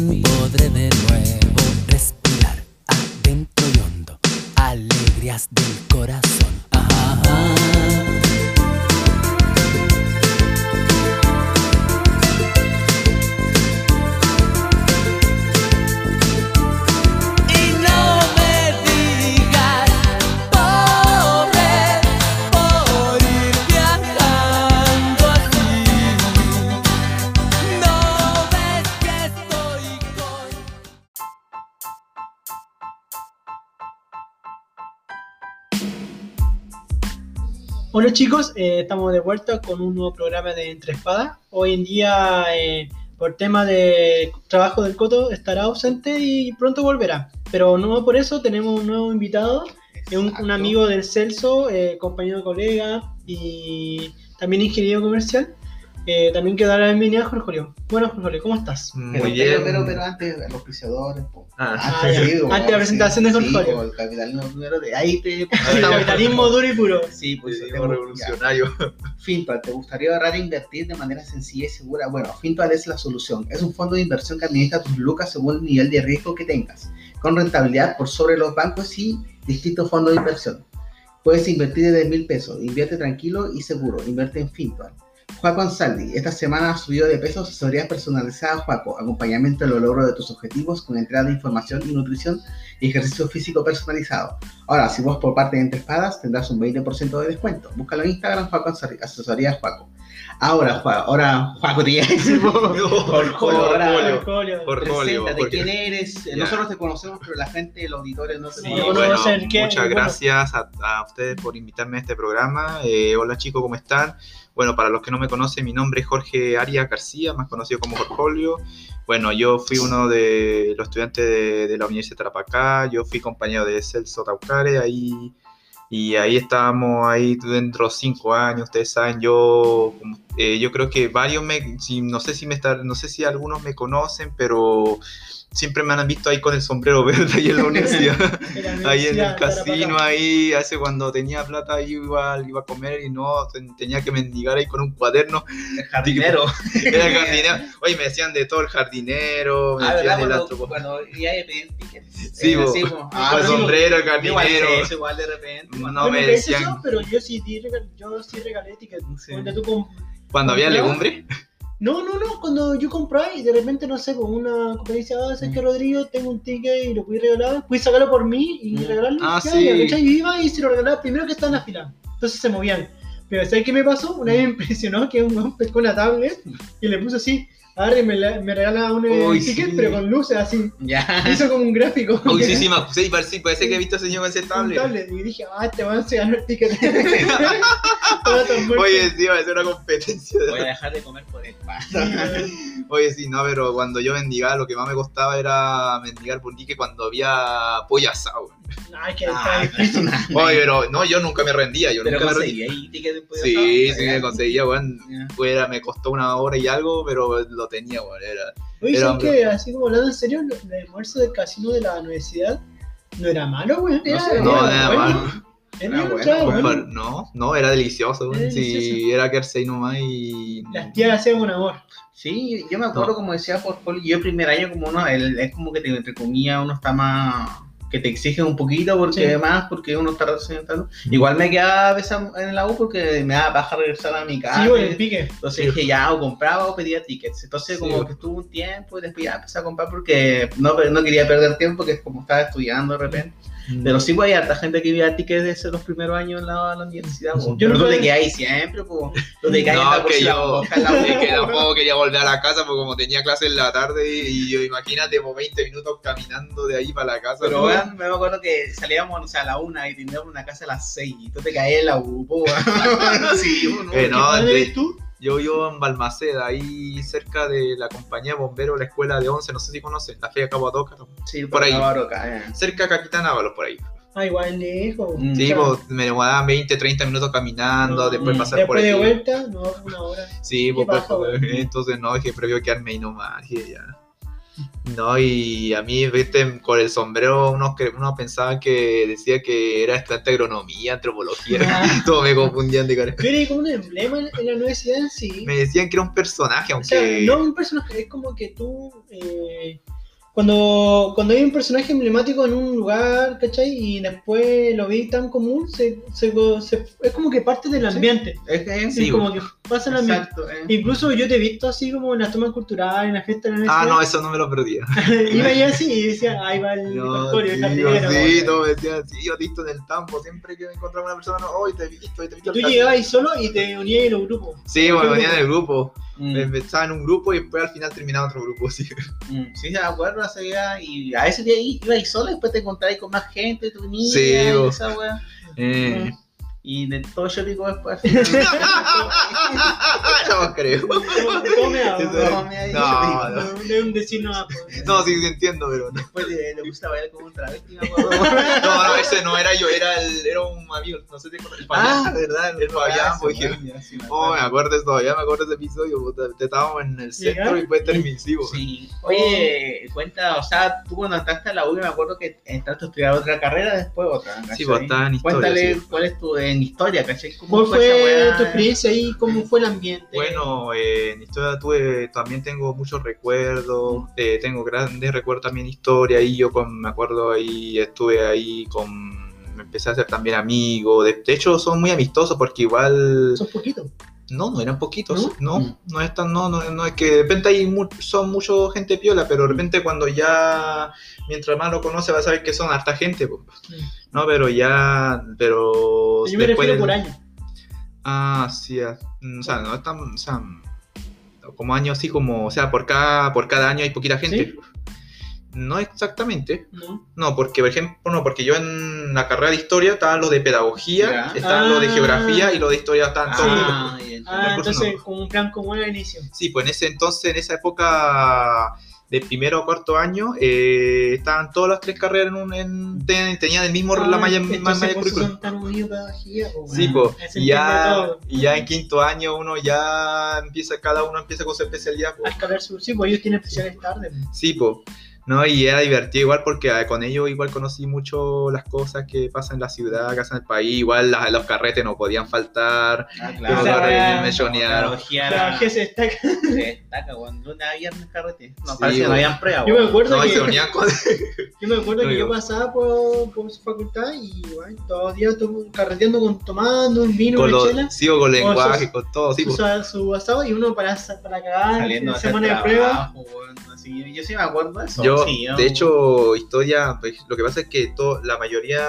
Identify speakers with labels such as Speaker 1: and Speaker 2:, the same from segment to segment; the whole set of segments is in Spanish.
Speaker 1: podré de nuevo respirar adentro y hondo, alegrías del corazón. Ajá. Y no me digas, pobre, por ir viajando así. No ves que estoy con
Speaker 2: Hola chicos, eh, estamos de vuelta con un nuevo programa de Entre Espadas. Hoy en día, eh, por tema de trabajo del Coto, estará ausente y pronto volverá. Pero no por eso, tenemos un nuevo invitado, es un, un
Speaker 3: Exacto.
Speaker 2: amigo del Celso, eh, compañero colega y también ingeniero comercial. Eh, también quiero dar la bienvenida a Jorge Julio. Bueno, Jorge Julio, ¿cómo estás?
Speaker 3: Mm, Muy
Speaker 4: Pero,
Speaker 3: bien.
Speaker 4: Pero, pero, pero antes, los auspiciadores. po.
Speaker 3: Ah,
Speaker 2: Ah, ya.
Speaker 4: po,
Speaker 2: Antes de la presentación de
Speaker 4: sí,
Speaker 2: Jorge Jorge.
Speaker 4: po, el capitalismo primero de ahí te.
Speaker 3: ya.
Speaker 2: Capitalismo duro y puro.
Speaker 4: Sí, pues
Speaker 3: sí,
Speaker 4: te
Speaker 3: como
Speaker 4: gusta-
Speaker 3: revolucionario.
Speaker 4: ya. Fintual, ¿te gustaría ahorrar e invertir de manera sencilla y segura? Bueno, Fintual es la solución. Es un fondo de inversión que administra tus lucas según el nivel de riesgo que tengas, con rentabilidad por sobre los bancos y distintos fondos de inversión. Puedes invertir de 10 mil pesos, invierte tranquilo y seguro, invierte en Fintual. Juaco Ansaldi, esta semana ha subido de peso asesoría personalizada a Juaco, acompañamiento en los logros de tus objetivos con entrada de información y nutrición y ejercicio físico personalizado. Ahora, si vos por parte de Entre Espadas tendrás un 20% de descuento. Búscalo en Instagram, Juaco Ansaldi, asesoría Juaco. Ahora, Juaco, ahora, Juaco, te iba a decir,
Speaker 3: Por
Speaker 4: ahora-
Speaker 2: Jorge
Speaker 3: Julio.
Speaker 2: Julio.
Speaker 3: Por- Orgullo,
Speaker 4: Preséntate,
Speaker 3: porque-
Speaker 4: quién eres. Eh,
Speaker 3: Ya.
Speaker 4: Nosotros te conocemos, pero la gente, los auditores no te
Speaker 2: Sí,
Speaker 4: conocen.
Speaker 2: bueno,
Speaker 3: bueno,
Speaker 2: ser que-
Speaker 3: muchas
Speaker 2: bueno.
Speaker 3: gracias a, a ustedes por invitarme a este programa. Eh, hola chicos, ¿cómo están? Bueno, para los que no me conocen, mi nombre es Jorge Arias García, más conocido como Jorgolio. Bueno, yo fui uno de los estudiantes de, de la Universidad de Tarapacá, yo fui compañero de Celso Taucare, ahí, y ahí estábamos, ahí dentro de cinco años, ustedes saben, yo, como- eh, yo creo que varios me, si- no sé si me está- no sé si algunos me conocen, pero siempre me han visto ahí con el sombrero verde ahí en la universidad. Ahí en el casino, ahí, hace cuando tenía plata, ahí iba, iba a comer y no, ten- tenía que mendigar ahí con un cuaderno.
Speaker 4: Jardinero.
Speaker 3: Era el jardinero. Oye, me decían de todo el jardinero, me
Speaker 4: Ah, ¿verdad?
Speaker 3: decían del
Speaker 4: Cuando,
Speaker 3: antropo-
Speaker 4: cuando ya de repente, que-
Speaker 3: pues. Sí,
Speaker 4: eh,
Speaker 3: vos.
Speaker 4: así, vos.
Speaker 3: Ah,
Speaker 4: Ah,
Speaker 3: el
Speaker 4: sí, vos.
Speaker 3: sombrero, el
Speaker 4: Igual
Speaker 3: jardinero.
Speaker 4: sé eso, igual de repente.
Speaker 3: No,
Speaker 2: No
Speaker 3: me
Speaker 2: me
Speaker 3: decían.
Speaker 2: pero yo sí, di regal- yo sí regalé etiquetas.
Speaker 3: Sí.
Speaker 2: Ponte tú con-
Speaker 3: Cuando había
Speaker 2: ¿Compraba?
Speaker 3: legumbre,
Speaker 2: No, no, no, cuando yo compraba y de repente, no sé, con una competencia, ah,
Speaker 3: Mm.
Speaker 2: ¿sabes que Rodrigo? Tengo un ticket y lo pude regalar, pude sacarlo por mí y
Speaker 4: Mm.
Speaker 2: regalarlo.
Speaker 3: Ah,
Speaker 2: ya,
Speaker 3: sí.
Speaker 2: y ¿cachai? Yo iba y se lo regalaba primero que estaba en la fila. Entonces se movían. Pero ¿sabes qué me pasó? Una vez me impresionó que un hombre pescó una tablet y le puso así, agarre, me, la- me regala un eh,
Speaker 3: Uy,
Speaker 2: ticket,
Speaker 3: sí.
Speaker 2: pero con luces así.
Speaker 4: Ya.
Speaker 2: Hizo como un gráfico.
Speaker 3: uy, sí, sí, me acusé, y parece, parece que he visto a ese señor con ese
Speaker 2: Un
Speaker 3: tablet.
Speaker 2: tablet. Y dije, ah, te van a ganar el ticket. Estaba tan muerto.
Speaker 3: Oye, sí, va a ser una competencia.
Speaker 4: Voy a dejar de comer por el pan.
Speaker 3: Oye, sí, no, pero cuando yo mendigaba, lo que más me costaba era mendigar por que cuando había pollo asado.
Speaker 2: Ay, que está
Speaker 4: Ah,
Speaker 2: difícil.
Speaker 3: Oye, pero no, yo nunca me rendía, yo
Speaker 4: Pero
Speaker 3: nunca me
Speaker 4: conseguí
Speaker 3: rendía.
Speaker 4: ahí ticket después de
Speaker 3: Sí,
Speaker 4: todo.
Speaker 3: sí, me conseguía, weón.
Speaker 4: Ya.
Speaker 3: Fuera, me costó una hora y algo, pero lo tenía, weón. Era...
Speaker 2: Oye,
Speaker 3: Era
Speaker 2: ¿sabes que así como hablando en serio, lo- el almuerzo del casino de la universidad no era malo, güey? Era,
Speaker 4: sé,
Speaker 2: era
Speaker 3: No,
Speaker 4: bueno,
Speaker 3: nada
Speaker 2: bueno.
Speaker 3: más.
Speaker 2: Era,
Speaker 4: Era
Speaker 2: bueno,
Speaker 4: bueno,
Speaker 2: claro,
Speaker 4: compadre.
Speaker 2: bueno.
Speaker 3: Compa- Ah, No, no, era delicioso, weón.
Speaker 2: Era delicioso.
Speaker 3: Sí, era quedarse ahí nomás y.
Speaker 2: Las tías hacían un amor.
Speaker 4: Sí, yo- yo me acuerdo, como decía por Paul, yo el primer año, como uno, el- es como que te, entre comillas, uno está más. que te exigen un poquito, porque
Speaker 2: Sí.
Speaker 4: además, porque uno está representando. Igual me quedaba a veces en la U porque me daba paja regresar a mi casa.
Speaker 3: Ah,
Speaker 2: sí,
Speaker 3: eh,
Speaker 2: güey, el pique.
Speaker 4: Entonces
Speaker 3: Sí.
Speaker 4: dije, ya, o compraba o pedía tickets. Entonces,
Speaker 3: Sí.
Speaker 4: como que estuve un tiempo y después ya empecé a comprar porque no, no quería perder tiempo, que es como estaba estudiando de repente.
Speaker 3: Mm.
Speaker 4: Pero sí, pues, hay harta gente que veía tickets de esos los primeros años en la, en la universidad. pues.
Speaker 3: Yo
Speaker 4: Pero
Speaker 2: nunca-
Speaker 4: tú te quedas ahí siempre, pues. Tú te quedas
Speaker 3: No,
Speaker 4: hasta por
Speaker 3: que
Speaker 4: si la
Speaker 3: yo-
Speaker 4: mosca en la
Speaker 3: Es que
Speaker 4: U.
Speaker 3: tampoco quería volver a la casa porque como tenía clase en la tarde y, y yo imagínate por 20 minutos caminando de ahí para la casa.
Speaker 4: Pero
Speaker 3: ¿no?
Speaker 4: weón, me acuerdo que salíamos o sea, a la una y teníamos una casa a las seis y tú te caes en la U, po, weón. Sí, pues, bueno,
Speaker 3: Eh, no,
Speaker 2: ¿Dónde
Speaker 3: de-
Speaker 2: eres tú?
Speaker 3: yo vivo en Balmaceda, ahí cerca de la compañía de bomberos, la escuela de 11, no sé si conocen, la feria Cabotoca.
Speaker 4: sí,
Speaker 3: por ahí.
Speaker 4: la Barroca, eh.
Speaker 3: Cerca de Capitán Ábalos, por ahí.
Speaker 2: Ah, igual lejos.
Speaker 4: Mm.
Speaker 3: Sí,
Speaker 2: Claro.
Speaker 3: pues, me demoraban 20, 30 minutos caminando,
Speaker 2: No,
Speaker 3: después
Speaker 4: mm.
Speaker 3: pasar por
Speaker 2: Después de
Speaker 3: ahí.
Speaker 2: vuelta, no, una hora.
Speaker 3: Sí,
Speaker 2: Qué
Speaker 3: pues, pues,
Speaker 2: bajo,
Speaker 3: pues,
Speaker 2: güey.
Speaker 3: entonces no, dije, prefiero quedarme ahí nomás, dije ya. No, y a mí, viste, con el sombrero unos, cre- unos pensaban que decía que era estudiante de agronomía, antropología,
Speaker 2: Ah.
Speaker 3: todo me confundían de cara.
Speaker 2: Tú eres como un emblema en, en la universidad en sí.
Speaker 3: Me decían que era un personaje,
Speaker 2: O
Speaker 3: aunque...
Speaker 2: sea, no un personaje, es como que tú eh, cuando, cuando hay un personaje emblemático en un lugar, ¿cachai? Y después lo vi tan común, se, se, se- es como que parte del
Speaker 4: Sí.
Speaker 2: ambiente.
Speaker 4: Es que es-
Speaker 2: Sí,
Speaker 3: Sí,
Speaker 2: como que pasa el ambiente.
Speaker 4: Exacto. eh.
Speaker 2: Incluso yo te he visto así como en las tomas culturales, en las fiestas de la
Speaker 3: Ah, no,
Speaker 2: universidad.
Speaker 3: eso no me lo perdía.
Speaker 2: Iba yo así y decía, ahí va el
Speaker 3: No,
Speaker 2: Corio, el
Speaker 3: sí,
Speaker 2: jardinero.
Speaker 3: yo sí,
Speaker 4: bueno.
Speaker 3: no, me decía, sí, yo te he visto en el campo, siempre que me encontraba una persona, no, hoy te he visto, hoy te he visto.
Speaker 2: Y tú
Speaker 3: en el
Speaker 2: llegabas ahí solo y te unías en los grupos.
Speaker 3: campo". Sí, bueno, venía en el grupo,
Speaker 4: Mm.
Speaker 3: me empezaba en un grupo y después al final terminaba en otro grupo, sí.
Speaker 4: Mm, Sí, de acuerdo, esa idea. Y a ese día i- iba y sola, después te encontrabas con más gente, tu niña
Speaker 3: Sí,
Speaker 4: y
Speaker 3: bo.
Speaker 4: esa wea.
Speaker 3: Eh.
Speaker 4: Y de todo yo digo después.
Speaker 3: no creo.
Speaker 2: ¿Cómo- cómo me hago?
Speaker 4: No,
Speaker 3: No,
Speaker 4: me
Speaker 3: no,
Speaker 4: no.
Speaker 2: De un vecino a-
Speaker 3: No, sí, sí entiendo, pero no.
Speaker 4: Después le, le gusta bailar como un travesti, me
Speaker 3: No, no, ese no era yo, era, el, era un amigo, no sé si conoces, el Fabián,
Speaker 4: Ah,
Speaker 3: ¿verdad? El Fabián, porque... Oh, me acuerdo todavía, me acuerdo de ese episodio, puta, te estábamos en el centro
Speaker 2: ¿Llegar?
Speaker 3: y fue termisivo.
Speaker 4: Sí. Oye, cuenta, o sea, tú cuando entraste a la U, me acuerdo que entraste a estudiar otra carrera, después otra. ¿cachai?
Speaker 3: Sí, pues estaba en historia.
Speaker 4: Cuéntale
Speaker 3: sí.
Speaker 4: cuál es tu en historia, ¿cachai? ¿Cómo
Speaker 2: ¿Cuál
Speaker 4: esa
Speaker 2: fue
Speaker 4: wea?
Speaker 2: tu experiencia ahí? ¿Cómo fue el ambiente?
Speaker 3: Bueno, eh, en historia tuve, también tengo muchos recuerdos, eh, tengo grandes recuerdos también en historia y yo con, me acuerdo ahí, estuve ahí con, me empecé a hacer también amigo, de, de hecho son muy amistosos porque igual,
Speaker 2: Son poquitos.
Speaker 3: no, no eran poquitos, no,
Speaker 4: Mm.
Speaker 3: no, es tan, no, no, no, es que de repente hay mu- son mucho gente piola, pero de repente cuando ya, mientras más lo conoce vas a ver que son harta gente, po. no, pero ya, pero...
Speaker 2: Mm. Yo me
Speaker 3: Pues, después-
Speaker 2: refiero por año.
Speaker 3: Ah, sí, ah, mm, o sea, no es tan, o sea, mm, como año así como, o sea, por cada, por cada año hay poquita gente. No exactamente,
Speaker 2: ¿no? Ah,
Speaker 3: no, porque por ejemplo, no, porque yo en la carrera de historia estaban los de pedagogía,
Speaker 4: Ya.
Speaker 3: estaban los de
Speaker 2: Ah.
Speaker 3: geografía y los de historia estaban todos.
Speaker 4: Ah, ya entiendo.
Speaker 2: Ah,
Speaker 3: Recursos
Speaker 2: entonces
Speaker 3: no.
Speaker 2: como un plan común al inicio.
Speaker 3: Sí, pues en ese entonces, en esa época de primero a cuarto año, eh, estaban todas las tres carreras en un, en- ten- tenían el mismo la
Speaker 2: Ah,
Speaker 3: malla,
Speaker 2: estos
Speaker 3: ma- malla
Speaker 2: recursos
Speaker 3: curricular.
Speaker 2: son tan unidos pedagogía, po,
Speaker 3: Sí,
Speaker 2: weón.
Speaker 3: po,
Speaker 2: pues, Ese
Speaker 3: y ya,
Speaker 2: entiende todo.
Speaker 3: y ya en quinto año uno ya empieza, cada uno empieza con su especialidad. po.
Speaker 2: Al caber su... Sí, pues ellos tienen especiales tarde. pues. po.
Speaker 3: Sí, po. No, y era divertido igual porque ah, con ellos igual conocí mucho las cosas que pasan en la ciudad, que pasan en el país, igual la- los carretes no podían faltar.
Speaker 4: Ah,
Speaker 3: Los
Speaker 2: Claro.
Speaker 3: carretes me
Speaker 4: Me
Speaker 3: chonearon.
Speaker 2: Pedagogía se destaca.
Speaker 4: Se destaca, weón. Lunes a viernes carrete. No,
Speaker 3: Sí,
Speaker 4: parece que no
Speaker 3: weón.
Speaker 4: habían prueba,
Speaker 2: Yo me
Speaker 4: weón.
Speaker 2: acuerdo
Speaker 3: Ah, No, y
Speaker 2: que...
Speaker 3: se unían con...
Speaker 2: Yo me acuerdo
Speaker 3: No,
Speaker 2: que yo
Speaker 3: yo-
Speaker 2: pasaba por, por su facultad y bueno, todos los días estuve carreteando con tomando un vino,
Speaker 3: con
Speaker 2: una
Speaker 3: los-
Speaker 2: chela,
Speaker 3: sí, po, con lenguaje,
Speaker 2: sus-
Speaker 3: con todo, sí, pues.
Speaker 2: su,
Speaker 3: po.
Speaker 2: sa- su asado y uno para, sa- para cagar
Speaker 4: Saliendo
Speaker 2: ah, en
Speaker 4: a hacer
Speaker 2: semana de prueba.
Speaker 4: trabajo, weón. Así, yo- yo sí me acuerdo de eso.
Speaker 3: Yo,
Speaker 4: sí, yo-
Speaker 3: de hecho, historia, pues, lo que pasa es que to- la mayoría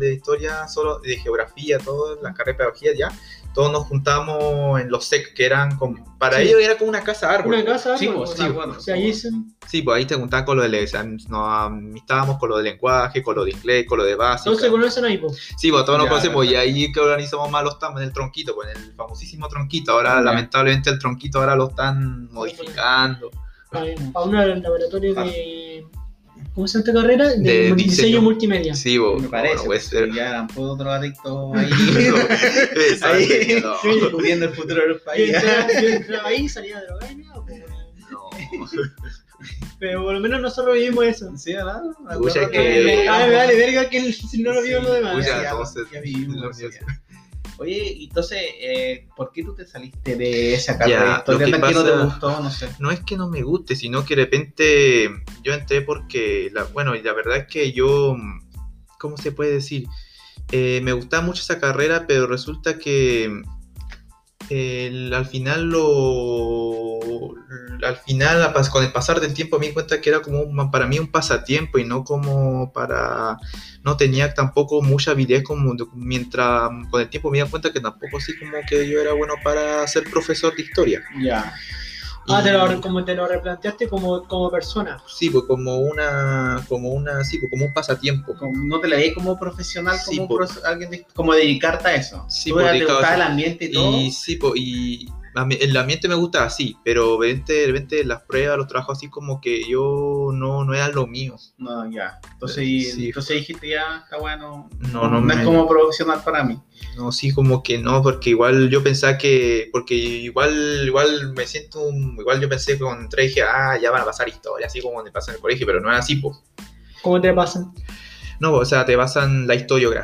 Speaker 3: de historia, solo de geografía, todas las carreras de pedagogía ya, todos nos juntábamos en los SEC, que eran como, para
Speaker 2: Sí.
Speaker 3: ellos era como una casa árbol.
Speaker 2: Una casa,
Speaker 4: Sí,
Speaker 2: pues,
Speaker 4: pues, sí,
Speaker 2: bueno,
Speaker 4: bueno.
Speaker 2: o sea, ahí se-
Speaker 3: Sí, pues ahí te juntaban con lo de, o sea, nos amistábamos con lo de lenguaje, con lo de inglés, con lo de básica.
Speaker 2: todos se conocen ahí, pues.
Speaker 3: Sí, pues todos nos
Speaker 4: Ya,
Speaker 3: conocemos y
Speaker 4: perfecto.
Speaker 3: ahí que organizamos más los estamos en el tronquito, pues en el famosísimo tronquito. Ahora,
Speaker 4: Ya.
Speaker 3: lamentablemente, el tronquito ahora lo están modificando.
Speaker 2: Para, para uno de los laboratorios de. ¿Cómo se llama esta carrera? De,
Speaker 3: De
Speaker 2: mul- diseño,
Speaker 3: diseño.
Speaker 2: multimedia.
Speaker 3: Sí, pues,
Speaker 4: me
Speaker 3: no,
Speaker 4: parece.
Speaker 3: no puede
Speaker 4: pues,
Speaker 3: ser.
Speaker 4: sí, Ya eran puros drogadictos ahí.
Speaker 3: Eso,
Speaker 4: Ahí.
Speaker 3: sí, no,
Speaker 4: Viendo el futuro de los
Speaker 2: Yo
Speaker 4: países.
Speaker 2: entraba, yo entraba ahí, salía drogada y nada, pues, bueno.
Speaker 3: no.
Speaker 2: Pero por lo menos nosotros vivimos eso.
Speaker 4: Sí, ¿verdad? Me acuerdo
Speaker 3: Pucha,
Speaker 2: Eh,
Speaker 3: que-
Speaker 2: ah, me vale verga que si no lo vimos
Speaker 4: Sí,
Speaker 2: lo demás.
Speaker 3: pucha,
Speaker 4: ya, ya
Speaker 3: entonces,
Speaker 4: vivimos,
Speaker 3: lo
Speaker 4: sí,
Speaker 3: mío.
Speaker 4: ya. Oye, entonces, eh, ¿por qué tú te saliste de esa carrera?
Speaker 3: Ya,
Speaker 4: de historia?
Speaker 3: lo que
Speaker 4: ¿Por qué no te
Speaker 3: pasa-
Speaker 4: gustó? No sé.
Speaker 3: no es que no me guste, sino que de repente yo entré porque, la, bueno, y la verdad es que yo, mm, ¿cómo se puede decir? Eh, me gustaba mucho esa carrera, pero resulta que mm, el- al final lo... Al final, a pas- con el pasar del tiempo me di cuenta que era como un- para mí un pasatiempo y no como para... No tenía tampoco mucha habilidad como de- mientras con el tiempo me di cuenta que tampoco así como que yo era bueno para ser profesor de historia.
Speaker 4: Ya.
Speaker 2: Ah, te
Speaker 3: Y-
Speaker 2: lo, como te lo replanteaste como, como persona.
Speaker 3: Sí, pues como una, como una, sí, pues como un pasatiempo.
Speaker 4: como- no te la veía como profesional,
Speaker 3: Sí,
Speaker 4: como,
Speaker 3: por-
Speaker 4: profe- alguien de- como dedicarte a eso.
Speaker 3: Sí,
Speaker 4: Tú
Speaker 3: por
Speaker 4: ya te
Speaker 3: dedicado a
Speaker 4: gustaba el
Speaker 3: eso.
Speaker 4: ambiente y todo.
Speaker 3: Y sí, pues, y a mí- el ambiente me gusta así, pero de repente, de repente las pruebas, los trabajos así como que yo no, no era lo mío.
Speaker 4: No, ya. Entonces,
Speaker 3: Sí.
Speaker 4: entonces dijiste, ya, está bueno.
Speaker 3: No, no
Speaker 4: es
Speaker 3: me-
Speaker 4: como profesional para mí.
Speaker 3: No, sí, como que no, porque igual yo pensaba que, porque igual, igual me siento, un- igual yo pensé que cuando entré dije, ah, ya van a pasar historia, así como te pasa en el colegio, pero no era así, pues.
Speaker 2: ¿Cómo te pasan?
Speaker 3: No, o sea, te basan la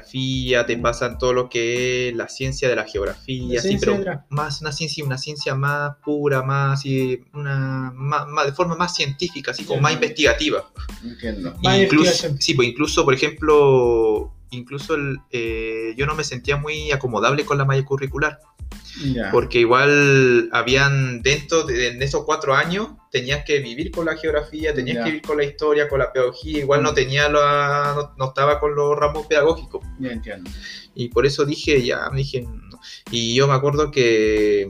Speaker 3: historiografía, te basan todo lo que es la ciencia de la geografía,
Speaker 2: La
Speaker 3: sí,
Speaker 2: ciencia
Speaker 3: pero
Speaker 2: de la-
Speaker 3: más una ciencia, una ciencia más pura, más, así, una, más- más- de forma más científica, así como más
Speaker 4: Entiendo.
Speaker 3: investigativa.
Speaker 4: Entiendo.
Speaker 2: Más
Speaker 3: Incluso,
Speaker 2: investigación.
Speaker 3: sí, pues incluso, por ejemplo, incluso el, eh, yo no me sentía muy acomodable con la malla curricular,
Speaker 2: Ah.
Speaker 4: Ya.
Speaker 3: porque igual habían dentro de, en esos cuatro años tenías que vivir con la geografía, tenías
Speaker 4: Ya.
Speaker 3: que vivir con la historia, con la pedagogía, igual
Speaker 2: Mm.
Speaker 3: no tenía la, no, no estaba con los ramos pedagógicos.
Speaker 4: Ya entiendo.
Speaker 3: Y por eso dije, ya, dije, no. y yo me acuerdo que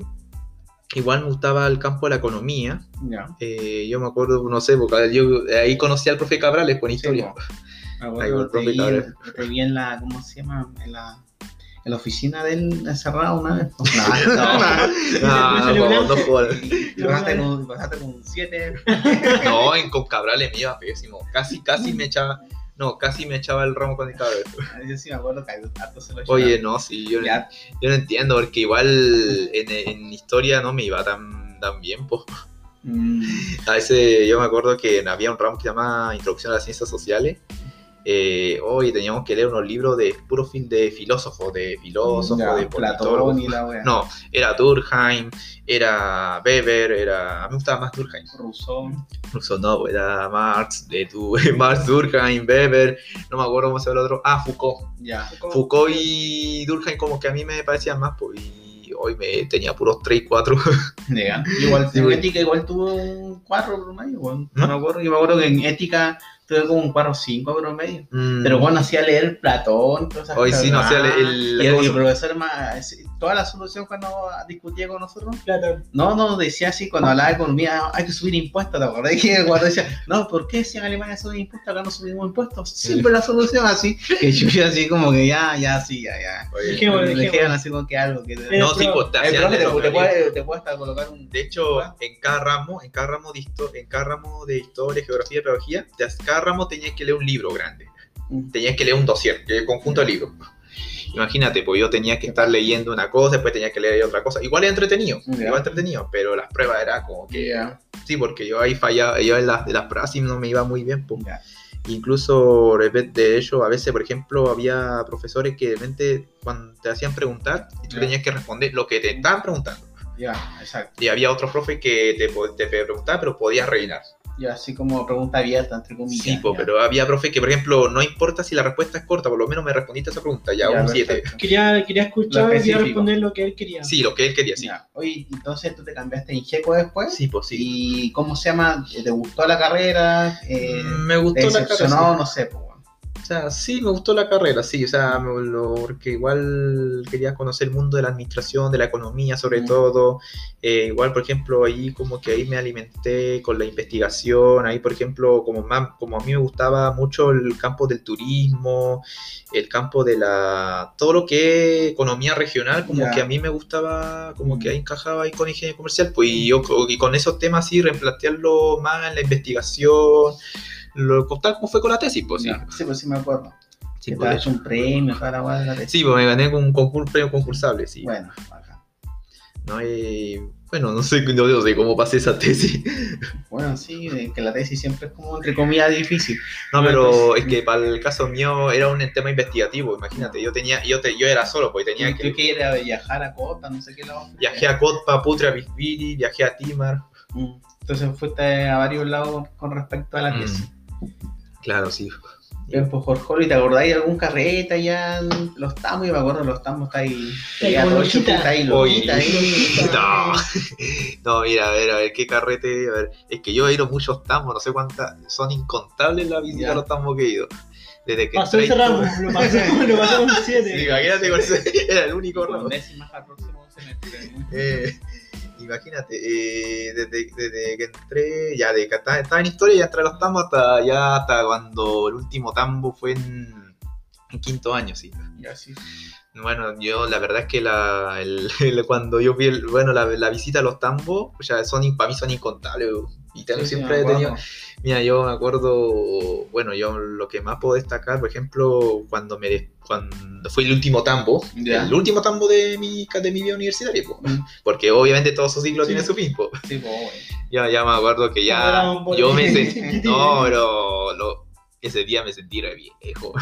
Speaker 3: igual me gustaba el campo de la economía.
Speaker 4: Ya.
Speaker 3: Eh, yo me acuerdo, no sé, porque yo ahí conocí al profe Cabrales con historia.
Speaker 4: Me
Speaker 3: Ahí
Speaker 4: acuerdo,
Speaker 3: va el
Speaker 4: te,
Speaker 3: profe
Speaker 4: vi,
Speaker 3: Cabrera.
Speaker 4: te vi en la, ¿cómo se llama? En la, en la oficina del encerrado una vez. No, no.
Speaker 2: Me
Speaker 3: Ah,
Speaker 2: salió grande.
Speaker 3: vamos, no, joder.
Speaker 4: Y Pasaste con, pasaste con un 7.
Speaker 3: No, en- con Cabrales me iba pésimo. Casi, casi me echaba. No, casi me echaba el ramo con el Cabrales.
Speaker 4: Yo sí me acuerdo que a harto se lo
Speaker 3: Oye, no, sí, yo,
Speaker 4: Ya,
Speaker 3: yo no entiendo, porque igual en, en historia no me iba tan, tan bien. po.
Speaker 4: mm,
Speaker 3: A veces yo me acuerdo que había un ramo que se llama Introducción a las Ciencias Sociales. Eh, hoy teníamos que leer unos libros de puro fin de filósofos, de filósofos,
Speaker 4: ya,
Speaker 3: de politólogos.
Speaker 4: Platón y la wea.
Speaker 3: No, era Durkheim, era Weber, era. A mí me gustaba más Durkheim.
Speaker 4: Rousseau.
Speaker 3: Incluso no, pues, era Marx, de tu, Marx, Durkheim, Weber, no me acuerdo cómo se llama el otro. Ah, Foucault.
Speaker 4: Ya.
Speaker 3: Foucault y Durkheim como que a mí me parecían más, pues, y hoy me tenía puros 3 y 4.
Speaker 4: Ya. Igual
Speaker 3: Sí,
Speaker 4: en
Speaker 3: güey.
Speaker 4: ética igual tuvo un 4 promedio, weón.
Speaker 3: ¿Mm?
Speaker 4: No me acuerdo. Yo me acuerdo que en ética tuve como un 4 o 5 promedio.
Speaker 3: Mm.
Speaker 4: Pero bueno, hacía leer Platón, todas esas
Speaker 3: Hoy sí, no, hacía
Speaker 4: cosas.
Speaker 3: leer el-
Speaker 4: Y
Speaker 3: la
Speaker 4: el,
Speaker 3: cosa.
Speaker 4: el profesor, ma- toda la solución cuando discutía con nosotros,
Speaker 2: Platón.
Speaker 4: no, no, decía así cuando hablaba de economía, "Ah, hay que subir impuestos, ¿te acordás? Que el guarda decía, no, ¿por qué si en Alemania suben impuestos, acá no subimos impuestos? Siempre la solución así, que yo yo así como que ya, ya, sí, ya, ya.
Speaker 3: Oye,
Speaker 2: Dejemos,
Speaker 4: Le
Speaker 2: dejemos.
Speaker 4: dijeron así como que algo que...
Speaker 2: Eh,
Speaker 4: No,
Speaker 3: no, sí, pues, te
Speaker 4: el
Speaker 3: hacían
Speaker 4: profe te,
Speaker 3: leer
Speaker 4: te,
Speaker 3: los
Speaker 4: puede, te puede hasta colocar un...
Speaker 3: De hecho, en cada ramo, en cada ramo de histo- en cada ramo de historia, geografía, pedagogía, te- cada ramo tenías que leer un libro grande.
Speaker 4: Mm.
Speaker 3: Tenías que leer un dossier, que es el conjunto de libros. Imagínate, pues yo tenía que estar leyendo una cosa, después tenía que leer otra cosa. Igual era entretenido,
Speaker 4: Ya.
Speaker 3: igual entretenido, pero las pruebas era como que.
Speaker 4: Ya.
Speaker 3: Sí, porque yo ahí fallaba, yo en las, de las pruebas sí no me iba muy bien, pues.
Speaker 4: Ya.
Speaker 3: Incluso repet- de hecho, a veces, por ejemplo, había profesores que de repente cuando te hacían preguntar, y tú
Speaker 4: Ya.
Speaker 3: tenías que responder lo que te estaban preguntando.
Speaker 4: Ya, exacto.
Speaker 3: Y había otros profes que te, po- te preguntaban, pero podías rellenar.
Speaker 4: Ya, así como pregunta abierta, entre comillas.
Speaker 3: Sí, po,
Speaker 4: ya.
Speaker 3: pero había profes que, por ejemplo, no importa si la respuesta es corta, por lo menos me respondiste a esa pregunta, ya, un 7.
Speaker 4: perfecto.
Speaker 2: Quería, quería
Speaker 4: Lo
Speaker 2: escuchar y quería
Speaker 4: específico.
Speaker 2: responder lo que él quería.
Speaker 3: Sí, lo que él quería, sí.
Speaker 4: Ya. Oye, entonces tú te cambiaste en Checo después.
Speaker 3: Sí, pues sí.
Speaker 4: ¿Y cómo se llama? Eh, ¿Te gustó la carrera? Eh,
Speaker 3: Mm, me
Speaker 4: ¿Te
Speaker 3: gustó la carrera.
Speaker 4: decepcionó? No sé, pues. bueno.
Speaker 3: O sea, sí, me gustó la carrera, sí, o sea, me- lo- porque igual quería conocer el mundo de la administración, de la economía sobre
Speaker 4: Mm.
Speaker 3: todo, Eh, igual, por ejemplo, ahí como que ahí me alimenté con la investigación, ahí, por ejemplo, como, más, como a mí me gustaba mucho el campo del turismo, el campo de la, todo lo que es economía regional, como
Speaker 4: Ya.
Speaker 3: que a mí me gustaba, como que
Speaker 4: Mm.
Speaker 3: ahí encajaba ahí con ingeniería comercial, pues y, yo, co- y con esos temas sí, replantearlo más en la investigación, lo, tal como fue con la tesis, pues sí.
Speaker 4: Ya. Sí, pues sí me acuerdo.
Speaker 3: Sí,
Speaker 4: que
Speaker 3: pues,
Speaker 4: te
Speaker 3: de
Speaker 4: das un premio para la guarda de-
Speaker 3: Sí, pues me gané un concurso, premio concursable, sí. Bueno,
Speaker 4: Bueno, acá.
Speaker 3: no, eh, bueno no, sé, no, no sé cómo pasé esa tesis.
Speaker 4: Bueno, sí, eh, que la tesis siempre es como entre comillas difícil.
Speaker 3: No, pero es que para el caso mío era un tema investigativo, imagínate. Yo tenía, yo te, yo era solo, pues tenía
Speaker 4: Tenía que,
Speaker 3: que...
Speaker 4: que ir a viajar a Cota, no sé qué lado.
Speaker 3: Viajé a Cotpa, Putre, a Bisbiri, viajé a Timar.
Speaker 4: Mm. Entonces fuiste a varios lados con respecto a
Speaker 3: Mm.
Speaker 4: la tesis.
Speaker 3: Claro, sí.
Speaker 4: Bien, pues Jorjol, ¿y te acordáis de algún carreta ya? Los tamos, yo me acuerdo, los tamos está ahí.
Speaker 2: Está ahí como
Speaker 4: Ocho,
Speaker 2: loquita.
Speaker 4: está ahí,
Speaker 3: Oye,
Speaker 4: loquita, ahí.
Speaker 3: No. no, mira, a ver, a ver, qué carrete. A ver, es que yo he ido a muchos tambos, no sé cuántas, son incontables las visitas
Speaker 4: Ya.
Speaker 3: a los tambos que he ido. Desde que
Speaker 2: Pasó ese
Speaker 3: entré-
Speaker 2: ramo, lo pasó, lo pasó con un
Speaker 3: Sí,
Speaker 2: 7.
Speaker 3: imagínate, con ese- era el único ramo.
Speaker 4: Con décimas al próximo semestre.
Speaker 3: Eh, imagínate, eh, desde, desde que entré, ya de que estaba, estaba en historia, ya entré a los tambos hasta, ya hasta cuando el último tambo fue en, en quinto año, sí.
Speaker 4: Ya, sí.
Speaker 3: Bueno, yo la verdad es que la, el- el- cuando yo vi el- bueno, la, la visita a los tambos, ya son, in- para mí son incontables. Y tengo-
Speaker 4: Sí, sí,
Speaker 3: siempre
Speaker 4: me
Speaker 3: he
Speaker 4: acuerdo.
Speaker 3: tenido, Mira, yo me acuerdo, bueno, yo lo que más puedo destacar, por ejemplo, cuando me cuando fue el último tambo,
Speaker 4: Ya.
Speaker 3: el último tambo de mi ca- de mi vida universitaria, po.
Speaker 4: Mm.
Speaker 3: porque obviamente todo su ciclo
Speaker 2: Sí.
Speaker 3: tiene su fin, po.
Speaker 4: Sí, pues, bueno.
Speaker 2: Ah,
Speaker 3: Ya, ya me acuerdo que
Speaker 2: Ahora
Speaker 3: ya
Speaker 2: un bol-
Speaker 3: yo me sentí, no, pero lo- ese día me sentí re viejo.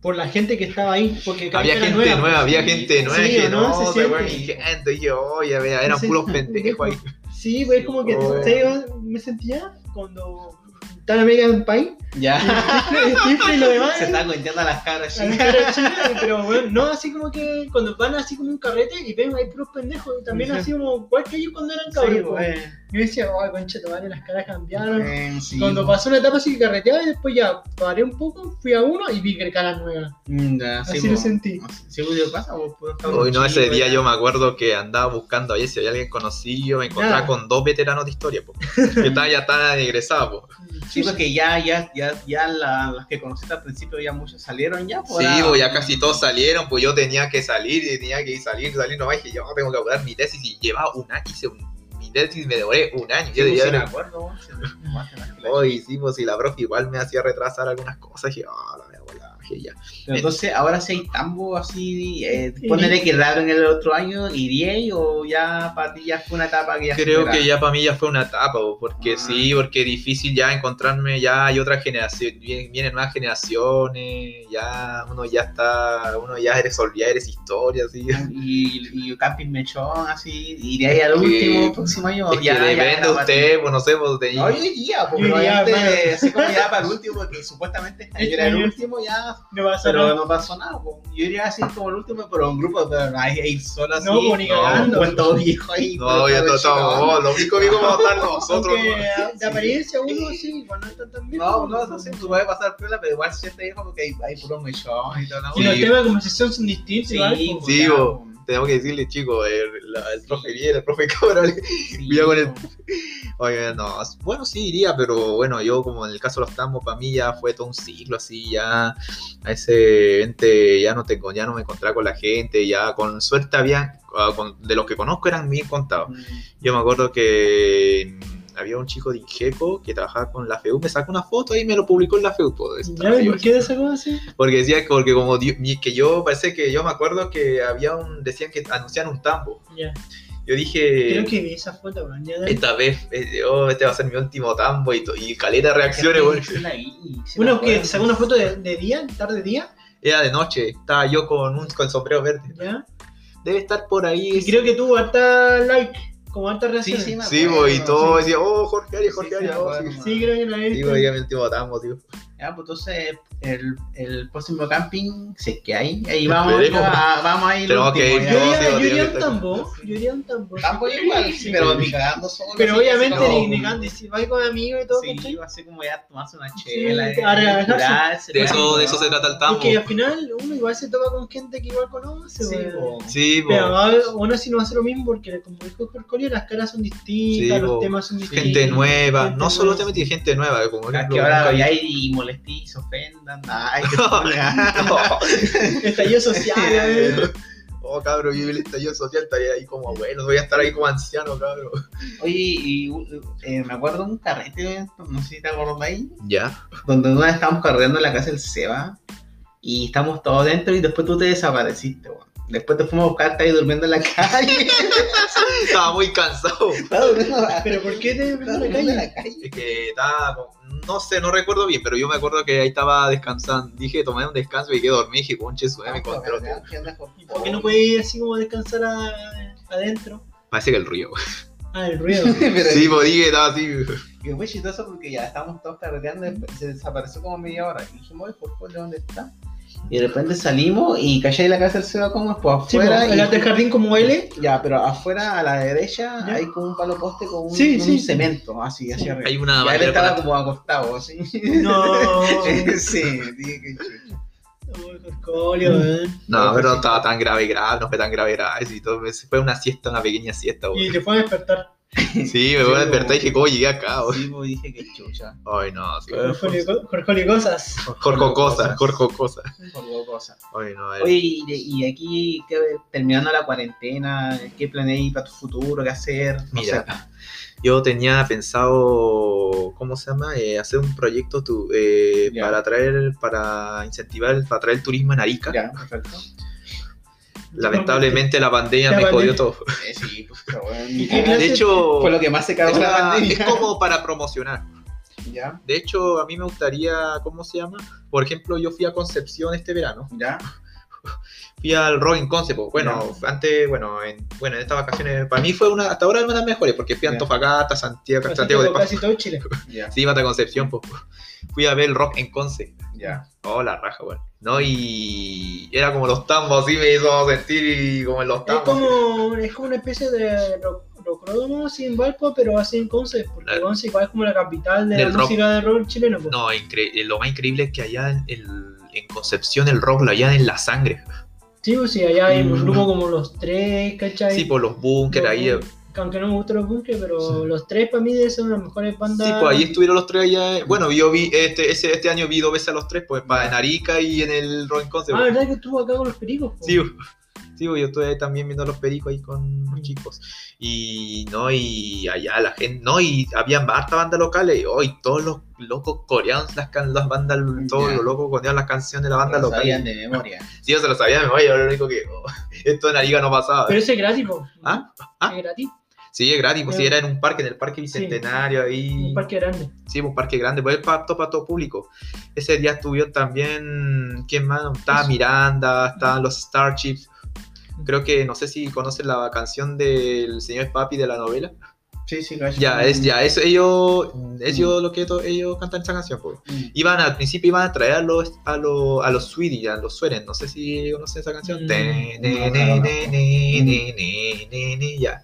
Speaker 2: Por la gente que estaba ahí, porque cada
Speaker 3: había
Speaker 2: vez era
Speaker 3: gente nueva, había gente nueva.
Speaker 2: Sí,
Speaker 3: que
Speaker 2: ¿o no?
Speaker 3: no,
Speaker 2: Se
Speaker 3: se weón,
Speaker 2: siente.
Speaker 3: gente, y yo, oye, vea, eran
Speaker 2: Se
Speaker 3: puros
Speaker 2: siente.
Speaker 3: pendejos ahí.
Speaker 2: Sí, pues es como que
Speaker 3: Oh.
Speaker 2: ¿sabes? Yo me sentía cuando estaba en American Pie,
Speaker 4: Ya.
Speaker 2: el rifle y lo demás.
Speaker 4: Se está cuenteando a las cabras
Speaker 2: a la
Speaker 4: chicas.
Speaker 2: cara chica, Pero bueno, no así como que cuando van así como un carrete y ven ahí puros pendejos, y también
Speaker 4: Ujú.
Speaker 2: así como igual que ellos cuando eran
Speaker 4: Sí,
Speaker 2: cabros. po.
Speaker 4: eh,
Speaker 2: Yo decía, oh, concha, tu madre, las caras cambiaron.
Speaker 4: eh, sí,
Speaker 2: Cuando
Speaker 4: po.
Speaker 2: pasó una etapa así que carreteaba y después ya paré un poco, fui a uno y vi que caras nuevas.
Speaker 4: Mm, ya, sí,
Speaker 2: Así lo
Speaker 4: po.
Speaker 2: sentí.
Speaker 4: Sí, po, yo pasa, po, puro cabro
Speaker 3: Hoy no, ese
Speaker 4: chico,
Speaker 3: día
Speaker 4: ya.
Speaker 3: yo me acuerdo que andaba buscando a ver si había alguien conocido, me encontraba
Speaker 2: Ah.
Speaker 3: con dos veteranos de historia, po, que estaban ya estaban egresados, po.
Speaker 4: Sí, porque ya, ya, ya, ya la- las que conociste al principio ya muchos salieron ya. ah, po,
Speaker 3: Sí,
Speaker 4: ahora-
Speaker 3: pues ya casi todos salieron, pues yo tenía que salir, y tenía que salir, salir nomás, dije, yo tengo que abordar mi tesis, y llevaba un año, hice un- mi tesis, me devoré un año,
Speaker 4: Sí,
Speaker 3: yo
Speaker 4: po,
Speaker 3: debía
Speaker 4: sí, me
Speaker 3: haber-
Speaker 4: acuerdo, po, sí, me- más que más que la-
Speaker 3: Hoy sí, pues si la profe igual me hacía retrasar algunas cosas, dije, ah, la wea, la wea, dije, ya.
Speaker 4: Pero Entonces, ahora si hay tambo así, eh,
Speaker 2: Y-
Speaker 4: ponele que en el otro año, ¿iría o ya para ti ya fue una etapa que ya
Speaker 3: Creo
Speaker 4: superada?
Speaker 3: que ya para mí ya fue una etapa, po, porque
Speaker 4: Ah.
Speaker 3: sí, porque es difícil ya encontrarme, ya hay otra generación, vien- vienen más generaciones, ya uno ya está, uno ya eres olvidado, eres historia, así.
Speaker 4: Y, y Camping Mechón, así, iría ahí al
Speaker 3: Sí.
Speaker 4: último, próximo año.
Speaker 3: Es que
Speaker 4: ya, ya
Speaker 3: depende
Speaker 4: era
Speaker 3: de
Speaker 4: para-
Speaker 3: usted, pues no sé, pues de-
Speaker 4: No, yo iría, porque
Speaker 2: Yo iría,
Speaker 4: obviamente,
Speaker 2: hermano.
Speaker 4: así como ya para el último, porque supuestamente este año era el último, ya.
Speaker 2: No pasa
Speaker 4: Pero
Speaker 2: nada.
Speaker 4: no pasó nada, po. yo iría así como el último, pero un grupo, pero ahí, ahí solo así.
Speaker 2: No, po, ni
Speaker 4: no,
Speaker 2: cagando.
Speaker 4: pues todo viejo ahí.
Speaker 3: No, yo no estamos,
Speaker 4: no,
Speaker 3: oh, lo único que vamos a estar nosotros.
Speaker 2: Aunque
Speaker 3: ¿no?
Speaker 2: de apariencia uno sí, igual no están tan bien.
Speaker 4: no, no,
Speaker 2: pues.
Speaker 4: eso sí, tú puedes pasar piola, pero igual si este viejo, porque hay, hay puro mechón y todo, ¿no?
Speaker 2: Y los
Speaker 3: Sí.
Speaker 2: temas de conversación son distintos, igual.
Speaker 4: Sí,
Speaker 2: po.
Speaker 3: sí,
Speaker 4: ya,
Speaker 3: bo.
Speaker 4: po.
Speaker 3: Tenemos que decirle, chicos, el, la- el profe Viera, el profe Cabral.
Speaker 4: Sí,
Speaker 3: Mira con el-
Speaker 4: po.
Speaker 3: Oye, no, bueno, sí iría, pero bueno, yo como en el caso de los tambos, para mí ya fue todo un ciclo así, ya a ese ente ya no tengo, ya no me encontraba con la gente, ya con suerte había, ah, con- de los que conozco eran bien contados. Yo me acuerdo que mm, había un chico de Ingeco que trabajaba con la FEU, me sacó una foto y me lo publicó en la FEU. pues,
Speaker 2: ¿Ya
Speaker 3: así,
Speaker 2: ves por qué de esa cosa así?
Speaker 3: porque decía que porque como di- mi- que yo parece que yo me acuerdo que había un decían que anuncian un tambo.
Speaker 2: Ya.
Speaker 3: Yo dije
Speaker 2: Creo que vi esa foto, weón. ya de-
Speaker 3: esta vez eh, oh, este va a ser mi último tambo y, to- y caleta de reacciones, güey.
Speaker 4: Sí, la vi, sí me
Speaker 2: Uno que
Speaker 4: acuerdo.
Speaker 2: sacó una foto de, de día, tarde día,
Speaker 3: Era de noche, estaba yo con un con sombrero verde.
Speaker 2: ya.
Speaker 3: Debe estar por ahí.
Speaker 2: Y creo que tuvo harta like, como harta
Speaker 4: Sí,
Speaker 2: reacción.
Speaker 4: sí, me
Speaker 3: sí,
Speaker 4: acuerdo,
Speaker 3: güey, y todo
Speaker 4: sí.
Speaker 3: decía, "Oh, Jorge Arias,
Speaker 4: Sí,
Speaker 3: Jorge
Speaker 4: sí,
Speaker 3: Arias."
Speaker 4: me
Speaker 3: oh,
Speaker 4: acuerdo.
Speaker 3: sí.
Speaker 2: Sí, creo que la vi.
Speaker 3: Sí, güey, era mi último tambo, tío.
Speaker 4: Ya, pues entonces el, el próximo camping, si es que hay, ahí vamos,
Speaker 3: Esperemos.
Speaker 4: a- vamos a ir.
Speaker 3: Pero ok,
Speaker 2: Yo
Speaker 3: No,
Speaker 2: iría,
Speaker 3: sí,
Speaker 2: yo
Speaker 3: obvio,
Speaker 2: iría a un
Speaker 3: está-
Speaker 2: tambo, yo iría a un tambo.
Speaker 4: Tampoco igual,
Speaker 2: Sí,
Speaker 4: pero
Speaker 3: sí.
Speaker 4: ni cagando solo.
Speaker 2: Pero
Speaker 4: así,
Speaker 2: obviamente
Speaker 4: así como-
Speaker 2: ni negando, y si vais con amigos y todo, ¿cachai?
Speaker 4: Sí, así como ya tomarse una chela. eh,
Speaker 2: Sí, a relajarse.
Speaker 4: curarse,
Speaker 3: De eso,
Speaker 4: ¿no?
Speaker 3: de eso se trata el
Speaker 2: Es
Speaker 3: tambo.
Speaker 2: que al final uno igual se toca con gente que igual conoce,
Speaker 4: Sí,
Speaker 2: weón.
Speaker 4: po.
Speaker 3: Sí, güey.
Speaker 2: Pero va- uno sí no va a hacer lo mismo porque, como dijo Corcorio, las caras son distintas,
Speaker 3: Sí,
Speaker 2: los
Speaker 3: bo.
Speaker 2: temas son distintos.
Speaker 3: gente nueva,
Speaker 2: gente
Speaker 3: no solo
Speaker 2: nueva.
Speaker 3: te metí gente nueva, como
Speaker 4: Ah,
Speaker 3: ejemplo,
Speaker 4: que ahora
Speaker 3: nunca-
Speaker 4: ya hay y molestí, se ofendan. Ay, que se pongan.
Speaker 3: No.
Speaker 2: Estallido social, a ver.
Speaker 3: Oh, cabro, yo el estallido social, estaría ahí como abuelo, voy a estar ahí como anciano, cabro.
Speaker 4: Oye, y uh, eh, me acuerdo de un carrete, no sé si te acuerdas ahí,
Speaker 3: Ya.
Speaker 4: donde una vez estábamos carreando en la casa del Seba y estamos todos dentro y después tú te desapareciste, weón. Después te fuimos a buscar, estabas durmiendo en la calle.
Speaker 3: Estaba muy cansado.
Speaker 4: Estabas durmiendo en la
Speaker 2: Pero ¿por qué te
Speaker 4: estabas
Speaker 2: en la
Speaker 4: durmiendo en
Speaker 2: calle?
Speaker 4: la calle.
Speaker 3: Es que estaba, como- no sé, no recuerdo bien, pero yo me acuerdo que ahí estaba descansando. Dije, tomé un descanso y que dormí, dije, ponche, sube me encontró.
Speaker 2: ¿Y por Ah, qué no puedes ir así como descansar a- adentro?
Speaker 3: Parece que el río.
Speaker 2: Ah, el ruido.
Speaker 4: Pero
Speaker 3: Sí, pues dije, estaba así.
Speaker 4: y fue chistoso porque ya estábamos todos carreteando, y se desapareció como media hora. Y dijimos, "Oye, por favor, ¿dónde está? Y de repente salimos y callé la casa del Seba como pues
Speaker 2: Sí, bo,
Speaker 4: afuera.
Speaker 2: el
Speaker 4: y-
Speaker 2: arte del jardín como L.
Speaker 4: Ya, pero afuera a la derecha
Speaker 2: Ya.
Speaker 4: hay como un palo poste con un,
Speaker 2: Sí,
Speaker 4: un
Speaker 2: sí.
Speaker 4: cemento, así, hacia arriba.
Speaker 3: Hay una
Speaker 4: Ya él
Speaker 3: bandera
Speaker 4: estaba
Speaker 3: para-
Speaker 4: como acostado, así.
Speaker 2: No.
Speaker 4: sí, dije que chucha.
Speaker 2: Uy, Corcorio, eh.
Speaker 3: No, pero no estaba tan grave, grave, no fue tan grave, grave. sí, todo, fue una siesta, una pequeña siesta, güey.
Speaker 2: Y te fue a despertar.
Speaker 3: Sí, me voy a despertar y dije, ¿cómo llegué acá, güey?
Speaker 4: Sí, pues, dije que chucha.
Speaker 3: Ay, no, sí.
Speaker 4: Pero-
Speaker 2: Corcorio Corcorio cosas.
Speaker 3: Jorge Cosa, Jorge Cosa.
Speaker 4: Por dos cosas.
Speaker 3: Ay, no,
Speaker 4: Oye, y, de- y aquí, ¿qué- terminando la cuarentena, ¿qué planeáis para tu futuro? ¿Qué hacer? No
Speaker 3: Mira, yo tenía pensado, ¿cómo se llama? Eh, hacer un proyecto tu- eh,
Speaker 4: Ya.
Speaker 3: para traer, para incentivar, para traer turismo en Arica.
Speaker 4: sé. Ya, perfecto.
Speaker 3: Lamentablemente la pandemia
Speaker 2: La
Speaker 3: me
Speaker 2: pandemia.
Speaker 3: jodió todo.
Speaker 4: Eh, sí, pues, pero bueno,
Speaker 2: ¿Y qué clase?
Speaker 3: De hecho,
Speaker 4: Fue lo que más se cagó
Speaker 3: es
Speaker 4: la
Speaker 3: la- es
Speaker 4: pandemia.
Speaker 3: como para promocionar.
Speaker 4: ¿Ya?
Speaker 3: De hecho, a mí me gustaría, ¿cómo se llama? Por ejemplo, yo fui a Concepción este verano.
Speaker 4: ¿Ya?
Speaker 3: Fui al Robin Concept. Bueno, antes, bueno, en, bueno, en estas vacaciones, para mí fue una, hasta ahora una de las mejores, porque fui a
Speaker 4: Ya.
Speaker 3: Antofagasta, Santiago,
Speaker 2: Así
Speaker 3: Santiago de
Speaker 2: como
Speaker 3: Pasto.
Speaker 2: casi todo Chile.
Speaker 4: ¿Ya?
Speaker 3: Sí, iba hasta Concepción, pues. Fui a ver el rock en Conce.
Speaker 4: ¿Ya?
Speaker 3: Oh, la raja, weón. No, y era como los tambos, así me hizo sentir y como en los
Speaker 2: Es
Speaker 3: tambos.
Speaker 2: como, es como una especie de ro- rocródromo sin Valpo, pero así en Conce, porque
Speaker 3: Claro.
Speaker 2: Conce igual es como la capital de
Speaker 3: Del
Speaker 2: la
Speaker 3: rock.
Speaker 2: música de rock chileno. pues.
Speaker 3: No, incre- eh, lo más increíble es que allá en, el- en Concepción el rock lo hallan en la sangre.
Speaker 2: Sí, pues sí, allá hay un
Speaker 3: Mm.
Speaker 2: grupo como los tres, ¿cachai?
Speaker 3: Sí, por los búnkeres,
Speaker 2: Los
Speaker 3: ahí. eh,
Speaker 2: Bunkers, Aunque no me gustan los bunkers, pero
Speaker 3: Sí.
Speaker 2: los tres para mí son las mejores bandas.
Speaker 3: Sí, pues ahí estuvieron los tres allá. eh. Bueno, yo vi este, ese, este año vi dos veces a los tres, pues pa- en Arica y en el rock en Conce.
Speaker 2: Ah,
Speaker 3: pues.
Speaker 2: ¿verdad que estuvo acá con los pericos? po?
Speaker 3: Sí, bo. sí, bo, yo estuve también viendo los pericos ahí con los chicos. Y no, y allá la gente, no, y había harta bandas locales. Y hoy todos los locos coreanos, las, can- las bandas, todos
Speaker 4: Ya.
Speaker 3: los locos coreanos las canciones de la banda
Speaker 4: Lo
Speaker 3: local.
Speaker 4: sabían de memoria.
Speaker 3: Sí, yo se lo sabía, me voy, yo lo único que oh, esto en Arica no pasaba.
Speaker 2: Pero ese es gratis, po.
Speaker 3: ¿Ah? ¿Ah?
Speaker 2: Es gratis.
Speaker 3: Sí, es gratis, pues
Speaker 2: Pero-
Speaker 3: sí, era en un parque, en el Parque Bicentenario, ahí.
Speaker 2: Un parque grande.
Speaker 3: Sí, un parque grande, pues es para todo, público. Ese día estuvieron también, ¿quién más? Estaba Miranda, estaban los Starships. Creo que, no sé si conocen la canción del señor Papi de la novela.
Speaker 4: Sí, sí, lo he hecho.
Speaker 3: Ya, es, ya, es ellos, ellos lo que to- ellos cantan esa canción, pues.
Speaker 4: Mm.
Speaker 3: Iban al principio iban a traer a los a los a los Swedish, a los Sueren, no sé si conocen esa canción.
Speaker 2: Mm.
Speaker 3: Te-
Speaker 4: No,
Speaker 3: ne-
Speaker 4: no la
Speaker 3: ne-
Speaker 4: conozco.
Speaker 3: ne- ne- ne- ne- ne- Ya.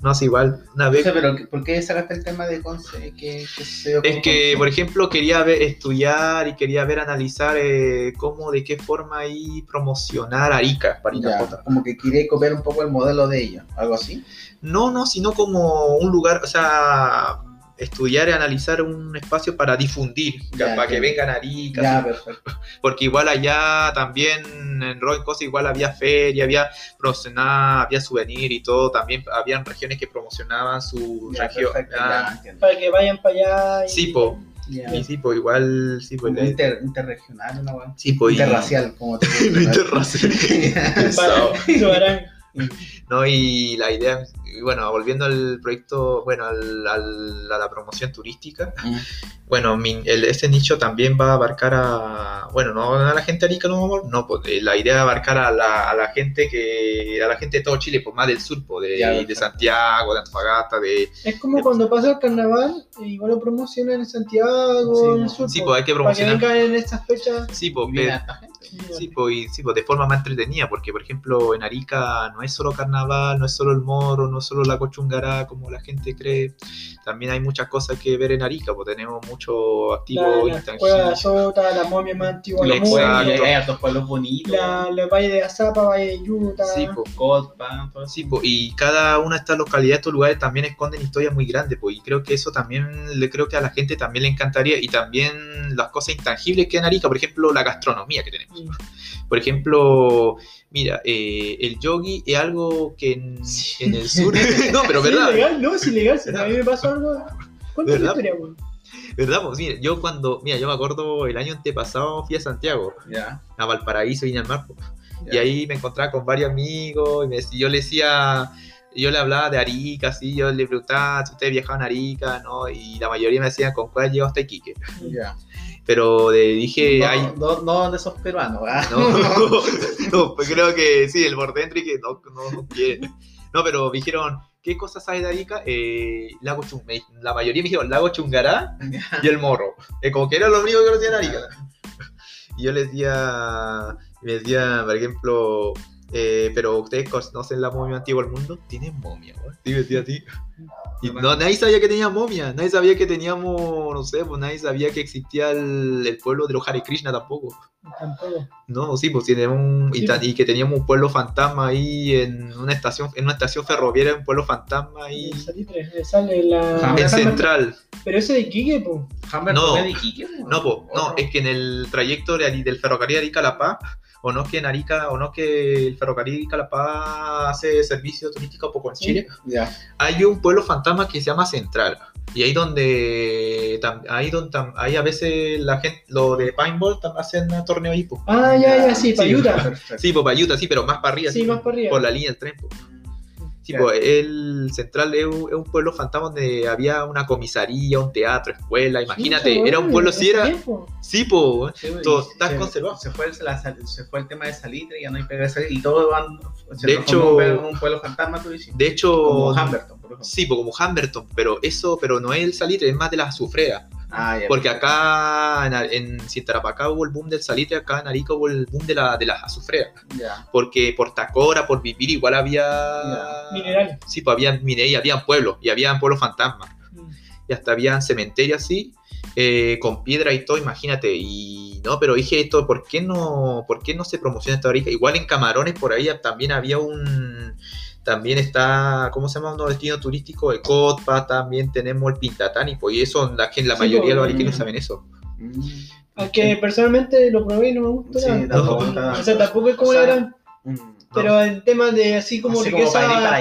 Speaker 3: No, es igual, una
Speaker 4: No
Speaker 3: vez
Speaker 4: sé, pero ¿por qué sacaste el tema de Conce? ¿Qué, qué sucedió con
Speaker 3: Es que,
Speaker 4: Conce?
Speaker 3: por ejemplo, quería ver, estudiar y quería ver, analizar eh, cómo, de qué forma y promocionar Arica para
Speaker 4: Ya,
Speaker 3: Itapota.
Speaker 4: como que quiere copiar un poco el modelo de ellos, algo así.
Speaker 3: No, no, sino como un lugar, o sea, estudiar y analizar un espacio para difundir,
Speaker 4: Ya,
Speaker 3: para que
Speaker 4: ya.
Speaker 3: vengan a Arica.
Speaker 4: Ya,
Speaker 3: así.
Speaker 4: perfecto.
Speaker 3: Porque igual allá también en Roy Cosa igual había feria, había promocionada, había souvenir y todo, también habían regiones que promocionaban su
Speaker 4: Ya,
Speaker 3: región.
Speaker 4: perfecto,
Speaker 3: Ah,
Speaker 4: ya, entiendo.
Speaker 2: Para que vayan para allá. y-
Speaker 3: Sí, po.
Speaker 4: Ya.
Speaker 3: y sí, pues igual, sí, pues,
Speaker 4: Como
Speaker 3: la-
Speaker 4: inter- interregional, una weá.
Speaker 3: sí, pues, y-
Speaker 4: Interracial, como te
Speaker 3: Lo interracial. Pesado.
Speaker 2: Para, lo harán.
Speaker 3: No, y la idea, y bueno, volviendo al proyecto, bueno, al- al- a la promoción turística, bueno, mi- el- este nicho también va a abarcar a, bueno, no a la gente arica, no, amor, no, pues, eh, la idea es abarcar a la, a la gente que, a la gente de todo Chile, pues más del sur, pues, de,
Speaker 4: Ya,
Speaker 3: de
Speaker 4: perfecto.
Speaker 3: Santiago, de Antofagasta, de,
Speaker 2: Es como cuando pasa el carnaval, e igual lo promocionan en Santiago,
Speaker 4: Sí,
Speaker 2: en el sur.
Speaker 3: sí,
Speaker 2: po,
Speaker 3: pues hay que
Speaker 2: para que
Speaker 3: promocionar,
Speaker 2: vengan en estas fechas.
Speaker 3: sí, pues,
Speaker 4: Viene
Speaker 3: eh,
Speaker 4: harta gente.
Speaker 3: Sí, po, y, sí, po, de forma más entretenida, porque por ejemplo en Arica no es solo carnaval, no es solo el morro, no es solo la cochungará como la gente cree. También hay muchas cosas que ver en Arica, pues tenemos mucho
Speaker 2: La,
Speaker 3: activo
Speaker 2: la cueva de
Speaker 3: intangible.
Speaker 2: Sota, la momia más antigua de
Speaker 3: Los
Speaker 4: Los
Speaker 3: Exacto.
Speaker 4: pueblos,
Speaker 2: Muni,
Speaker 4: hay hartos pueblos bonitos.
Speaker 2: la, la valle de Azapa, valle de Yuta.
Speaker 3: Sí, pues. po,
Speaker 4: Cotpa, todo eso.
Speaker 3: sí, po, y cada una de estas localidades, estos lugares también esconden historias muy grandes, pues, y creo que eso también le creo que a la gente también le encantaría, y también las cosas intangibles que hay en Arica, por ejemplo la gastronomía que tenemos.
Speaker 2: Mm.
Speaker 3: Por ejemplo, mira, eh, el yogi es algo que en,
Speaker 4: Sí.
Speaker 3: en el sur... no, pero
Speaker 2: Sí,
Speaker 3: verdad. ¿eh?
Speaker 2: ilegal, no, es ilegal. Si
Speaker 3: ¿Verdad?
Speaker 2: a mí me pasó algo. ¿Cuánto es la
Speaker 3: ¿Verdad?
Speaker 2: historia, weón?
Speaker 3: ¿Verdad? Pues mira, yo cuando, mira, yo me acuerdo el año antepasado fui a Santiago,
Speaker 4: Ya,
Speaker 3: a Valparaíso, Viña al Mar, pues,
Speaker 4: ya.
Speaker 3: y ahí me encontraba con varios amigos, y me decía- yo le decía, yo le hablaba de Arica, así, yo le preguntaba si ustedes viajaban a Arica, ¿no? Y la mayoría me decían, ¿con cuál llegó hasta Iquique?
Speaker 4: Ya.
Speaker 3: Pero de- dije,
Speaker 4: no,
Speaker 3: ay,
Speaker 4: no, no de esos peruanos, ¿ah?
Speaker 3: no, no, pues creo que sí, el Bordentri que no, no, no quiere. No, pero me dijeron, ¿qué cosas hay de Arica? Eh, lago Chung- me- la mayoría me dijeron, Lago Chungará y el Morro. Eh, como que era lo único que conocía en Arica.
Speaker 2: Ah.
Speaker 3: Y yo les decía, me decía, por ejemplo, eh, pero ustedes conocen la momia antigua del mundo. Tienen momia, güey. Sí, me decía así. Y no, nadie sabía que tenía momia, nadie sabía que teníamos, no sé, pues nadie sabía que existía el, el pueblo de los Hare Krishna tampoco.
Speaker 2: Tampoco.
Speaker 3: No, sí, pues tiene un, y,
Speaker 2: Sí,
Speaker 3: ta-
Speaker 2: pues.
Speaker 3: y que teníamos un pueblo fantasma ahí en una estación, en una estación ferroviaria, un pueblo fantasma ahí
Speaker 2: El salitre, le sale la.
Speaker 4: Ahora
Speaker 3: en
Speaker 4: está en
Speaker 3: central.
Speaker 2: Pero ese de Quique, po.
Speaker 4: Hammer
Speaker 3: No.
Speaker 4: fue de Iquique, ¿no?
Speaker 3: No, po, no,
Speaker 4: Otro.
Speaker 3: es que en el trayecto de Ari- del ferrocarril Arica a La Paz, o no es que en Arica, o no es que el ferrocarril Arica a La Paz hace servicio turístico poco en
Speaker 2: Sí.
Speaker 3: Chile,
Speaker 4: Ya.
Speaker 3: hay un pueblo fantasma que se llama Central. Y ahí donde, tam- ahí donde tam- ahí a veces la gente, lo de Pineball tam- hacen un torneo ahí, po.
Speaker 2: Ah, ya, ya, sí,
Speaker 3: Sí.
Speaker 2: para Yuta.
Speaker 4: Perfecto.
Speaker 3: Sí, po, para Utah, sí, pero más para arriba,
Speaker 2: Sí,
Speaker 3: sí,
Speaker 2: más para arriba.
Speaker 3: por la línea del tren, po. Sí, pues, el Central es un, es un pueblo fantasma donde había una comisaría, un teatro, escuela. Imagínate,
Speaker 2: Sí,
Speaker 3: era un pueblo,
Speaker 2: hace
Speaker 3: si era.
Speaker 2: tiempo.
Speaker 3: Sí, po,
Speaker 4: Sí, güey,
Speaker 3: todo
Speaker 4: se-
Speaker 3: tan
Speaker 4: se-
Speaker 3: conservado.
Speaker 4: Se fue, el, la sal- se fue el tema de salitre, ya no hay pega de salitre, y todo van. Se
Speaker 3: De
Speaker 4: transformó
Speaker 3: hecho-
Speaker 4: en un, un pueblo fantasma, tú dices.
Speaker 3: De hecho,
Speaker 4: Como Humberton, por ejemplo.
Speaker 3: sí, po, como Humberton, pero eso, pero no es el salitre, es más de las azufreas.
Speaker 4: Ah, ya.
Speaker 3: Porque acá en, Ar- en Cintarapacá hubo el boom del salitre, acá en Arica hubo el boom de, la, de las azufreas.
Speaker 4: Ya.
Speaker 3: Porque por Tacora, por Vivir, igual había.
Speaker 4: Ya,
Speaker 2: mineral.
Speaker 3: Sí, pues había minería, y habían pueblos, y habían pueblos fantasmas.
Speaker 2: Mm.
Speaker 3: Y hasta habían cementerios así, eh, con piedra y todo, imagínate. Y no, pero dije esto, ¿por qué no, por qué no se promociona esta Arica? Igual en Camarones, por ahí también había un. También está, ¿cómo se llama? Un destino turístico, el Cotpa, también tenemos el Pintatánico, y eso la, que la
Speaker 2: Sí,
Speaker 3: mayoría de los
Speaker 2: pues,
Speaker 3: ariqueños
Speaker 4: mm.
Speaker 3: saben eso.
Speaker 4: Mm.
Speaker 2: Aunque personalmente lo probé y no me gustó
Speaker 4: Sí,
Speaker 2: nada.
Speaker 4: tampoco
Speaker 3: No.
Speaker 4: está-
Speaker 2: O sea, tampoco es como
Speaker 4: o sea,
Speaker 2: la gran,
Speaker 4: Mm,
Speaker 2: pero el tema de así como
Speaker 4: Así
Speaker 2: riqueza.
Speaker 4: para ir para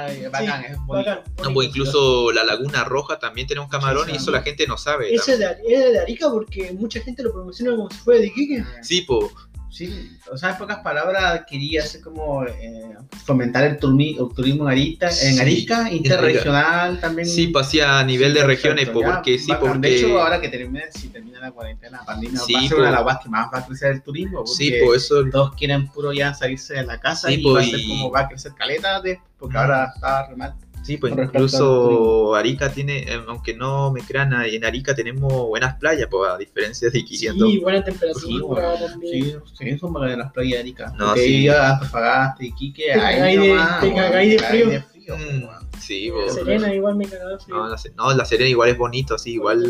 Speaker 4: allá, eh, bacán,
Speaker 2: sí,
Speaker 4: es bonito.
Speaker 2: bacán,
Speaker 3: No,
Speaker 2: bonito.
Speaker 3: pues incluso la Laguna Roja también tenemos camarón
Speaker 4: Sí,
Speaker 3: y
Speaker 4: sí,
Speaker 3: eso
Speaker 4: no.
Speaker 3: la gente no sabe.
Speaker 2: Eso es de, Ari- es de Arica porque mucha gente lo promociona como si fuera de Iquique.
Speaker 3: Sí, pues, po,
Speaker 4: Sí, o sea, en pocas palabras quería hacer como eh, fomentar el, turmi- el turismo en Arica, en
Speaker 3: Sí,
Speaker 4: Arica interregional también.
Speaker 3: sí, po, así a nivel de regiones, po,
Speaker 4: Ya,
Speaker 3: porque sí,
Speaker 4: bacán.
Speaker 3: porque...
Speaker 4: De hecho, ahora que termine, si termina la cuarentena, la pandemia,
Speaker 3: Sí,
Speaker 4: va a ser
Speaker 3: po.
Speaker 4: una de las cosas que más va a crecer el turismo. Porque
Speaker 3: Sí, po, eso...
Speaker 4: todos quieren puro ya salirse de la casa
Speaker 3: Sí,
Speaker 4: y
Speaker 3: po,
Speaker 4: va a ser
Speaker 3: y-
Speaker 4: como va a crecer caleta, de- porque
Speaker 3: Mm.
Speaker 4: ahora está re mal.
Speaker 3: Sí, pues
Speaker 4: con respecto al
Speaker 3: incluso
Speaker 4: turismo.
Speaker 3: Arica tiene, eh, aunque no me crean, en Arica tenemos buenas playas, po, a diferencia de Iquique.
Speaker 2: Sí,
Speaker 3: entonces-
Speaker 2: buena
Speaker 4: Sí,
Speaker 2: temperatura
Speaker 4: bueno,
Speaker 2: también.
Speaker 4: sí, sí, son bacanas las playas de Arica.
Speaker 3: No,
Speaker 4: Porque
Speaker 3: sí.
Speaker 4: ahí ya Antofagasta, Iquique,
Speaker 2: Te cagáis
Speaker 4: ahí
Speaker 2: de-
Speaker 4: nomás,
Speaker 2: te
Speaker 4: weón,
Speaker 2: cagáis de
Speaker 4: cagáis
Speaker 2: frío.
Speaker 4: frío, pues,
Speaker 3: Mm,
Speaker 4: weón.
Speaker 3: sí, po.
Speaker 4: Sí.
Speaker 2: Serena igual me cagaba frío.
Speaker 3: No, la, Se- no, la Serena igual es bonito, sí, igual...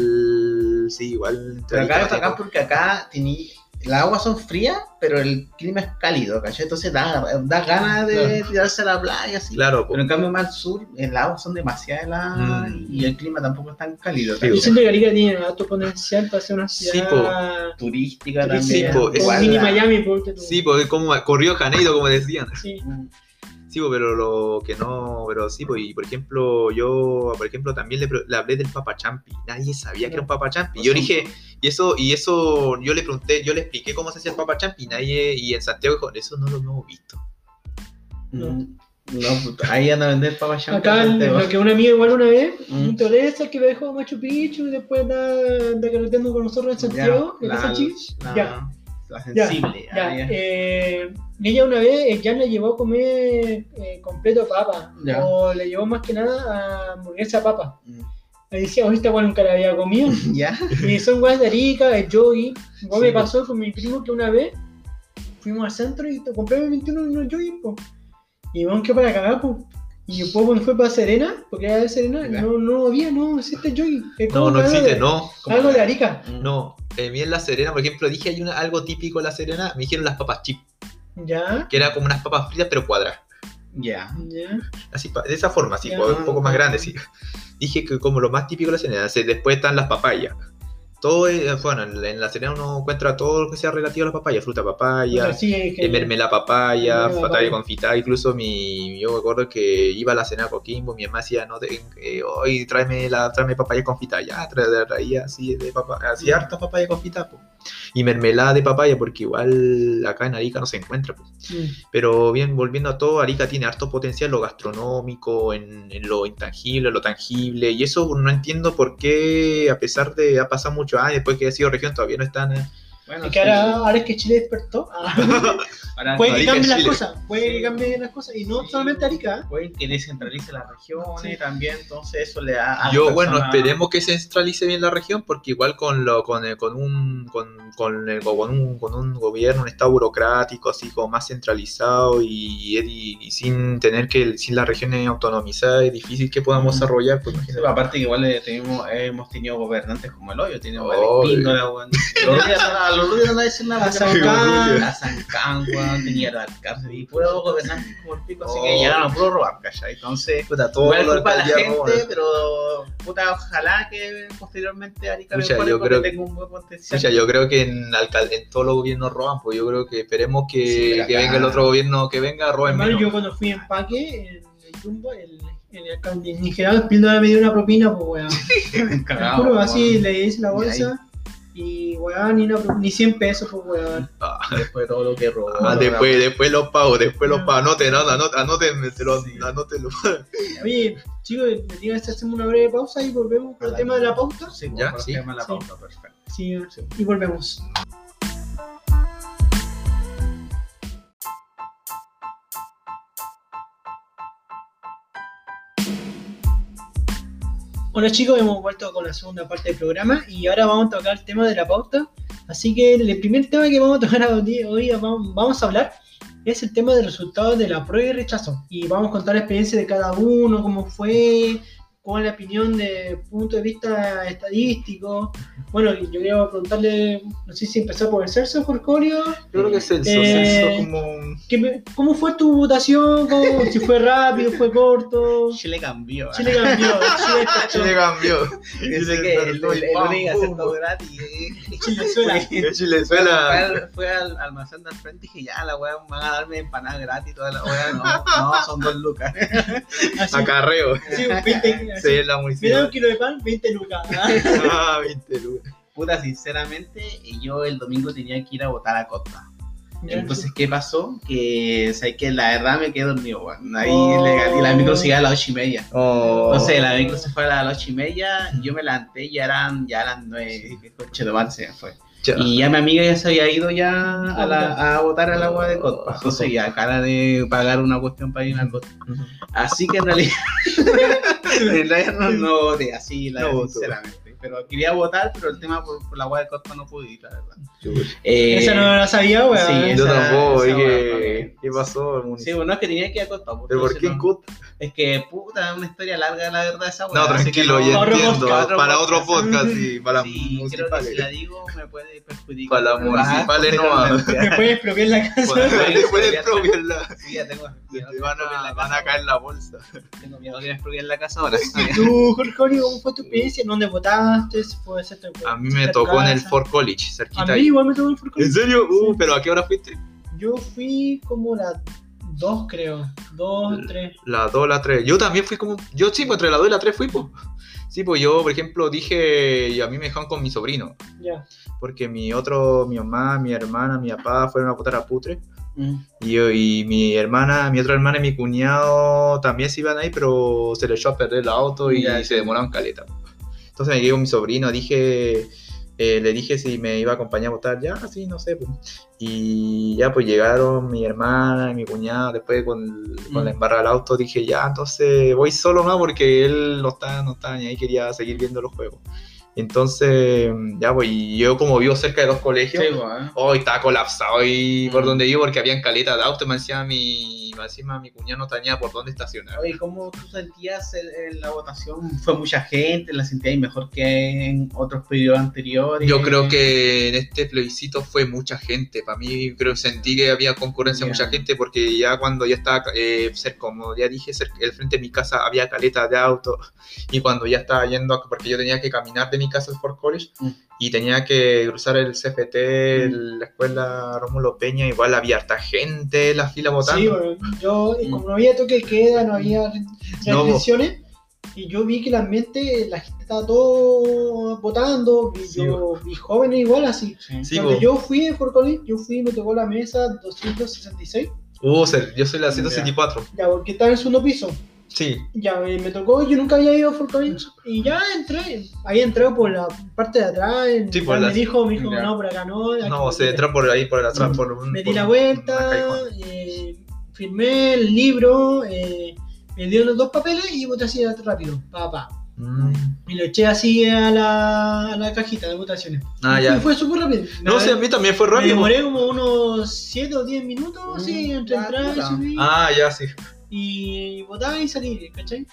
Speaker 3: Sí, igual...
Speaker 4: Pero acá es
Speaker 3: Arica
Speaker 4: bacán porque acá tení, las aguas son frías, pero el clima es cálido, ¿cachai? Entonces da, da ganas de
Speaker 2: Claro.
Speaker 4: tirarse a la playa, así.
Speaker 3: pues. Claro, po.
Speaker 4: Pero en cambio más al sur, el agua son demasiadas heladas
Speaker 3: Mm.
Speaker 4: y el clima tampoco es tan cálido.
Speaker 3: Sí,
Speaker 2: Yo
Speaker 4: ¿cachai?
Speaker 2: siento que Arica tiene alto potencial para ser una
Speaker 3: Sí,
Speaker 2: ciudad.
Speaker 4: Turística también.
Speaker 2: turística,
Speaker 3: po,
Speaker 2: como
Speaker 3: es-
Speaker 4: igual
Speaker 2: mini
Speaker 4: la-
Speaker 2: Miami, ponte tú.
Speaker 3: Sí, porque como corrió Janeiro, como decían.
Speaker 2: Sí.
Speaker 4: Mm,
Speaker 3: Sí, po, pero lo que no, pero sí, po, y por ejemplo, yo, por ejemplo, también le, pre- le hablé del Papa Champi. Nadie sabía que era un Papa Champi. Yo
Speaker 4: Sí.
Speaker 3: dije, y eso, y eso, yo le pregunté, yo le expliqué cómo se hacía el Papa Champi, y nadie, y en Santiago dijo, eso no lo hemos visto.
Speaker 4: mm. No, puta, ahí van a vender papas
Speaker 2: Acá
Speaker 4: champiñones, te
Speaker 2: lo
Speaker 4: vas.
Speaker 2: que un amigo igual una vez,
Speaker 4: Mm.
Speaker 2: un torreza que viajó a Machu Picchu y después anda, anda carreteando con nosotros en Santiago,
Speaker 4: Ya,
Speaker 2: en
Speaker 4: la-
Speaker 2: esa chica.
Speaker 4: la-
Speaker 2: ya.
Speaker 4: la sensible.
Speaker 2: Ya,
Speaker 4: ahí es.
Speaker 2: eh, ella una vez, eh, Jan le llevó a comer eh, completo papa,
Speaker 4: Ya.
Speaker 2: o le llevó más que nada a hamburguesa papa.
Speaker 4: Mm.
Speaker 2: Le decía, oye, esta weá nunca la había comido.
Speaker 4: Ya.
Speaker 2: Y son weas de Arica, de yogi. Igual
Speaker 4: Sí.
Speaker 2: me pasó con mi primo que una vez fuimos al centro y to- compré el 21 unos yogi, po. Y vamos que para cagar, po. Y después cuando fue para Serena, porque era de Serena,
Speaker 4: Ya.
Speaker 2: no, no había, no existe yogi. Es
Speaker 3: No,
Speaker 2: como
Speaker 3: no
Speaker 2: algo
Speaker 3: existe,
Speaker 2: de-
Speaker 3: no.
Speaker 2: Algo de Arica.
Speaker 4: Mm.
Speaker 3: No. A mí en La Serena, por ejemplo, dije hay una, algo típico en La Serena, me dijeron las papas chip,
Speaker 2: Ya,
Speaker 3: que era como unas papas fritas pero cuadradas.
Speaker 4: Ya.
Speaker 2: ya.
Speaker 3: Así, pa- de esa forma, así,
Speaker 2: Ya.
Speaker 3: po, un poco más grande, sí.
Speaker 4: Mm.
Speaker 3: Dije que como lo más típico de la Serena, se- después están las papayas. Todo, es- bueno, en la- en la Serena uno encuentra todo lo que sea relativo a la papaya, fruta papaya,
Speaker 2: Así es que-
Speaker 3: eh, mermelada papaya,
Speaker 2: Mermelada
Speaker 3: fataya
Speaker 2: papaya.
Speaker 3: confitada, incluso mi, yo me acuerdo que iba a la cena a Coquimbo, mi mamá decía, no, te- eh, hoy tráeme, la, tráeme papaya confitada, ya, tra- tra- traía así, de papa, así harta papaya confitada, po. y mermelada de papaya, porque igual acá en Arica no se encuentra, po.
Speaker 2: Mm,
Speaker 3: Pero bien, volviendo a todo, Arica tiene harto potencial lo gastronómico, en, en lo intangible, lo tangible, y eso no entiendo por qué, a pesar de ha pasado mucho años después que ha sido región, todavía no están. eh,
Speaker 4: Bueno,
Speaker 2: es que ahora, ahora es que Chile despertó. Ah,
Speaker 4: sí, para-
Speaker 2: puede que
Speaker 3: Arica es
Speaker 2: cambien las
Speaker 3: Chile.
Speaker 2: cosas, puede que
Speaker 4: Sí.
Speaker 2: cambien las cosas. Y no
Speaker 4: Sí.
Speaker 2: solamente Arica.
Speaker 4: Pueden que descentralice las regiones
Speaker 2: Sí.
Speaker 4: también, entonces eso le da. a
Speaker 3: Yo,
Speaker 4: las
Speaker 3: bueno,
Speaker 4: personas-
Speaker 3: esperemos que se centralice bien la región, porque igual con lo, con, eh, con un con, con el- con un con un gobierno, un estado burocrático, así como más centralizado y, y- y sin tener que, sin las regiones autonomizadas, es difícil que podamos
Speaker 4: Ujú.
Speaker 3: desarrollar, pues
Speaker 4: Sí,
Speaker 3: imagínate.
Speaker 4: Aparte que igual eh, tenemos- hemos tenido gobernantes como el hoyo, tiene
Speaker 3: Oh,
Speaker 4: Valentín, weón. Los rubios no- A los rubios no le dicen nada.
Speaker 2: A Zancán.
Speaker 4: A Zancán, weón, tenía la cárcel y puros gobernantes como el pico, así que
Speaker 3: Oh.
Speaker 4: llegaron a puro robar, ¿cachai? Entonces,
Speaker 3: Puta, todo
Speaker 4: igual es
Speaker 3: lo
Speaker 4: culpa de la
Speaker 3: alcaldía
Speaker 4: gente,
Speaker 3: roban.
Speaker 4: pero puta, ojalá que posteriormente Arica
Speaker 3: Pucha,
Speaker 4: mejore
Speaker 3: yo
Speaker 4: porque
Speaker 3: creo-
Speaker 4: tenga un buen potencial.
Speaker 3: Pucha, yo creo que en, alcal- en todos los gobiernos roban, pues yo creo que esperemos que,
Speaker 4: Sí, pero
Speaker 3: que
Speaker 4: acá-
Speaker 3: venga el otro gobierno, que venga, roben
Speaker 2: Hermano,
Speaker 3: menos.
Speaker 2: yo cuando fui a empaque en el Jumbo, el, el, alcalde en Gerardo Espíndola me dio una propina, pues weón. Te
Speaker 4: Cagado,
Speaker 2: juro,
Speaker 4: weón.
Speaker 2: así le hice la
Speaker 4: Y ahí-
Speaker 2: bolsa. Y weón, ni, no- ni 100 pesos, pues weón.
Speaker 4: Después de todo lo que Ah. robó.
Speaker 3: Ah,
Speaker 4: no,
Speaker 3: después, después lo pago, después lo pago. Anoten, anoten, anoten, te lo- anótenlo.
Speaker 2: Oye, chicos, me digan si hacemos una breve pausa y volvemos con el tema de la pauta.
Speaker 4: Sí,
Speaker 3: Ya,
Speaker 4: por el
Speaker 3: sí.
Speaker 4: tema de la
Speaker 2: Sí.
Speaker 4: pauta, perfecto.
Speaker 2: Sí, y volvemos. Hola chicos, hemos vuelto con la segunda parte del programa y ahora vamos a tocar el tema de la pauta. Así que el primer tema que vamos a tocar hoy, hoy vamos vamos a hablar es el tema de resultados de la prueba y rechazo. Y vamos a contar la experiencia de cada uno, cómo fue, cuál es la opinión de punto de vista estadístico. Bueno, yo quiero preguntarle, no sé si empezar por el Celso, por Corio.
Speaker 3: Yo creo que es censo,
Speaker 2: Eh,
Speaker 3: censo como un-
Speaker 2: que me- ¿Cómo fue tu votación? ¿Cómo- si fue rápido, fue corto.
Speaker 4: Chile cambió. ¿eh?
Speaker 2: Chile cambió, Chile
Speaker 3: Chile
Speaker 2: cachó,
Speaker 3: cambió.
Speaker 4: Dice que el, el, el único acertó gratis. eh.
Speaker 2: Chile suena.
Speaker 3: En
Speaker 4: Fue,
Speaker 3: Chilezuela.
Speaker 4: al, fue al almacén del frente y dije, ya, la weá van a darme empanadas gratis. Toda la weá, no, no, son dos lucas.
Speaker 2: Así,
Speaker 3: Acarreo.
Speaker 2: sí, 20, así.
Speaker 3: Se es la
Speaker 2: Me da un
Speaker 3: municipalidad.
Speaker 2: kilo de pan, 20 lucas. ¿ah?
Speaker 3: Ah, 20 lucas.
Speaker 4: Puta, sinceramente, yo el domingo tenía que ir a votar a Costa.
Speaker 2: Ya.
Speaker 4: Entonces, ¿qué pasó? Que, o sea, que la verdad me quedé dormido, weón. Ahí
Speaker 2: Oh.
Speaker 4: le- y la micro se iba a las ocho y media.
Speaker 3: Oh.
Speaker 4: Entonces, la micro se fue a las ocho y media, yo me levanté y ya eran, ya eran nueve. Dije, Coche de mal se me fue.
Speaker 3: Ya.
Speaker 4: Y ya mi amiga ya se había ido ya a, la- a votar al agua de Costa.
Speaker 3: Oh.
Speaker 4: Entonces ya cara de pagar una cuestión para ir al Costa. Así que en realidad, en realidad no, no voté así, la,
Speaker 3: No votó.
Speaker 4: sinceramente. Pero quería votar, pero el tema por, por la agua de Costa no pude ir, la verdad.
Speaker 3: Chucha.
Speaker 4: Eh,
Speaker 2: Esa no me la sabía, weón.
Speaker 4: sí.
Speaker 3: Yo
Speaker 4: esa-
Speaker 3: tampoco,
Speaker 4: esa
Speaker 3: oye,
Speaker 4: hueá,
Speaker 3: ¿qué pasó? El
Speaker 4: Sí,
Speaker 3: municipio?
Speaker 4: bueno, es que tenía que ir a Costa. pues,
Speaker 3: ¿Pero por
Speaker 4: entonces
Speaker 3: qué
Speaker 4: no-
Speaker 3: en Cut?
Speaker 4: Es que puta, es una historia larga, la verdad, esa
Speaker 3: No,
Speaker 4: hueá, así que
Speaker 3: tranquilo,
Speaker 4: no-
Speaker 3: ya
Speaker 2: Para otro
Speaker 3: entiendo.
Speaker 4: podcast, otro
Speaker 3: Para otro
Speaker 4: podcast.
Speaker 3: podcast y para las
Speaker 4: Sí, creo que si
Speaker 3: municipales.
Speaker 4: la digo me puede perjudicar.
Speaker 3: Para las municipales no va.
Speaker 2: Me puede expropiar la casa.
Speaker 4: Bueno.
Speaker 3: Después del propio la-
Speaker 4: Sí, ya tengo. ya
Speaker 3: te
Speaker 4: Ah, tengo
Speaker 3: van
Speaker 4: en
Speaker 3: a,
Speaker 4: la
Speaker 3: van
Speaker 4: casa.
Speaker 3: a caer la bolsa.
Speaker 4: Tengo miedo que me expropien en la casa ahora.
Speaker 2: ¿Tú, Jorge, Jorge, cómo fue tu experiencia? ¿En dónde votaste? ¿Si fue cerca de-
Speaker 3: A mí
Speaker 2: cerca
Speaker 3: me
Speaker 2: de tu
Speaker 3: tocó en el
Speaker 2: casa?
Speaker 3: Fort College,
Speaker 2: A
Speaker 3: cerquita
Speaker 2: mí
Speaker 3: ahí.
Speaker 2: igual me tocó en el Fort
Speaker 3: ¿En
Speaker 2: Collins.
Speaker 3: serio?
Speaker 2: Sí.
Speaker 3: Uh, pero ¿a qué hora fuiste?
Speaker 2: Yo fui como las 2, creo. 2, 3.
Speaker 3: La 2, la 3. Yo también fui como. Yo sí, pues entre la 2 y la 3 fui, pues. Sí, pues yo, por ejemplo, dije. Y a mí me dejaron con mi sobrino.
Speaker 2: Ya.
Speaker 3: Porque mi otro, mi mamá, mi hermana, mi papá fueron a votar a putre. Y, yo- y mi hermana, mi otra hermana y mi cuñado también se iban ahí, pero se les echó a perder el auto y
Speaker 4: Ya.
Speaker 3: se demoraron caleta. Entonces me quedé con mi sobrino, dije, eh, le dije si me iba a acompañar a votar, ya, sí, no sé. pues. Y ya, pues llegaron mi hermana y mi cuñado, después con, con
Speaker 4: Mm.
Speaker 3: la embarra del auto dije, ya, entonces voy solo más porque él no está, no está, y ahí quería seguir viendo los juegos. Entonces, ya, pues, y yo como vivo cerca de dos
Speaker 4: Sí,
Speaker 3: colegios,
Speaker 4: bueno.
Speaker 3: Hoy Oh, estaba colapsado y
Speaker 4: Mm.
Speaker 3: por donde vivo porque habían caleta de auto, me encima mi, me encima mi cuñado no tenía por dónde estacionar.
Speaker 4: Oye, ¿cómo tú sentías el- en la votación? ¿Fue mucha gente? ¿La sentías mejor que en otros periodos anteriores?
Speaker 3: Yo creo que en este plebiscito fue mucha gente. Para mí, creo sentí que había concurrencia,
Speaker 4: Ya.
Speaker 3: mucha gente, porque ya cuando ya estaba, eh, cerca, como ya dije, cerca, el frente de mi casa había caleta de auto. Y cuando ya estaba yendo, a- porque yo tenía que caminar de mi casa al Fort College
Speaker 4: Mm.
Speaker 3: y tenía que cruzar el CFT, el- la escuela Rómulo Peña, igual había harta gente en la fila votando. Mm.
Speaker 2: Sí, bueno, yo, y como no había toque de queda, no había
Speaker 3: No, vos.
Speaker 2: restricciones, y yo vi que el ambiente, la gente estaba todo votando, y
Speaker 3: Sí,
Speaker 2: yo vi jóvenes igual así.
Speaker 4: Sí.
Speaker 3: Sí,
Speaker 2: Cuando
Speaker 3: vos.
Speaker 2: yo fui en Fort Collins, yo fui y me tocó la mesa 266,
Speaker 3: Uh, ser- yo soy la 164.
Speaker 2: ya, porque estaba en el segundo piso.
Speaker 3: Sí.
Speaker 2: Ya, eh, me tocó, yo nunca había ido a Fort
Speaker 3: Mm.
Speaker 2: Collins, y ya entré, había entrado por la parte de atrás, en-
Speaker 3: Sí, por
Speaker 2: me
Speaker 3: la-
Speaker 2: dijo, me dijo,
Speaker 4: Ya.
Speaker 2: no, por acá no. aquí
Speaker 3: No, se
Speaker 2: mira".
Speaker 3: entra por ahí, por atrás, por un.
Speaker 2: Mm. me di
Speaker 3: por
Speaker 2: la
Speaker 3: un- un
Speaker 2: vuelta,
Speaker 3: callejón.
Speaker 2: eh, firmé el libro, eh, me dio los dos papeles y voté así rápido, pa, pa.
Speaker 3: Mm.
Speaker 2: Y lo eché así a la, a la cajita de votaciones.
Speaker 3: Ah,
Speaker 2: Y
Speaker 3: ya.
Speaker 2: fue súper rápido.
Speaker 3: No, sí, a mí también fue
Speaker 2: Me
Speaker 3: rápido.
Speaker 2: demoré como unos 7 o 10 minutos,
Speaker 4: Mm,
Speaker 2: así, entre
Speaker 4: ya,
Speaker 2: entrar y
Speaker 4: puta.
Speaker 2: subir,
Speaker 3: Ah, ya, sí.
Speaker 2: y votar y salir, ¿cachai?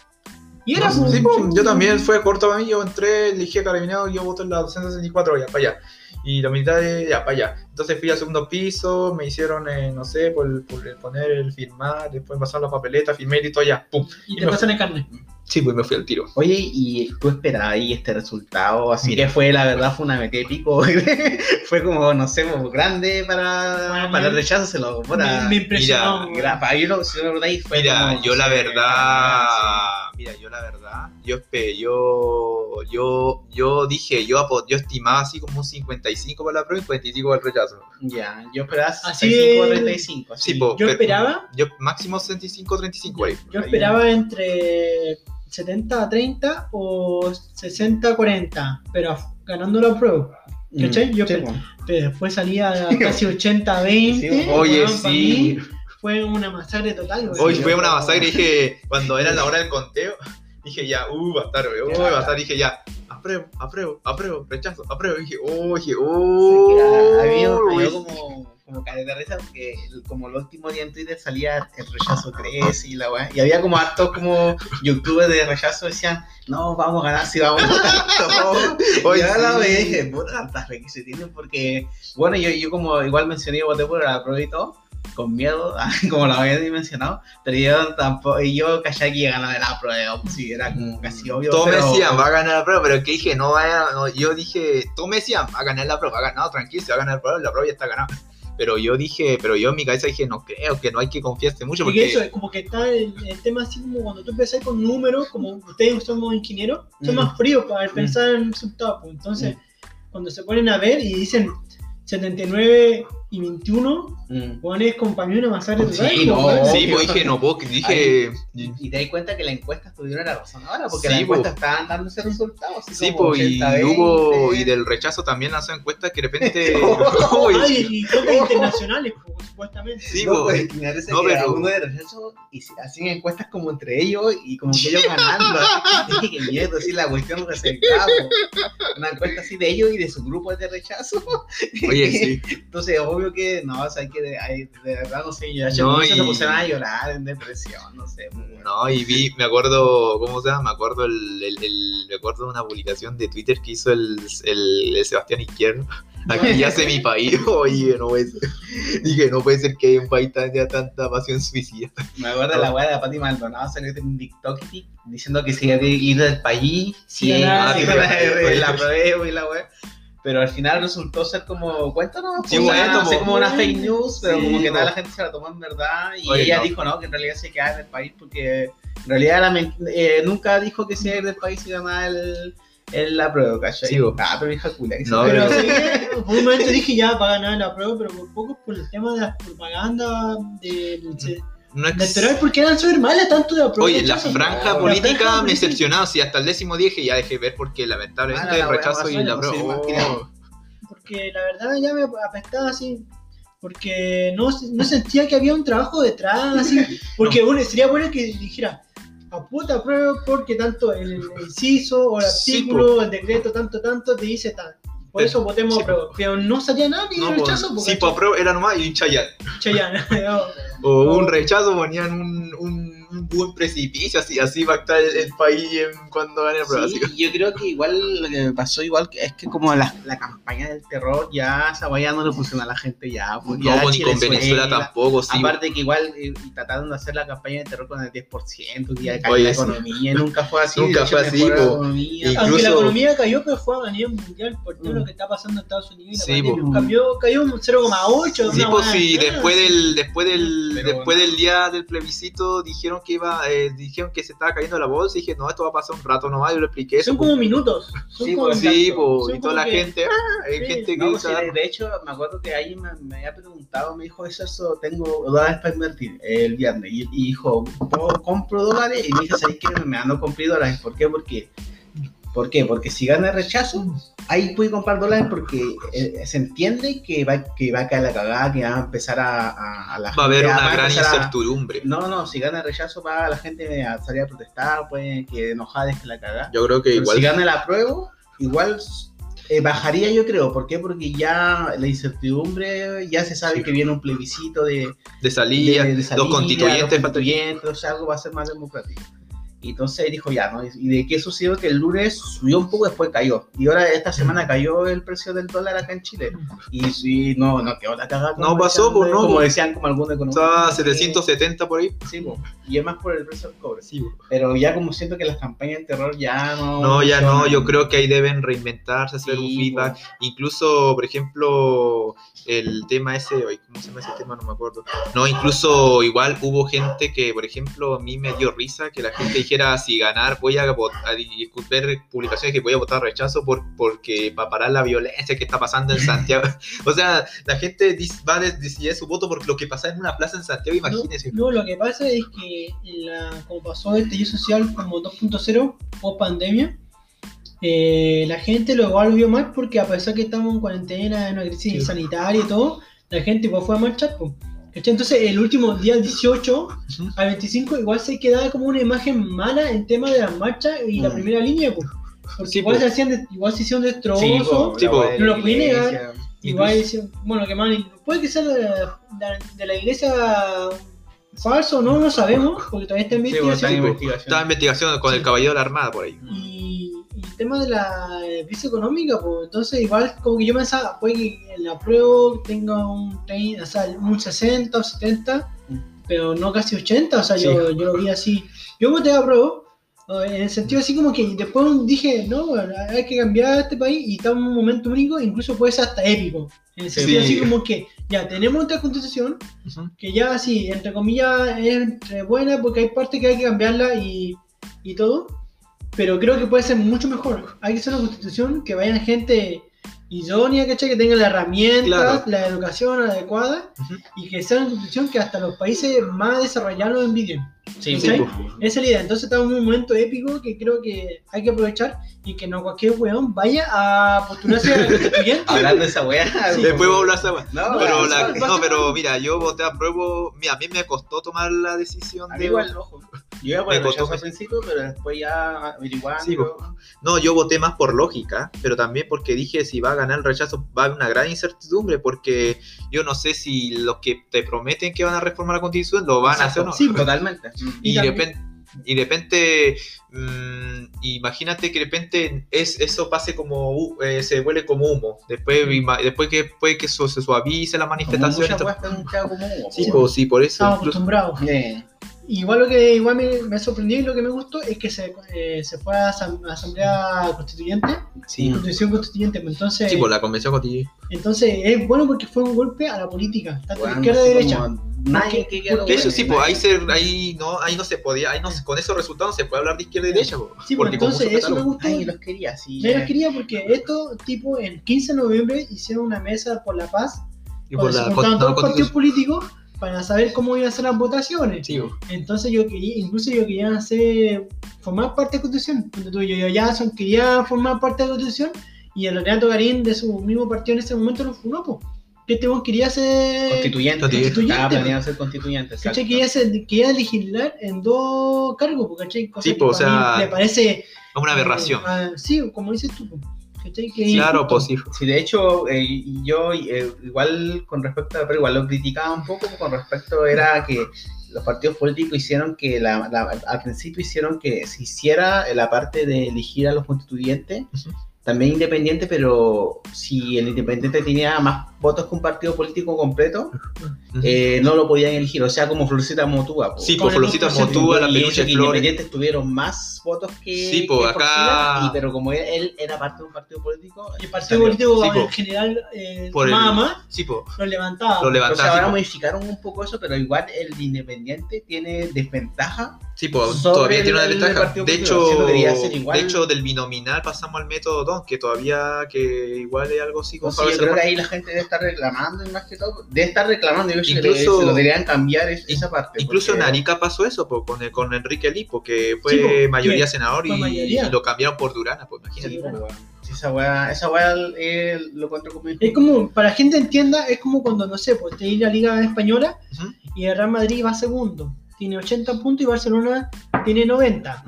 Speaker 2: Y era
Speaker 3: Sí,
Speaker 2: fue-
Speaker 3: pues, yo también fue corto para mí. Yo entré, elegí carabinado, yo voto en la 264, ya, para allá. Y la mitad de, ya, para allá. Entonces fui al segundo piso, me hicieron, eh, no sé, por, por el poner el firmar, después pasar la papeleta, firmé y todo ya. Pum.
Speaker 2: Y
Speaker 3: Y
Speaker 2: te
Speaker 3: me-
Speaker 2: pasan el carnet.
Speaker 3: Sí, pues me fui al tiro.
Speaker 4: Oye, ¿y tú esperabas ahí este resultado? Así
Speaker 3: Mira.
Speaker 4: que fue, la verdad, fue una metida de pico. fue como, no sé, como grande para,
Speaker 2: Bueno,
Speaker 4: para el
Speaker 2: me-
Speaker 4: rechazo. Se lo,
Speaker 2: Me,
Speaker 4: para,
Speaker 2: me impresionó.
Speaker 3: mira,
Speaker 2: weón.
Speaker 4: gra- para yo, lo- si lo recordáis, fue
Speaker 3: Mira,
Speaker 4: como,
Speaker 3: yo la
Speaker 4: sí,
Speaker 3: verdad, mira, yo la verdad, yo, espe- yo, yo, yo dije, yo, apo- yo estimaba así como un 55 para la prueba y 45 para el rechazo.
Speaker 4: Ya, yo esperaba
Speaker 2: Así
Speaker 4: 65
Speaker 2: es.
Speaker 4: 35.
Speaker 3: Sí,
Speaker 4: así.
Speaker 3: po,
Speaker 2: Yo
Speaker 3: pero-
Speaker 2: esperaba-
Speaker 3: Yo máximo 65, 35 ahí.
Speaker 2: Yo
Speaker 3: Ahí.
Speaker 2: esperaba entre 70 a 30 o 60 a 40, pero ganando la prueba.
Speaker 4: Mm,
Speaker 2: ¿cachai? Yo
Speaker 4: sí,
Speaker 2: pe-
Speaker 4: po.
Speaker 2: Pero después salía a casi 80 a 20.
Speaker 4: Sí,
Speaker 3: Oye,
Speaker 2: weón, pa'
Speaker 3: sí.
Speaker 2: mí Fue una masacre total, weón.
Speaker 3: Hoy
Speaker 4: Sí,
Speaker 3: fue
Speaker 4: yo-
Speaker 3: una masacre y dije, cuando era la hora del conteo, dije ya, uh, va a estar, uy, va a estar. Dije ya, apruebo, apruebo, apruebo, rechazo, apruebo. Y dije, oh,
Speaker 4: Sí,
Speaker 3: dije,
Speaker 4: que
Speaker 3: oh.
Speaker 4: a- a mí me
Speaker 3: uy".
Speaker 4: dio como, como caleta de risa porque el- como el último día en Twitter salía el rechazo 3 y la weá. Y había como hartos como youtubers de rechazo decían, no, vamos a ganar si vamos a ganar.
Speaker 3: Hoy
Speaker 4: y ahora
Speaker 3: sí.
Speaker 4: la ve y dije, puta, tantas re que se tienen porque, bueno, yo, yo como igual mencioné, voté por la prueba y todo, con miedo, como lo había mencionado, pero yo tampoco, y yo callé que ganaba la prueba, pues sí, era como casi obvio.
Speaker 3: Todos me
Speaker 4: pero- mm,
Speaker 3: decían, va a ganar la prueba, pero que dije, no vaya, no, yo dije, todos me decían, va a ganar la prueba, ha ganado, tranquilo, se va a ganar la prueba, la prueba ya está ganada. Pero yo dije, pero yo en mi cabeza dije, no creo, que no hay que confiarse mucho,
Speaker 2: Porque eso
Speaker 3: porque
Speaker 2: es como que está el, el tema así como cuando tú empezás con números, como ustedes somos ingenieros, son
Speaker 4: Mm.
Speaker 2: más fríos para pensar en el resultado. pues. Entonces,
Speaker 3: Mm.
Speaker 2: cuando se ponen a ver y dicen 79 y 21,
Speaker 4: Mm.
Speaker 2: pones compañero una masacre total.
Speaker 4: Sí,
Speaker 2: pues,
Speaker 4: no,
Speaker 2: weón.
Speaker 3: sí, pues dije, no puedo, dije,
Speaker 4: Y te das cuenta que la encuesta tuvieron la razón ahora, porque
Speaker 3: Sí,
Speaker 4: la encuesta
Speaker 3: po.
Speaker 4: estaban dándose resultados. así
Speaker 3: sí,
Speaker 4: como
Speaker 3: pues, y
Speaker 4: 80,
Speaker 3: hubo,
Speaker 4: 20.
Speaker 3: y del rechazo también lanzó encuestas que de repente, uy, Oh.
Speaker 2: Ay, y toques internacionales, pues, supuestamente.
Speaker 3: sí,
Speaker 4: no,
Speaker 3: pues,
Speaker 4: pues, me parece
Speaker 3: No,
Speaker 4: que
Speaker 3: pero-
Speaker 4: algunos de rechazo y se- hacían encuestas como entre ellos y como que ellos ganando. Dije que miedo, así la cuestión resaltaba. Una encuesta así de ellos y de su grupo de rechazo. pues.
Speaker 3: oye, sí,
Speaker 4: Entonces, obvio que no, o sea, hay que de, hay- de verdad no sé, yo
Speaker 3: No,
Speaker 4: no, se
Speaker 3: y-
Speaker 4: pusieron a llorar en depresión, no sé. pues, bueno.
Speaker 3: no, y vi, me acuerdo, ¿cómo se llama? Me acuerdo el, el- el- me acuerdo de una publicación de Twitter que hizo el, el- el Sebastián Izquierdo, aquí hace mi país, oye, no puede ser, dije, no puede ser que haya un país tan, ya tanta pasión suicida,
Speaker 4: Me acuerdo de
Speaker 3: Oh.
Speaker 4: la weá de la Pati Maldonado salió en TikTok y- diciendo que se iba a ir del país si
Speaker 2: Sí,
Speaker 4: era-
Speaker 2: ah,
Speaker 4: si
Speaker 2: sí,
Speaker 4: era-
Speaker 3: sí,
Speaker 4: era-
Speaker 3: sí.
Speaker 4: la prueba y la weá. Pero al final resultó ser como, cuéntanos,
Speaker 3: Sí,
Speaker 4: o sea,
Speaker 3: bueno,
Speaker 4: no sé,
Speaker 3: po.
Speaker 4: como una fake news, pero
Speaker 3: Sí,
Speaker 4: como que toda
Speaker 3: po.
Speaker 4: la gente se la tomó en verdad y
Speaker 3: Oye,
Speaker 4: ella
Speaker 3: no.
Speaker 4: dijo no, que en realidad se quedaba en el país porque en realidad era men- eh, nunca dijo que se iba a ir del país y ganaba el, el- la prueba, ¿cachai?
Speaker 3: Sí, po.
Speaker 4: ah, pero hija culia. que se-
Speaker 3: No,
Speaker 2: Pero
Speaker 3: pero-
Speaker 2: sí, por un momento dije ya va a ganar la prueba, pero por poco por el tema de las propagandas del se-
Speaker 3: no es-
Speaker 2: electoral, porque eran súper malas tanto de la prueba.
Speaker 3: Oye, la
Speaker 2: rechazo.
Speaker 3: franja
Speaker 4: no.
Speaker 2: La
Speaker 3: política
Speaker 2: franja política.
Speaker 3: me
Speaker 2: Ah,
Speaker 3: decepcionaba, si hasta el décimo día dije, ya dejé ver porque lamentablemente
Speaker 4: Mala la
Speaker 3: el
Speaker 4: wea,
Speaker 3: rechazo y
Speaker 4: Amazonas,
Speaker 3: la
Speaker 2: pues,
Speaker 4: no
Speaker 3: prueba,
Speaker 4: sé,
Speaker 3: oh.
Speaker 4: imagina.
Speaker 2: Porque la verdad ya me apestaba así. Porque no, no sentía que había un trabajo detrás, así. Porque bueno, sería bueno que dijera, a puta prueba, porque tanto el inciso o el
Speaker 3: Sí,
Speaker 2: artículo, el decreto, tanto, tanto, te dice tal. Por
Speaker 3: Pero-
Speaker 2: eso votemos
Speaker 3: sí,
Speaker 2: a prueba. Pero no salía nada ni
Speaker 3: No,
Speaker 2: rechazo,
Speaker 3: pues,
Speaker 2: porque
Speaker 3: sí, pues apruebo, era nomás y un chayán.
Speaker 2: Chayana,
Speaker 3: O un rechazo ponían un, un, un buen precipicio, así, así va a estar el, el país en- cuando gane la prueba.
Speaker 4: Sí,
Speaker 3: así.
Speaker 4: y yo creo que igual lo que pasó igual que- es que como la, la campaña del terror ya esa weá ya no le funciona a la gente ya. pues,
Speaker 3: No,
Speaker 4: ya
Speaker 3: pues, ni
Speaker 4: Chile,
Speaker 3: con Venezuela
Speaker 4: Venezuela,
Speaker 3: tampoco, sí.
Speaker 4: Aparte que igual eh, trataron de hacer la campaña del terror con el 10%, que ya cae
Speaker 3: Oye,
Speaker 4: la
Speaker 3: sí.
Speaker 4: economía, y nunca fue así.
Speaker 3: Nunca
Speaker 4: de hecho,
Speaker 3: fue así,
Speaker 4: mejoró la
Speaker 3: po.
Speaker 4: economía.
Speaker 3: Y-
Speaker 2: Aunque la
Speaker 3: Incluso-
Speaker 2: economía cayó, pero fue a nivel mundial por todo
Speaker 4: Mm.
Speaker 2: lo que está pasando en Estados Unidos. y la
Speaker 3: Sí,
Speaker 2: pandemia.
Speaker 4: po.
Speaker 2: Cambió, cayó un 0,8.
Speaker 3: Sí,
Speaker 2: una
Speaker 3: pues
Speaker 2: hueá
Speaker 3: sí,
Speaker 2: así.
Speaker 3: después del, después del,
Speaker 4: Pero
Speaker 3: después
Speaker 4: bueno.
Speaker 3: del día del plebiscito dijeron que iba, eh, dijeron que se estaba cayendo la bolsa y dije, no, esto va a pasar un rato nomás, yo le expliqué eso.
Speaker 2: Son como minutos. Son como
Speaker 4: Sí, po,
Speaker 3: pues, sí,
Speaker 2: minutos.
Speaker 3: pues,
Speaker 2: Son
Speaker 3: y toda
Speaker 2: como
Speaker 3: la
Speaker 2: que-
Speaker 3: gente, ah, hay
Speaker 2: sí.
Speaker 3: gente que
Speaker 4: No, pues, sí,
Speaker 3: usa-
Speaker 4: de, de hecho, me acuerdo que alguien me, me había preguntado, me dijo, eso, eso tengo dólares para invertir eh, el viernes. Y, y dijo, "Co- compro dólares y me dice, ¿sabes qué? Me ando compré dólares. ¿Por qué? Porque, ¿Por qué? Porque si gana el rechazo, ahí pude comprar dólares porque eh, se entiende que va, que va a caer la cagada, que va a empezar a, a, a la
Speaker 3: va a haber
Speaker 4: gente-
Speaker 3: una
Speaker 4: a
Speaker 3: gran
Speaker 4: empezar a-
Speaker 3: incertidumbre.
Speaker 4: No, no, si gana el rechazo va la gente a salir a protestar, pues que enojada es que la cagada.
Speaker 3: Yo creo que
Speaker 4: Pero
Speaker 3: igual
Speaker 4: si gana la prueba, igual eh, bajaría yo creo. ¿Por qué? Porque ya la incertidumbre, ya se sabe
Speaker 3: Sí.
Speaker 4: que viene un plebiscito de,
Speaker 3: de
Speaker 4: de-
Speaker 3: salida,
Speaker 4: de salida,
Speaker 3: los constituyentes,
Speaker 4: los constituyentes, o sea, algo va a ser más democrático. Y entonces dijo ya, ¿no? ¿Y de qué sucedió? Que el lunes subió un poco, después cayó. Y ahora esta
Speaker 3: Mm.
Speaker 4: semana cayó el precio del dólar acá en Chile. Y sí, no, no quedó la cagada. como
Speaker 3: No pasó,
Speaker 4: decían,
Speaker 3: pues, no,
Speaker 4: Como
Speaker 3: pues.
Speaker 4: decían, como algunos economistas.
Speaker 3: estaba
Speaker 4: que-
Speaker 3: 770 por ahí.
Speaker 4: Sí, pues, y es más por el precio del cobre.
Speaker 3: Sí, pues.
Speaker 4: Pero ya como siento que las campañas de terror ya no.
Speaker 3: No, ya no,
Speaker 4: creo
Speaker 3: yo
Speaker 4: que
Speaker 3: creo que ahí deben reinventarse, hacer un
Speaker 4: Sí,
Speaker 3: feedback. Incluso, por ejemplo, el tema ese, ay, ¿cómo se llama ese tema? No me acuerdo. No, incluso igual hubo gente que, por ejemplo, a mí me dio risa que la gente dijera si ganar voy a, vot- a discutir publicaciones que voy a votar rechazo por, porque para parar la violencia que está pasando en Santiago. o sea, la gente dis- va a des- decidir su voto por lo que pasa en una plaza en Santiago, imagínense.
Speaker 2: No, lo que pasa es que en la- como pasó el estallido social como 2.0 o pandemia, eh, la gente lo igual vio mal porque a pesar que estamos en cuarentena, en una crisis
Speaker 3: Sí.
Speaker 2: sanitaria y todo, la gente igual fue a marchar. po. ¿Cachai? Entonces el último día, el 18
Speaker 3: Ujú.
Speaker 2: al 25, igual se quedaba como una imagen mala en tema de las marchas y la
Speaker 4: Mm.
Speaker 2: primera línea. po. Porque
Speaker 3: Sí,
Speaker 2: igual,
Speaker 3: po.
Speaker 2: se hacían de- igual se hicieron destrozos.
Speaker 4: Sí, po,
Speaker 3: Sí,
Speaker 4: la
Speaker 3: po.
Speaker 4: weá de
Speaker 2: No
Speaker 4: la
Speaker 2: lo puede negar.
Speaker 4: iglesia.
Speaker 2: Igual,
Speaker 4: pues-
Speaker 3: Incluso-
Speaker 2: sí, bueno, que más, puede que sea de la, de la iglesia falso, no lo sabemos, porque todavía está en
Speaker 4: Sí, bueno, está en
Speaker 2: investigación.
Speaker 3: po.
Speaker 4: investigación.
Speaker 3: Estaba en investigación con
Speaker 2: Sí.
Speaker 3: el caballero de la Armada por ahí.
Speaker 2: y, y el tema de la eh, crisis económica, pues entonces igual como que yo pensaba, puede que el apruebo tenga un, 30, o sea, un 60 o 70,
Speaker 4: Mm.
Speaker 2: pero no casi 80, o sea,
Speaker 3: Sí.
Speaker 2: yo, yo lo vi así. Yo voté apruebo, eh, en el sentido así como que después dije, no, bueno, hay que cambiar este país y estamos en un momento único, incluso puede ser hasta épico. En el sentido
Speaker 3: Sí.
Speaker 2: así como que ya tenemos esta constitución,
Speaker 3: Ujú.
Speaker 2: que ya sí, entre comillas, es entre buena porque hay partes que hay que cambiarla y, y todo, pero creo que puede ser mucho mejor. Hay que hacer una constitución que vayan gente idónea, ¿cachai? Que tenga las herramientas,
Speaker 3: Claro.
Speaker 2: la educación adecuada
Speaker 3: Ujú.
Speaker 2: y que sea una constitución que hasta los países más desarrollados envidien.
Speaker 4: Sí,
Speaker 2: Sí,
Speaker 4: po.
Speaker 2: Esa es la idea. Entonces estamos en un momento épico que creo que hay que aprovechar y que no cualquier weón vaya a postularse a constituyente.
Speaker 4: Hablando de esa weá.
Speaker 2: Sí.
Speaker 3: Después voy a hablar de esa wea.
Speaker 4: No,
Speaker 3: Pero,
Speaker 2: Ah,
Speaker 3: la-
Speaker 2: sí,
Speaker 3: no,
Speaker 2: sí.
Speaker 3: pero mira, yo voté a prueba. Mira, a mí me costó tomar la decisión
Speaker 4: A mí
Speaker 3: de.
Speaker 4: igual, ojo. Yo iba por
Speaker 3: Me
Speaker 4: el rechazo
Speaker 3: costó-
Speaker 4: al principio, pero después ya averiguando.
Speaker 3: Sí, pues. po. No, yo voté más por lógica, pero también porque dije si va a ganar el rechazo va a haber una gran incertidumbre, porque yo no sé si los que te prometen que van a reformar la constitución lo van a hacer o no.
Speaker 2: Sí, po.
Speaker 4: totalmente.
Speaker 3: y,
Speaker 2: Y
Speaker 3: de
Speaker 2: también-
Speaker 3: repente, y de repente, mm, imagínate que de repente es, eso pase como, hu- eh, se vuelve como humo, después, ima- después que, puede que su- se suavice la
Speaker 4: Como
Speaker 3: manifestación.
Speaker 4: muchas
Speaker 3: esto-
Speaker 4: weas que han quedado como humo,
Speaker 3: Sí,
Speaker 4: po.
Speaker 3: po, sí, por eso.
Speaker 2: Estamos
Speaker 3: incluso-
Speaker 2: acostumbrados.
Speaker 4: Eh,
Speaker 2: Igual lo que igual me, me sorprendió y lo que me gustó es que se, eh, se fue a asam- a asamblea constituyente,
Speaker 3: sí,
Speaker 2: constitución constituyente, pues entonces,
Speaker 3: Mm. sí, por la convención constituyente.
Speaker 2: entonces es bueno porque fue un golpe a la política, tanto de
Speaker 4: weón,
Speaker 2: izquierda y
Speaker 4: así
Speaker 2: derecha.
Speaker 4: como Nadie que quedó.
Speaker 3: Que eso
Speaker 4: bueno,
Speaker 3: sí, pues
Speaker 4: nadie.
Speaker 3: ahí, se, ahí, no, ahí no se podía, ahí no se- con esos resultados se puede hablar de izquierda y derecha. po,
Speaker 2: Sí, pues
Speaker 3: con
Speaker 2: entonces
Speaker 3: mucho
Speaker 2: eso me
Speaker 3: catálogo.
Speaker 2: gustó.
Speaker 4: Nadie los quería, sí.
Speaker 2: Yo los quería porque estos tipos el 15 de noviembre hicieron una mesa por la paz,
Speaker 3: Y
Speaker 2: donde
Speaker 3: por
Speaker 2: se
Speaker 3: la
Speaker 2: juntaron
Speaker 3: no,
Speaker 2: todos los partidos
Speaker 3: constitución.
Speaker 2: políticos para saber cómo iban a ser las votaciones.
Speaker 3: Sí, po.
Speaker 2: Entonces yo quería, incluso yo quería hacer, formar parte de la constitución. Cuando tú y yo, Jackson quería formar parte de la constitución y el Renato Garín de su mismo partido en ese momento lo fundó, po. Que este weón quería ser...
Speaker 4: Constituyente.
Speaker 3: Constituyente.
Speaker 4: Estaba planeado Ah, ser constituyente. exacto.
Speaker 2: ¿Cachai? Quería, ser- quería legislar en dos cargos, po, ¿cachai? Cosa
Speaker 3: Sí,
Speaker 2: que
Speaker 3: po, o
Speaker 2: para
Speaker 3: sea,
Speaker 2: mí me parece...
Speaker 3: una aberración.
Speaker 2: eh, ah, sí, como dices tú, po, ¿cachai? Que
Speaker 3: claro,
Speaker 2: injusto.
Speaker 3: pues sí.
Speaker 4: Sí, de hecho, eh, y yo eh, igual con respecto a, pero igual lo criticaba un poco con respecto era que los partidos políticos hicieron que la, la- al principio hicieron que se hiciera la parte de elegir a los constituyentes,
Speaker 3: Ujú.
Speaker 4: también independiente, pero si el independiente tenía más votos que un partido político completo,
Speaker 3: Ujú.
Speaker 4: eh, no lo podían elegir, o sea, como Florcita Motúa. po.
Speaker 3: sí,
Speaker 2: con
Speaker 3: pues
Speaker 2: el
Speaker 3: Florcita
Speaker 2: otro sector,
Speaker 3: Motúa, la
Speaker 4: Y
Speaker 3: peluche
Speaker 4: eso que
Speaker 3: Flores.
Speaker 4: independientes tuvieron más votos que.
Speaker 3: Sí, po,
Speaker 4: que
Speaker 3: acá-
Speaker 4: Frosina, y- pero como él, él era parte de un partido político.
Speaker 2: Y el partido
Speaker 4: salió.
Speaker 2: político
Speaker 3: Sí, po.
Speaker 2: en general, eh,
Speaker 3: Por el-
Speaker 2: mamá,
Speaker 3: Sí, pues.
Speaker 2: lo levantaba.
Speaker 3: Lo
Speaker 4: Entonces ahora
Speaker 3: levantaron.
Speaker 4: modificaron un poco eso, pero igual el Independiente tiene desventaja.
Speaker 3: Sí, pues
Speaker 4: sobre
Speaker 3: todavía tiene una
Speaker 4: el- el
Speaker 3: desventaja.
Speaker 4: partido
Speaker 3: De
Speaker 4: político, siendo
Speaker 3: hecho,
Speaker 4: que debería ser igual.
Speaker 3: de hecho, del binominal pasamos al método Don, que todavía que igual es algo así como
Speaker 4: Entonces
Speaker 3: para
Speaker 4: yo
Speaker 3: hacer
Speaker 4: creo que ahí la gente debe estar reclamando, y más que todo, debe estar reclamando, yo creo que
Speaker 3: Incluso-
Speaker 4: se lo deberían cambiar es-
Speaker 3: in-
Speaker 4: esa parte.
Speaker 3: Incluso en
Speaker 4: porque-
Speaker 3: Arica pasó eso po, con, el- con Enrique Lipo, que fue
Speaker 2: Sí, po,
Speaker 3: mayoría
Speaker 2: que
Speaker 3: senador y,
Speaker 2: fue mayoría.
Speaker 3: y lo cambiaron por Durana, pues imagínate.
Speaker 4: Sí, po, weón. Sí, esa weá, esa weá eh, lo encuentro como...
Speaker 2: Es como, para la gente entienda, es como cuando, no sé, pues te ir la Liga Española
Speaker 3: Ujú.
Speaker 2: y el Real Madrid va segundo. Tiene 80 puntos y Barcelona tiene 90.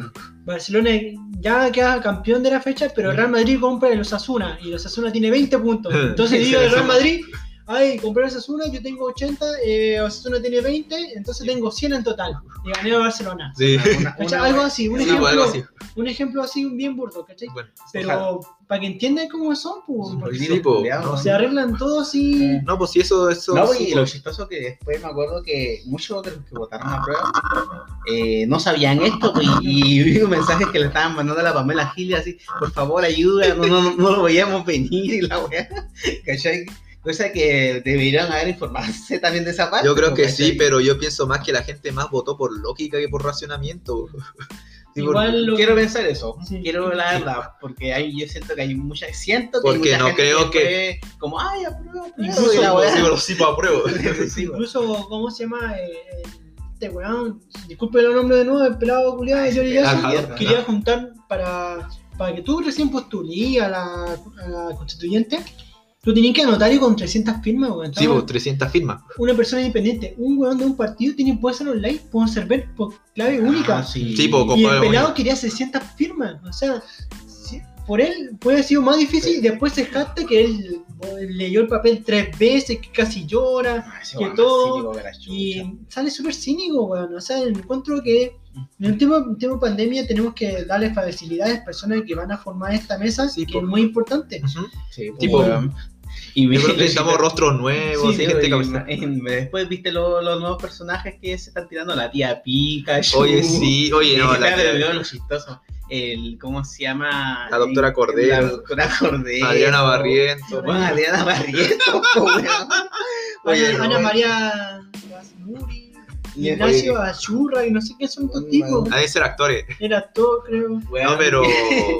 Speaker 2: Barcelona ya queda campeón de la fecha, pero el Real Madrid compra el Osasuna y el Osasuna tiene 20 puntos. Entonces digo el Real Madrid, ay, compré el Osasuna, yo tengo 80, eh, Osasuna tiene 20, entonces tengo 100 en total. Y gané a Barcelona.
Speaker 3: Sí,
Speaker 4: Una- una
Speaker 2: ¿Cachai?
Speaker 4: weá-
Speaker 2: algo así, un
Speaker 4: Sí,
Speaker 3: Sí, po,
Speaker 2: ejemplo,
Speaker 3: algo así.
Speaker 2: un ejemplo así bien burdo, ¿cachai?
Speaker 3: Bueno.
Speaker 2: Pero
Speaker 4: Ojalá.
Speaker 2: para que entiendan cómo son, pues,
Speaker 4: un
Speaker 2: porque
Speaker 3: Sí,
Speaker 4: político
Speaker 3: po.
Speaker 4: culiao,
Speaker 3: No,
Speaker 2: se arreglan todos y...
Speaker 3: No, pues sí, eso, eso.
Speaker 4: No,
Speaker 3: sí,
Speaker 4: y lo
Speaker 3: pues.
Speaker 4: chistoso que después me acuerdo que muchos de los que votaron a prueba eh, no sabían esto pues, y, y vi un mensaje que le estaban mandando a la Pamela Gil así, por favor ayuda, no, no, no lo veíamos venir y la weá, ¿cachai? Cosa que deberían haber informarse también de esa parte.
Speaker 3: Yo creo
Speaker 4: pues,
Speaker 3: que
Speaker 4: ¿cachai?
Speaker 3: sí, pero yo pienso más que la gente más votó por lógica que por racionamiento.
Speaker 4: Sí,
Speaker 2: Igual
Speaker 4: porque
Speaker 2: lo-
Speaker 4: Quiero pensar eso.
Speaker 2: Sí.
Speaker 4: Quiero la verdad. Porque hay, yo siento que hay mucha. Siento que hay
Speaker 3: Porque
Speaker 4: mucha
Speaker 3: no
Speaker 4: gente
Speaker 3: creo
Speaker 4: fue Como, ay, apruebo, apruebo",
Speaker 2: Incluso
Speaker 4: y la
Speaker 2: yo
Speaker 4: weá.
Speaker 3: sí, pero sí, pues, pa' prueba.
Speaker 4: Sí, weón.
Speaker 2: Incluso, ¿cómo se llama? Eh, eh, este weón, disculpe el nombre de nuevo, el pelado culiado de Johnny Jackson,
Speaker 3: Ajá,
Speaker 4: mierda,
Speaker 2: quería juntar para, para que tú recién postulí a la, a la constituyente. Tú tenías que anotar y con 300 firmas, weón.
Speaker 3: Sí,
Speaker 2: Estamos-
Speaker 3: pues, 300 firmas.
Speaker 2: una persona independiente, un weón de un partido tiene poder ser online, pueden servir por clave única.
Speaker 4: Ah, sí.
Speaker 3: Sí, po,
Speaker 2: Y
Speaker 3: compadre,
Speaker 2: el
Speaker 3: bueno.
Speaker 2: pelado quería 600 firmas. O sea, si- por él puede haber sido más difícil.
Speaker 4: Sí.
Speaker 2: Y después se jacta que él eh, leyó el papel tres veces, que casi llora.
Speaker 4: Ah, ese
Speaker 2: que
Speaker 4: weón
Speaker 2: todo,
Speaker 4: cínico que la chucha.
Speaker 2: Y sale súper cínico, weón. O sea, encuentro que en el tema, en tema pandemia tenemos que darle facilidades a personas que van a formar esta mesa,
Speaker 3: Sí,
Speaker 2: que
Speaker 3: po.
Speaker 2: es muy importante.
Speaker 3: Ujú.
Speaker 4: Sí, pues, po,
Speaker 3: tipo,
Speaker 4: weón. Y
Speaker 3: Yo creo que necesitamos
Speaker 4: estamos
Speaker 3: rostros nuevos,
Speaker 2: Sí,
Speaker 3: y gente
Speaker 4: y-
Speaker 3: cabezona.
Speaker 4: y después viste lo- los nuevos personajes que se están tirando, la tía Pikachu.
Speaker 3: Oye, sí, oye, no,
Speaker 4: Uh, no,
Speaker 3: la,
Speaker 4: lo chistoso. El, ¿Cómo se llama?
Speaker 3: La doctora
Speaker 4: El-
Speaker 3: Cordero.
Speaker 4: La doctora Cordero.
Speaker 3: Adriana Barriento.
Speaker 4: Bueno, Adriana Barriento, po, weón. Oye,
Speaker 2: Ana, Ana
Speaker 4: no,
Speaker 2: María Gasmuri,
Speaker 4: Y-
Speaker 2: Ignacio Azurra y no sé qué son estos tipos.
Speaker 3: Hay que ser actores.
Speaker 2: Era todo, creo.
Speaker 4: weón.
Speaker 3: No, pero.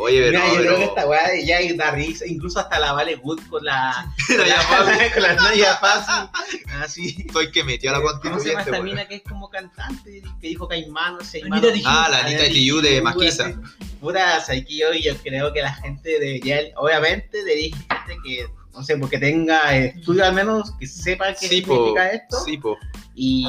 Speaker 3: Oye, pero.
Speaker 4: Mira, yo creo que esta
Speaker 3: pero-
Speaker 4: weá ya da risa, incluso hasta la Vale Wood con la.
Speaker 3: Mira, ya, Pablo,
Speaker 4: con la Naya Ah, Fácil. Así.
Speaker 3: Estoy que metió a la
Speaker 4: ¿Cómo se llama
Speaker 3: constituyente,
Speaker 4: esta
Speaker 3: weón.
Speaker 4: mina que es como cantante? Que dijo Caimán, no sé.
Speaker 2: Anita
Speaker 4: Caimán.
Speaker 2: Tijoux.
Speaker 3: Ah, la Anita Tijoux de
Speaker 4: Tijoux,
Speaker 3: Maquisa.
Speaker 4: así. Puta, Saikio, y yo creo que la gente debería, obviamente, debería gente que, no sé, porque tenga estudio al menos, que sepa qué
Speaker 3: Sí, po.
Speaker 4: significa esto
Speaker 3: Sí, po.
Speaker 4: y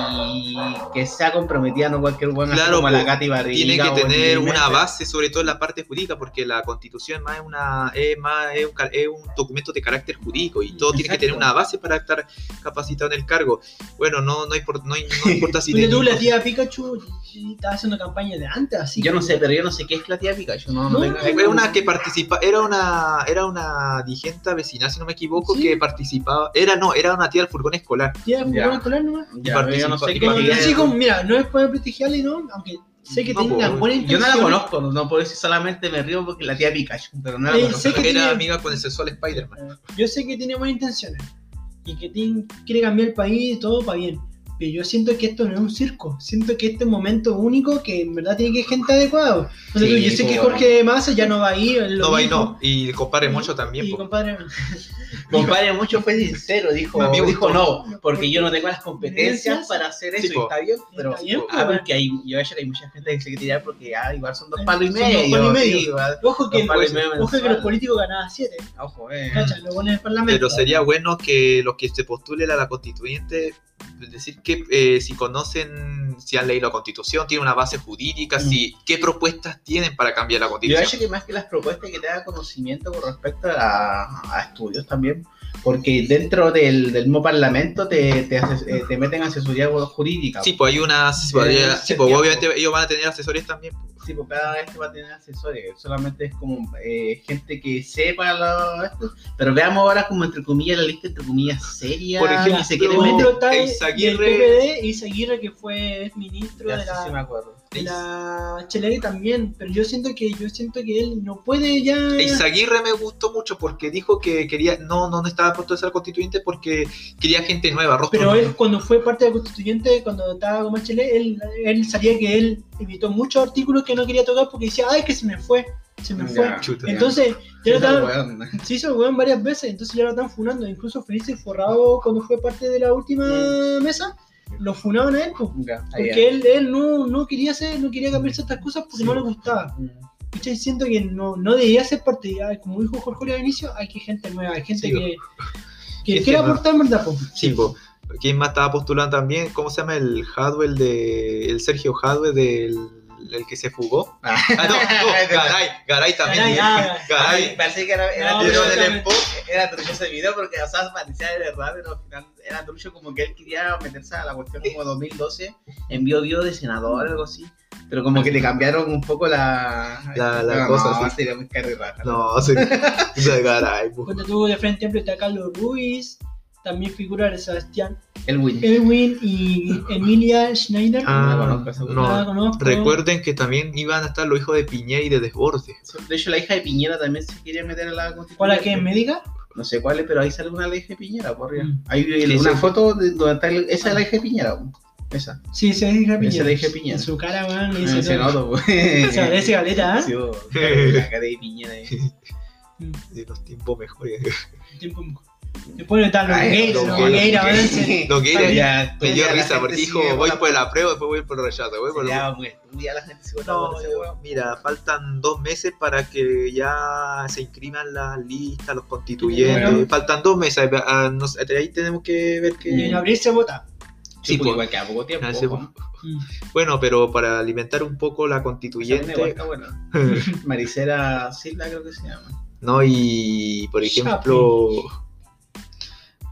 Speaker 4: que sea comprometida, no cualquier buena
Speaker 3: Claro,
Speaker 4: como
Speaker 3: po.
Speaker 4: la Katy Barriga.
Speaker 3: Tiene
Speaker 4: o
Speaker 3: que
Speaker 4: el
Speaker 3: tener
Speaker 4: Jimmy
Speaker 3: una
Speaker 4: Mendes.
Speaker 3: base, sobre todo en la parte jurídica, porque la constitución más es, una, es, más, es, un, car- es un documento de carácter jurídico y todo tiene que
Speaker 4: Exacto.
Speaker 3: tener una base para estar capacitado en el cargo. Bueno, no, no, impor- no, no importa si
Speaker 2: Ponte tú,
Speaker 3: tenés-
Speaker 2: la tía Pikachu y- y estaba haciendo campaña de antes, así
Speaker 4: Yo
Speaker 2: que-
Speaker 4: no sé, pero yo no sé qué es la tía Pikachu. No, no
Speaker 2: No,
Speaker 4: tengo-
Speaker 3: Era una que participaba, era una, era una dirigenta vecinal, si no me equivoco,
Speaker 2: Sí.
Speaker 3: que participaba, era no, era una tía del furgón escolar.
Speaker 2: Tía de
Speaker 4: Ya.
Speaker 2: fútbol escolar nomás.
Speaker 4: Ya, pero yo no sé
Speaker 3: Y
Speaker 4: qué
Speaker 2: No,
Speaker 3: participa-
Speaker 2: no
Speaker 4: es.
Speaker 2: sé cómo- mira, no es poder prestigiarle, ¿no? Aunque sé que
Speaker 3: No,
Speaker 2: tiene
Speaker 3: po,
Speaker 2: una buena
Speaker 4: Yo
Speaker 2: intención.
Speaker 4: no la conozco, no puedo decir solamente me río porque la tía Pikachu, pero no la
Speaker 2: Eh,
Speaker 4: conozco.
Speaker 2: sé que
Speaker 3: Era
Speaker 2: tiene-
Speaker 3: amiga con el sensual Spider-Man.
Speaker 2: Yo sé que tiene buenas intenciones y que tiene- quiere cambiar el país y todo para bien. Pero yo siento que esto no es un circo. Siento que este es un momento único que en verdad tiene que ir gente adecuada. O sea, tú,
Speaker 4: Sí,
Speaker 2: yo sé
Speaker 4: po.
Speaker 2: que Jorge Massa ya no va a ir. lo
Speaker 3: No, va y
Speaker 2: mismo.
Speaker 3: no. Y el compadre Mocho
Speaker 2: Y
Speaker 3: también. po.
Speaker 2: compadre,
Speaker 4: Compadre mucho fue sincero, dijo,
Speaker 3: A mí me
Speaker 4: dijo
Speaker 3: gustó.
Speaker 4: no, porque yo no tengo las competencias para hacer eso,
Speaker 3: Sí,
Speaker 4: y
Speaker 3: po.
Speaker 4: está bien, pero
Speaker 2: Está bien, po.
Speaker 4: a ver que hay, yo ayer hay mucha gente que se quiere tirar porque ah, igual son dos
Speaker 2: Son
Speaker 4: palos y
Speaker 2: dos
Speaker 4: medio.
Speaker 2: palos y
Speaker 4: sí,
Speaker 2: medio.
Speaker 4: igual.
Speaker 2: ojo que,
Speaker 4: Los padres medio
Speaker 2: ojo que
Speaker 4: mensuales.
Speaker 2: los políticos ganaban siete.
Speaker 4: Ojo, eh.
Speaker 2: Cacha, lo ponen en el parlamento.
Speaker 3: Pero sería bueno que los que se postulen a la constituyente, decir que eh, si conocen, si han leído la constitución, tienen una base jurídica,
Speaker 4: Mm.
Speaker 3: si, qué propuestas tienen para cambiar la
Speaker 4: Yo
Speaker 3: constitución.
Speaker 4: ayer que más que las propuestas que te haga conocimiento con respecto a, a estudios también, porque dentro del, del mismo parlamento te, te, ases- eh, te meten asesoría jurídica.
Speaker 3: Sí, pues hay unas.
Speaker 2: Eh,
Speaker 3: sí, pues
Speaker 4: tiempo.
Speaker 3: obviamente ellos van a tener asesores también. po.
Speaker 4: Sí, pues cada vez que va a tener asesores, solamente es como eh, gente que sepa lo- esto, pero veamos ahora como entre comillas la lista entre comillas seria.
Speaker 3: Por ejemplo,
Speaker 4: que se quiere
Speaker 2: Por
Speaker 4: meter.
Speaker 2: ejemplo, está el-
Speaker 3: Eizaguirre-
Speaker 2: del PPD, Isaguirre, que fue ministro
Speaker 4: Ya
Speaker 2: de
Speaker 4: sí, sí
Speaker 2: la,
Speaker 4: me acuerdo.
Speaker 2: de la Chilere también, pero yo siento que yo siento que él no puede ya.
Speaker 3: Izaguirre me gustó mucho porque dijo que quería, no, no, no estaba puesto a ser constituyente porque quería gente nueva, rostro
Speaker 2: Pero
Speaker 3: nuevo.
Speaker 2: él cuando fue parte de la constituyente, cuando estaba con Bachelet, él, él sabía que él evitó muchos artículos que no quería tocar porque decía, ay, que se me fue, se me fue.
Speaker 4: Ya.
Speaker 3: Chuta.
Speaker 2: Entonces,
Speaker 4: Sí,
Speaker 2: ya lo
Speaker 4: está
Speaker 2: estaban,
Speaker 4: weón, ¿no?
Speaker 2: se hizo el weón varias veces, entonces ya lo están funando. Incluso Felice Forrado, cuando fue parte de la última mesa, lo funaban a él, pues.
Speaker 4: Ah, Ya, está bien.
Speaker 2: Porque él, él no, no quería hacer, no quería cambiarse estas cosas porque
Speaker 4: Sí.
Speaker 2: no le gustaba. ¿Cachai? Siento que no, no debería ser parte, ya, como dijo Jorge al inicio, hay que gente nueva, hay gente
Speaker 3: Sí,
Speaker 2: que, que
Speaker 3: Gente
Speaker 2: quiere
Speaker 3: nueva.
Speaker 2: aportar en verdad. po.
Speaker 3: Sí, po. ¿Quién más estaba postulando también? ¿Cómo se llama el Hadwell de. el Sergio Hadwell del. el que se fugó?
Speaker 4: Ah.
Speaker 3: Ah, no, no, Garay, Garay también.
Speaker 2: Garay, ah,
Speaker 4: Ay,
Speaker 3: Garay.
Speaker 4: parece que era, era
Speaker 2: No,
Speaker 4: trucho
Speaker 2: pero
Speaker 4: del
Speaker 2: también-
Speaker 4: spot, era trucho ese video porque o sea, parecía de verdad, pero al final era trucho como que él quería meterse a la cuestión como 2012, envió Dio de senador o algo así, pero como que le cambiaron un poco la,
Speaker 3: La- la
Speaker 4: Pero
Speaker 3: cosa,
Speaker 4: no,
Speaker 3: sí.
Speaker 4: sería muy carrera.
Speaker 3: No, sí. O sea, Garay, po.
Speaker 2: Cuando tuvo de frente amplio está Carlos Ruiz, también figura de Sebastián
Speaker 4: El
Speaker 2: Eh,
Speaker 4: win.
Speaker 2: Elwin y Emilia Schneider.
Speaker 3: Ah,
Speaker 2: Nada,
Speaker 3: no.
Speaker 2: conozco.
Speaker 3: Recuerden que también iban a estar los hijos de Piñera y de Desborde.
Speaker 4: De hecho, la hija de Piñera también se quería meter a la constitución.
Speaker 2: ¿Cuál es que es médica?
Speaker 4: No sé cuál es, pero ahí sale una la hija de Piñera, por arriba.
Speaker 2: Mm.
Speaker 4: Hay
Speaker 3: Sí,
Speaker 4: una
Speaker 3: sí.
Speaker 4: foto de donde está el- esa es la hija de Piñera. Esa.
Speaker 2: Sí, se deja piña.
Speaker 4: Ese le dije piña.
Speaker 2: En su cara, weón, le
Speaker 4: Ah,
Speaker 2: dice
Speaker 4: Se
Speaker 2: todo.
Speaker 4: nota, güey.
Speaker 2: Se parece caleta, ¿eh?
Speaker 4: Sí, bo. La cara de eh. piña de-
Speaker 3: de los tiempos mejores.
Speaker 4: Pues
Speaker 2: Tiempo- Después no
Speaker 3: Ah,
Speaker 2: están los
Speaker 4: Ay,
Speaker 2: gays,
Speaker 3: los
Speaker 2: los
Speaker 3: gays,
Speaker 2: gays,
Speaker 4: los
Speaker 2: weón,
Speaker 4: gays.
Speaker 2: se-
Speaker 3: Lo que
Speaker 2: Ay,
Speaker 3: era,
Speaker 4: Ya,
Speaker 3: me dio
Speaker 4: ya la
Speaker 3: risa
Speaker 4: gente
Speaker 3: porque
Speaker 4: sigue
Speaker 3: dijo,
Speaker 4: con
Speaker 3: voy
Speaker 4: la-
Speaker 3: por la prueba, después voy por el rechazo, voy por el-
Speaker 4: Ya, güey, estudia la gente se
Speaker 2: No,
Speaker 4: vuelve
Speaker 2: ya,
Speaker 4: a
Speaker 2: weón.
Speaker 3: Mira, faltan dos meses para que ya se inscriban las listas, los constituyentes.
Speaker 2: Bueno.
Speaker 3: Faltan dos meses. ah, no sé, ahí tenemos que ver
Speaker 2: Y
Speaker 3: que.
Speaker 2: en abrirse vota.
Speaker 3: Sí,
Speaker 4: Sí,
Speaker 3: pues.
Speaker 4: pues igual queda poco tiempo.
Speaker 3: Ah, sí,
Speaker 4: ojo.
Speaker 3: pues. Bueno, pero para alimentar un poco la constituyente,
Speaker 4: Esa mina igual está buena. Maricela Silva creo que se llama.
Speaker 3: ¿no? Y, por ejemplo,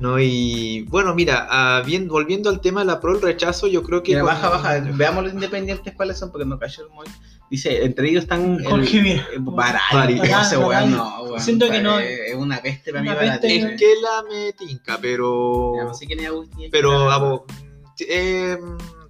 Speaker 3: ¿no? Y, bueno, mira, ah, bien, volviendo al tema de la pro, el rechazo, yo creo que...
Speaker 4: Mira,
Speaker 3: con-
Speaker 4: baja, baja. Veamos los independientes cuáles son porque no cayó muy. Dice, entre ellos están. el-
Speaker 2: Jorge, mira.
Speaker 4: el Baral.
Speaker 3: Baral,
Speaker 4: no sé,
Speaker 2: Baral.
Speaker 4: weón, no, weón.
Speaker 2: Siento que no.
Speaker 4: Es es una peste para mí,
Speaker 2: Una
Speaker 4: Baral.
Speaker 2: peste.
Speaker 4: eh.
Speaker 3: Es que la me tinca, pero...
Speaker 4: Ya, No sé quién es Agustín.
Speaker 3: Pero,
Speaker 4: Era-
Speaker 3: abo, eh,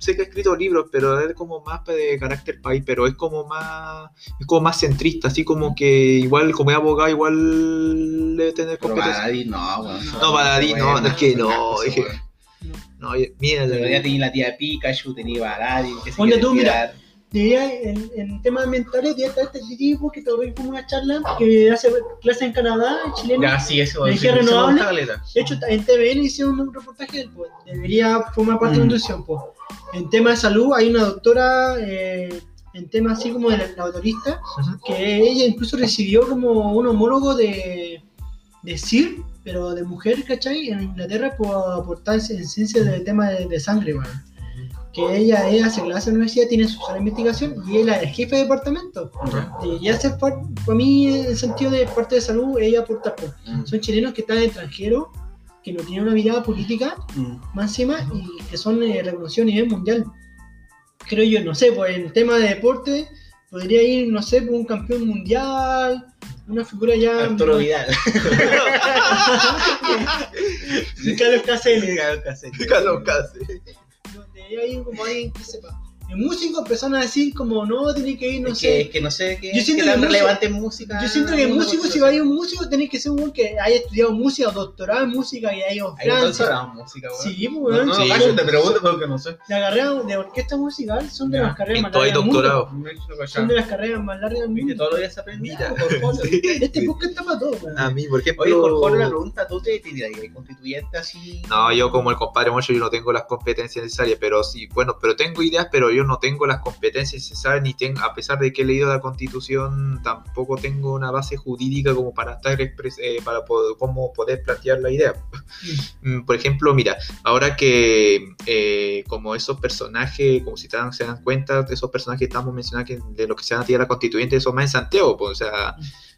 Speaker 3: sé que ha escrito libros, pero es como más de carácter país, pero es como más, es como más centrista, así como que igual como es abogado, igual debe tener
Speaker 4: Pero
Speaker 3: competencia.
Speaker 4: Baladí no, weón.
Speaker 3: No, Baladí no,
Speaker 4: weón,
Speaker 3: es que
Speaker 4: weón,
Speaker 3: no,
Speaker 4: ese
Speaker 3: es que-
Speaker 4: weón.
Speaker 3: No, oye, mira, la
Speaker 4: Pero ya tenía la tía Pikachu, tenía Baladí. que se
Speaker 2: Ponle
Speaker 4: quiere
Speaker 2: tú, mira.
Speaker 4: tirar.
Speaker 2: Diría, en, en temas ambientales, diría este tipo que todavía fue una charla que hace clases en Canadá, en chileno.
Speaker 4: Ya, sí, ese
Speaker 2: ¿Le
Speaker 4: weón.
Speaker 2: dije
Speaker 4: sí, ese weón
Speaker 2: renovable?
Speaker 4: está caleta.
Speaker 2: De hecho, en TVN hicieron un reportaje del pues, Debería formar parte de
Speaker 4: Mm.
Speaker 2: una inducción, pues. En tema de salud, hay una doctora, eh, en tema así como de la, la autorista,
Speaker 3: Ujú.
Speaker 2: que ella incluso recibió como un homólogo de, de CIR, pero de mujer, ¿cachai? En Inglaterra por aportarse en ciencia de tema de, de sangre, weón. Que ella, ella hace clase en la universidad, tiene su sala de investigación y ella es jefe de departamento. Debería ser, par- para mí, en el sentido de parte de salud, ella aporta, pues son chilenos que están en extranjero, que no tienen una mirada política
Speaker 4: Mm.
Speaker 2: más encima y que son eh, reconocidos a nivel mundial. Creo yo, no sé, pues en tema de deporte podría ir, no sé, por un campeón mundial, una figura ya...
Speaker 4: Arturo Vidal.
Speaker 2: Carlos Caselli.
Speaker 4: Carlos Caselli.
Speaker 3: Carlos Cáceres.
Speaker 2: Debería ir como alguien que sepa. En músico empezaron a decir como, no, tiene que ir, no
Speaker 4: Es Ah,
Speaker 2: sé...
Speaker 4: que, es que no sé qué
Speaker 2: Yo siento
Speaker 4: qué tan
Speaker 2: que música-
Speaker 4: relevante es música.
Speaker 2: Yo siento que
Speaker 4: no,
Speaker 2: músico,
Speaker 4: no
Speaker 2: si
Speaker 4: sé.
Speaker 2: va a ir un músico, tenés que ser un que haya estudiado música o doctorado en música y haya ido a
Speaker 4: Hay un
Speaker 2: Francia.
Speaker 4: doctorado en música, weón.
Speaker 2: Sí, pues,
Speaker 4: No,
Speaker 2: weón.
Speaker 4: no,
Speaker 3: Sí.
Speaker 4: cacho, te pregunto porque no sé.
Speaker 2: La carrera de orquesta musical son de
Speaker 4: Ya,
Speaker 2: las carreras
Speaker 3: En
Speaker 2: más
Speaker 3: todo hay
Speaker 2: largas del mundo.
Speaker 3: doctorado.
Speaker 2: Son de las carreras más largas del
Speaker 4: Viste,
Speaker 2: mundo.
Speaker 4: todos los días se aprende.
Speaker 3: Mira. Ah,
Speaker 4: algo, Jorge.
Speaker 2: Este podcast está para todo, weón.
Speaker 3: A mí, por ejemplo...
Speaker 4: Oye, por favor, la pregunta, ¿tú te tirarías de constituyente así?
Speaker 3: No, yo como el compadre Mocho, yo no tengo las competencias necesarias, pero sí, bueno, pero tengo ideas, pero yo no tengo las competencias necesarias, ni tengo, a pesar de que he leído la constitución, tampoco tengo una base jurídica como para estar expres- eh, para poder, como poder plantear la idea. Mm, Por ejemplo, mira, ahora que eh, como esos personajes, como si te dan- se dan cuenta, de esos personajes que estamos mencionando que de lo que se van a tirar la constituyente, son más en Santiago, pues, o sea,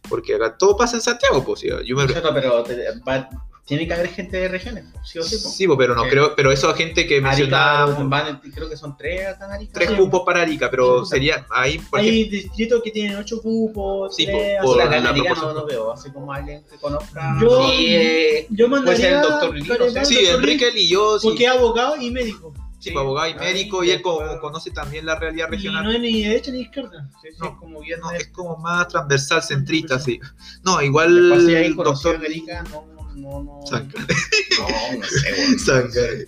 Speaker 3: porque acá todo pasa en Santiago, pues, yo me,
Speaker 4: Chato, pero te- va- tiene que haber gente de regiones, sí o sí. po.
Speaker 3: Sí, po, pero no
Speaker 4: Sí.
Speaker 3: creo, pero esa gente que
Speaker 4: Arica,
Speaker 3: mencionaba
Speaker 4: van- creo que son tres acá en Arica.
Speaker 3: tres
Speaker 2: Sí.
Speaker 3: cupos para Arica, pero sería ahí por ejemplo,
Speaker 2: Hay distritos que tienen ocho cupos,
Speaker 3: Sí,
Speaker 2: tres, así.
Speaker 4: La
Speaker 3: por- por- la
Speaker 4: Arica no,
Speaker 3: proporción.
Speaker 4: no veo, así como alguien que conozca.
Speaker 2: Yo-
Speaker 4: Sí, eh,
Speaker 2: Yo
Speaker 4: puede ser
Speaker 2: mandaría
Speaker 4: el doctor Lino,
Speaker 2: claro,
Speaker 4: sí.
Speaker 2: claro,
Speaker 3: sí,
Speaker 2: doctor
Speaker 3: Enrique él y yo,
Speaker 2: Lino,
Speaker 3: sí,
Speaker 2: porque es abogado y médico.
Speaker 3: sí, pues, abogado y
Speaker 4: Ahí
Speaker 3: médico, y él como
Speaker 4: después-
Speaker 3: conoce también la realidad
Speaker 2: Y
Speaker 3: regional.
Speaker 2: no es ni derecha ni izquierda.
Speaker 4: sí, sí,
Speaker 3: No.
Speaker 4: como bien
Speaker 3: No,
Speaker 4: de-
Speaker 3: es como más transversal, centrista, sí. No,
Speaker 4: Después,
Speaker 3: igual
Speaker 4: si hay conocido
Speaker 3: doctor
Speaker 4: en Arica, no, no, no.
Speaker 3: Sánchez.
Speaker 4: No, no sé, weón.
Speaker 3: Sánchez.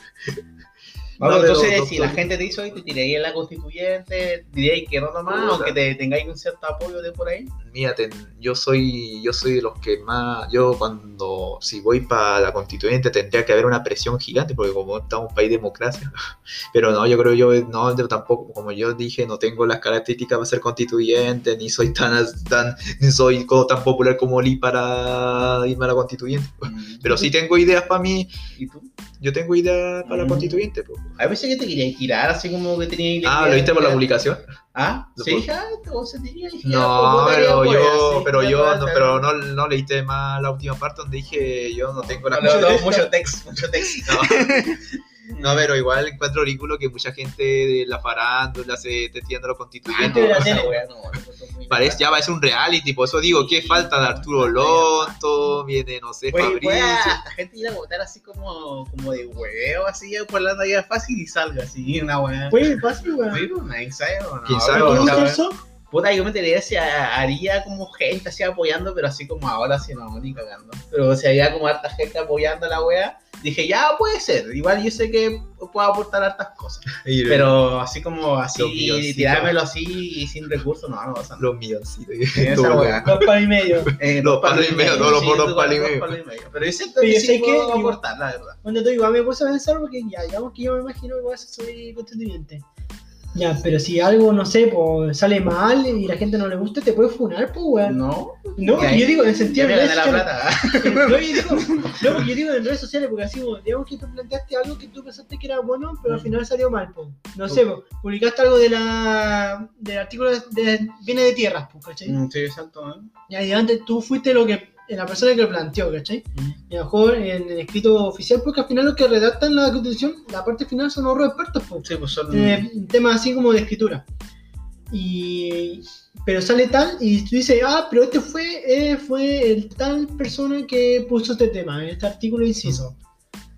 Speaker 4: No, pero
Speaker 3: No, pero,
Speaker 4: entonces,
Speaker 3: doctor-
Speaker 4: si la gente te hizo y te tiraría en la constituyente, diríais que no nomás,
Speaker 3: Puta.
Speaker 4: aunque te tengáis un cierto apoyo de por ahí.
Speaker 3: Mira, ten- yo soy yo soy de los que más yo cuando si voy para la constituyente tendría que haber una presión gigante porque como estamos un país democracia. Pero no, yo creo yo no yo tampoco como yo dije no tengo las características para ser constituyente ni soy tan tan ni soy co- tan popular como Lee para irme a la constituyente. Pero sí tengo ideas para mí,
Speaker 4: ¿Y tú?
Speaker 3: yo tengo ideas para la
Speaker 4: Mm.
Speaker 3: constituyente. po.
Speaker 4: A veces que te querías girar, así como que tenías la
Speaker 3: Ah,
Speaker 4: idea
Speaker 3: ¿lo viste por la
Speaker 4: de-
Speaker 3: publicación?
Speaker 4: Ah,
Speaker 3: ¿Lo
Speaker 4: sí,
Speaker 3: puedo?
Speaker 4: hija, entonces diría hija.
Speaker 3: No,
Speaker 4: pues, votaría
Speaker 3: pero
Speaker 4: por
Speaker 3: yo,
Speaker 4: ella,
Speaker 3: pero
Speaker 4: sí,
Speaker 3: yo,
Speaker 4: ya
Speaker 3: no,
Speaker 4: puede
Speaker 3: pero
Speaker 4: ser.
Speaker 3: no, no leíste más la última parte donde dije yo no tengo la
Speaker 4: No, no,
Speaker 2: Mucho
Speaker 4: mucho texto, mucho texto.
Speaker 3: No, pero igual encuentro ridículo que mucha gente de la farándula se esté tirando a los
Speaker 4: Ah,
Speaker 3: constituyentes.
Speaker 4: no,
Speaker 2: de la
Speaker 4: esa
Speaker 2: tele.
Speaker 4: wea no, eso es muy
Speaker 3: Parece, ya
Speaker 4: mal.
Speaker 3: parece un reality, por eso digo, ¿qué
Speaker 4: Sí,
Speaker 3: falta de Arturo Lonto? Viene, no sé,
Speaker 4: Güey,
Speaker 3: Fabricio.
Speaker 4: güey, la gente ir a votar así como, como de huevo, así, por la allá fácil y salga así, una weá.
Speaker 2: Fue fácil, weón.
Speaker 4: Güey, no, nadie sabe, no,
Speaker 3: ¿Quién
Speaker 4: no,
Speaker 3: sabe?
Speaker 4: no,
Speaker 2: ¿Tú,
Speaker 4: no, no.
Speaker 2: Celso?
Speaker 4: Puta, yo me tendría si ha- haría como gente así apoyando, pero así como ahora, si no, ni cagando. Pero si había como harta gente apoyando a la wea, dije, ya puede ser. Igual yo sé que puedo aportar hartas cosas.
Speaker 3: Y yo-
Speaker 4: Pero así como
Speaker 3: Los
Speaker 4: así,
Speaker 3: guioncitos.
Speaker 4: tirármelo así y sin recursos, no, no pasa nada.
Speaker 3: los milloncitos.
Speaker 4: Esa
Speaker 3: Todo,
Speaker 4: weá.
Speaker 2: Dos para y medio.
Speaker 4: Eh,
Speaker 3: Los palos y medio, todos los
Speaker 4: sí,
Speaker 3: bonos
Speaker 4: dos
Speaker 3: palos y medio.
Speaker 4: palos Pero yo siento
Speaker 2: Pero
Speaker 4: que
Speaker 2: yo
Speaker 4: sí
Speaker 2: sé que-
Speaker 4: puedo aportar, la verdad.
Speaker 2: Cuando te digo, a mí me puse a pensar porque ya, digamos que yo me imagino que voy a subir constituyente. Ya, pero si algo, no sé, po, sale mal y la gente no le gusta, te puede funar, pues, weón.
Speaker 4: No,
Speaker 2: No, porque yo digo, en el sentido
Speaker 4: me
Speaker 2: de redes
Speaker 4: gané la
Speaker 2: sociales.
Speaker 4: plata.
Speaker 2: No, yo digo, no, porque yo digo en redes sociales, porque así, po, digamos que tú planteaste algo que tú pensaste que era bueno, pero al final salió mal, po. No sé, po, publicaste algo de la, del artículo de, de- viene de tierras, po, ¿cachai?
Speaker 4: Mm, Sí, exacto. ¿eh?
Speaker 2: Ya, y antes tú fuiste lo que la persona que lo planteó, ¿cachai?
Speaker 4: Mm.
Speaker 2: Y a lo mejor en el escrito oficial, porque al final los que redactan la constitución, la parte final son otros expertos, po.
Speaker 4: Sí, pues son.
Speaker 2: Eh, temas así como de escritura. Y, pero sale tal y tú dices, ah, pero este fue, eh, fue el tal persona que puso este tema, este artículo inciso.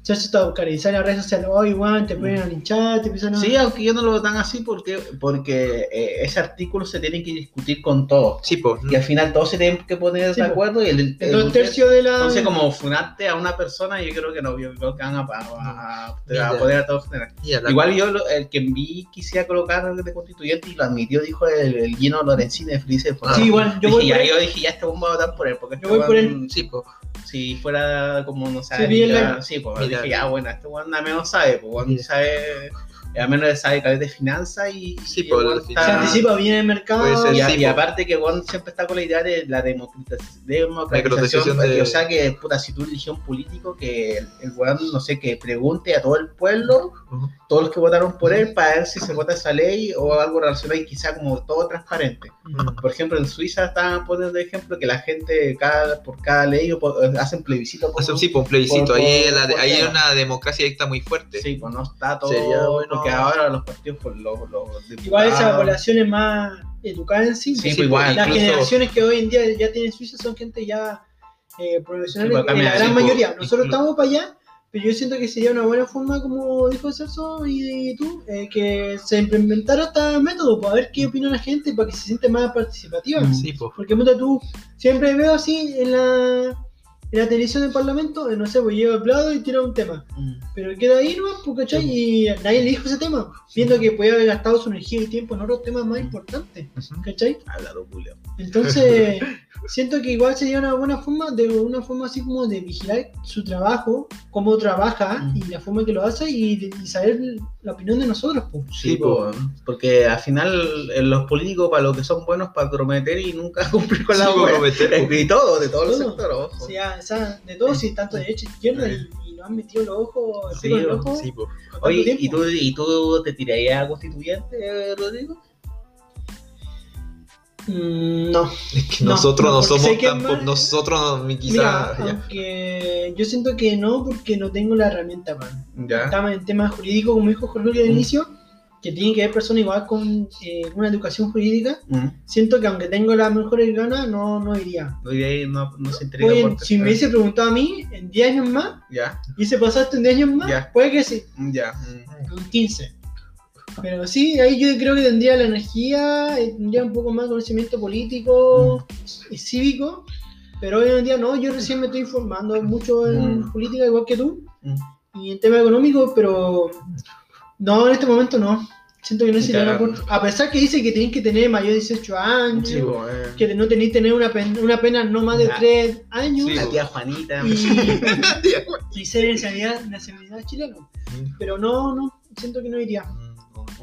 Speaker 2: Se hace esto a buscar y sale a redes sociales, oh, igual, te pueden a linchar, te empiezan a...
Speaker 4: Sí, aunque yo no lo veo tan así porque, porque eh, ese artículo se tiene que discutir con todos.
Speaker 3: Sí, pues.
Speaker 4: Y al final todos se tienen que poner
Speaker 2: Sí, pues.
Speaker 4: de
Speaker 2: po.
Speaker 4: acuerdo y el, el-
Speaker 2: El dos
Speaker 4: el-
Speaker 2: tercios de la...
Speaker 4: Entonces, como funarte a una persona, yo creo que no, yo creo que van a, a- a- te va a poder a todos funar.
Speaker 3: mm, y a la-
Speaker 4: Igual yo, lo- el que vi quisiera colocar de constituyente y lo admitió, dijo el, el Gino Lorenzini de Felices por
Speaker 2: Sí, igual, yo
Speaker 4: Dije,
Speaker 2: voy
Speaker 4: ya,
Speaker 2: por
Speaker 4: yo dije, ya este bombo va a votar por él. Porque este
Speaker 2: Yo voy por
Speaker 4: weón,
Speaker 3: Sí, pues.
Speaker 4: Si fuera como, no
Speaker 2: Sí,
Speaker 4: sabe.
Speaker 2: vi
Speaker 4: Sí,
Speaker 2: el live.
Speaker 4: sí pues
Speaker 3: Mira.
Speaker 4: dije, ya, bueno, este weón al menos sabe. Pues weón
Speaker 3: Mira.
Speaker 4: sabe, eh, al menos sabe que de finanzas y.
Speaker 3: Sí,
Speaker 4: y
Speaker 3: pues,
Speaker 4: weón
Speaker 3: al
Speaker 4: está-
Speaker 2: se
Speaker 3: final-
Speaker 2: anticipa bien el mercado.
Speaker 3: Puede ser,
Speaker 4: y,
Speaker 3: sí,
Speaker 4: y
Speaker 3: po.
Speaker 4: aparte que Juan siempre está con la idea de la democratiz- democratización,
Speaker 3: Democratización de-
Speaker 4: o sea que puta, si tú eliges un político que el, el weón, no sé, que pregunte a todo el pueblo,
Speaker 3: Ujú.
Speaker 4: todos los que votaron por él, para ver si se vota esa ley o algo relacionado y quizá como todo transparente. Por ejemplo, en Suiza están poniendo de ejemplo que la gente cada, por cada ley o por- hacen plebiscito. Por,
Speaker 3: Eso sí, pues un plebiscito.
Speaker 4: Por-
Speaker 3: ahí
Speaker 4: por-
Speaker 3: la-
Speaker 4: por
Speaker 3: ahí hay
Speaker 4: tema.
Speaker 3: una democracia directa muy fuerte.
Speaker 4: Sí, pues no está todo,
Speaker 3: Sería bueno-
Speaker 4: porque ahora los partidos, por los, los diputados...
Speaker 2: Igual esa población es más educada en sí.
Speaker 4: Ah. Sí,
Speaker 2: pues,
Speaker 4: pues, igual,
Speaker 2: Las
Speaker 3: incluso-
Speaker 2: generaciones que hoy en día ya tienen Suiza son gente ya eh, profesional,
Speaker 4: Sí, pues,
Speaker 2: en
Speaker 4: también,
Speaker 2: la
Speaker 4: sí,
Speaker 2: gran
Speaker 3: pues,
Speaker 2: mayoría. Nosotros
Speaker 3: inclu-
Speaker 2: estamos para allá, pero yo siento que sería una buena forma, como dijo Celso y, y tú, eh, que se implementara este método, para ver qué opina la gente, para que se siente más participativa.
Speaker 4: Mm.
Speaker 3: Sí, pues.
Speaker 2: Porque puta, tú siempre veo así en la, en la televisión del Parlamento, eh, no sé, pues lleva el plado y tira un tema.
Speaker 4: Mm.
Speaker 2: Pero queda ahí nomás, pues, ¿cachai? Y nadie le dijo ese tema, viendo que podía haber gastado su energía y tiempo en otros temas más importantes,
Speaker 3: Ujú.
Speaker 2: ¿cachai?
Speaker 4: Hablado, Julio.
Speaker 2: Entonces, siento que igual sería una buena forma, de una forma así como de vigilar su trabajo, cómo trabaja
Speaker 4: Mm.
Speaker 2: y la forma que lo hace y, y saber la opinión de nosotros, pues.
Speaker 4: Sí,
Speaker 3: Sí, po.
Speaker 4: po, porque al final eh, los políticos para lo que son buenos para prometer y nunca cumplir con
Speaker 3: Sí,
Speaker 4: la eh.
Speaker 3: pues,
Speaker 4: wea.
Speaker 3: prometer, pues.
Speaker 4: Y todo, de todos los
Speaker 2: Todo.
Speaker 4: sectores, ojo.
Speaker 2: O sea, esa- de todo, si tanto derecha, izquierda y, y nos han metido los ojos, el
Speaker 4: Sí,
Speaker 2: pico en el
Speaker 4: bueno,
Speaker 2: ojo.
Speaker 3: Sí, pues.
Speaker 2: por tanto
Speaker 4: Oye,
Speaker 2: tiempo.
Speaker 4: ¿y tú, ¿y tú te tirarías a constituyente, eh, Rodrigo?
Speaker 2: Mm, no.
Speaker 3: Es que
Speaker 2: No,
Speaker 3: nosotros no
Speaker 2: porque sé
Speaker 3: somos
Speaker 2: que es
Speaker 3: tan. po-
Speaker 2: más-
Speaker 3: Nosotros no-
Speaker 2: Mira,
Speaker 3: quizás. ya.
Speaker 2: aunque yo siento que no, porque no tengo la herramienta, man.
Speaker 4: Ya.
Speaker 2: Estamos en temas jurídicos, como dijo Jorge al
Speaker 4: Mm.
Speaker 2: inicio, que tiene que ver persona igual con eh, una educación jurídica.
Speaker 4: Mm.
Speaker 2: Siento que aunque tengo las mejores ganas, no, no iría.
Speaker 4: No, y ahí no, no se entrega
Speaker 2: Oye,
Speaker 4: por-
Speaker 2: si me hubiese preguntado a mí en 10 años más,
Speaker 4: Ya,
Speaker 2: y se pasaste en 10 años más,
Speaker 4: Ya.
Speaker 2: puede que sí,
Speaker 4: ya. Mm.
Speaker 2: en 15. Pero sí, ahí yo creo que tendría la energía, eh, tendría un poco más de conocimiento político
Speaker 4: Mm.
Speaker 2: y cívico, pero hoy en día no, yo recién me estoy informando mucho en
Speaker 4: Mm.
Speaker 2: política, igual que tú.
Speaker 4: Mm.
Speaker 2: y en tema económico, pero no, en este momento no. Siento que no sería
Speaker 4: Ya.
Speaker 2: la oportun- A pesar que dice que tenés que tener mayor de 18 años,
Speaker 4: Sí, po, eh.
Speaker 2: que no tenés que tener una, pen- una pena no más de
Speaker 4: Ya.
Speaker 2: 3 años
Speaker 3: Sí,
Speaker 4: La tía Juanita.
Speaker 2: y, y ser de nacionalidad, nacionalidad chileno. Pero no, no, siento que no iría.
Speaker 3: Mm,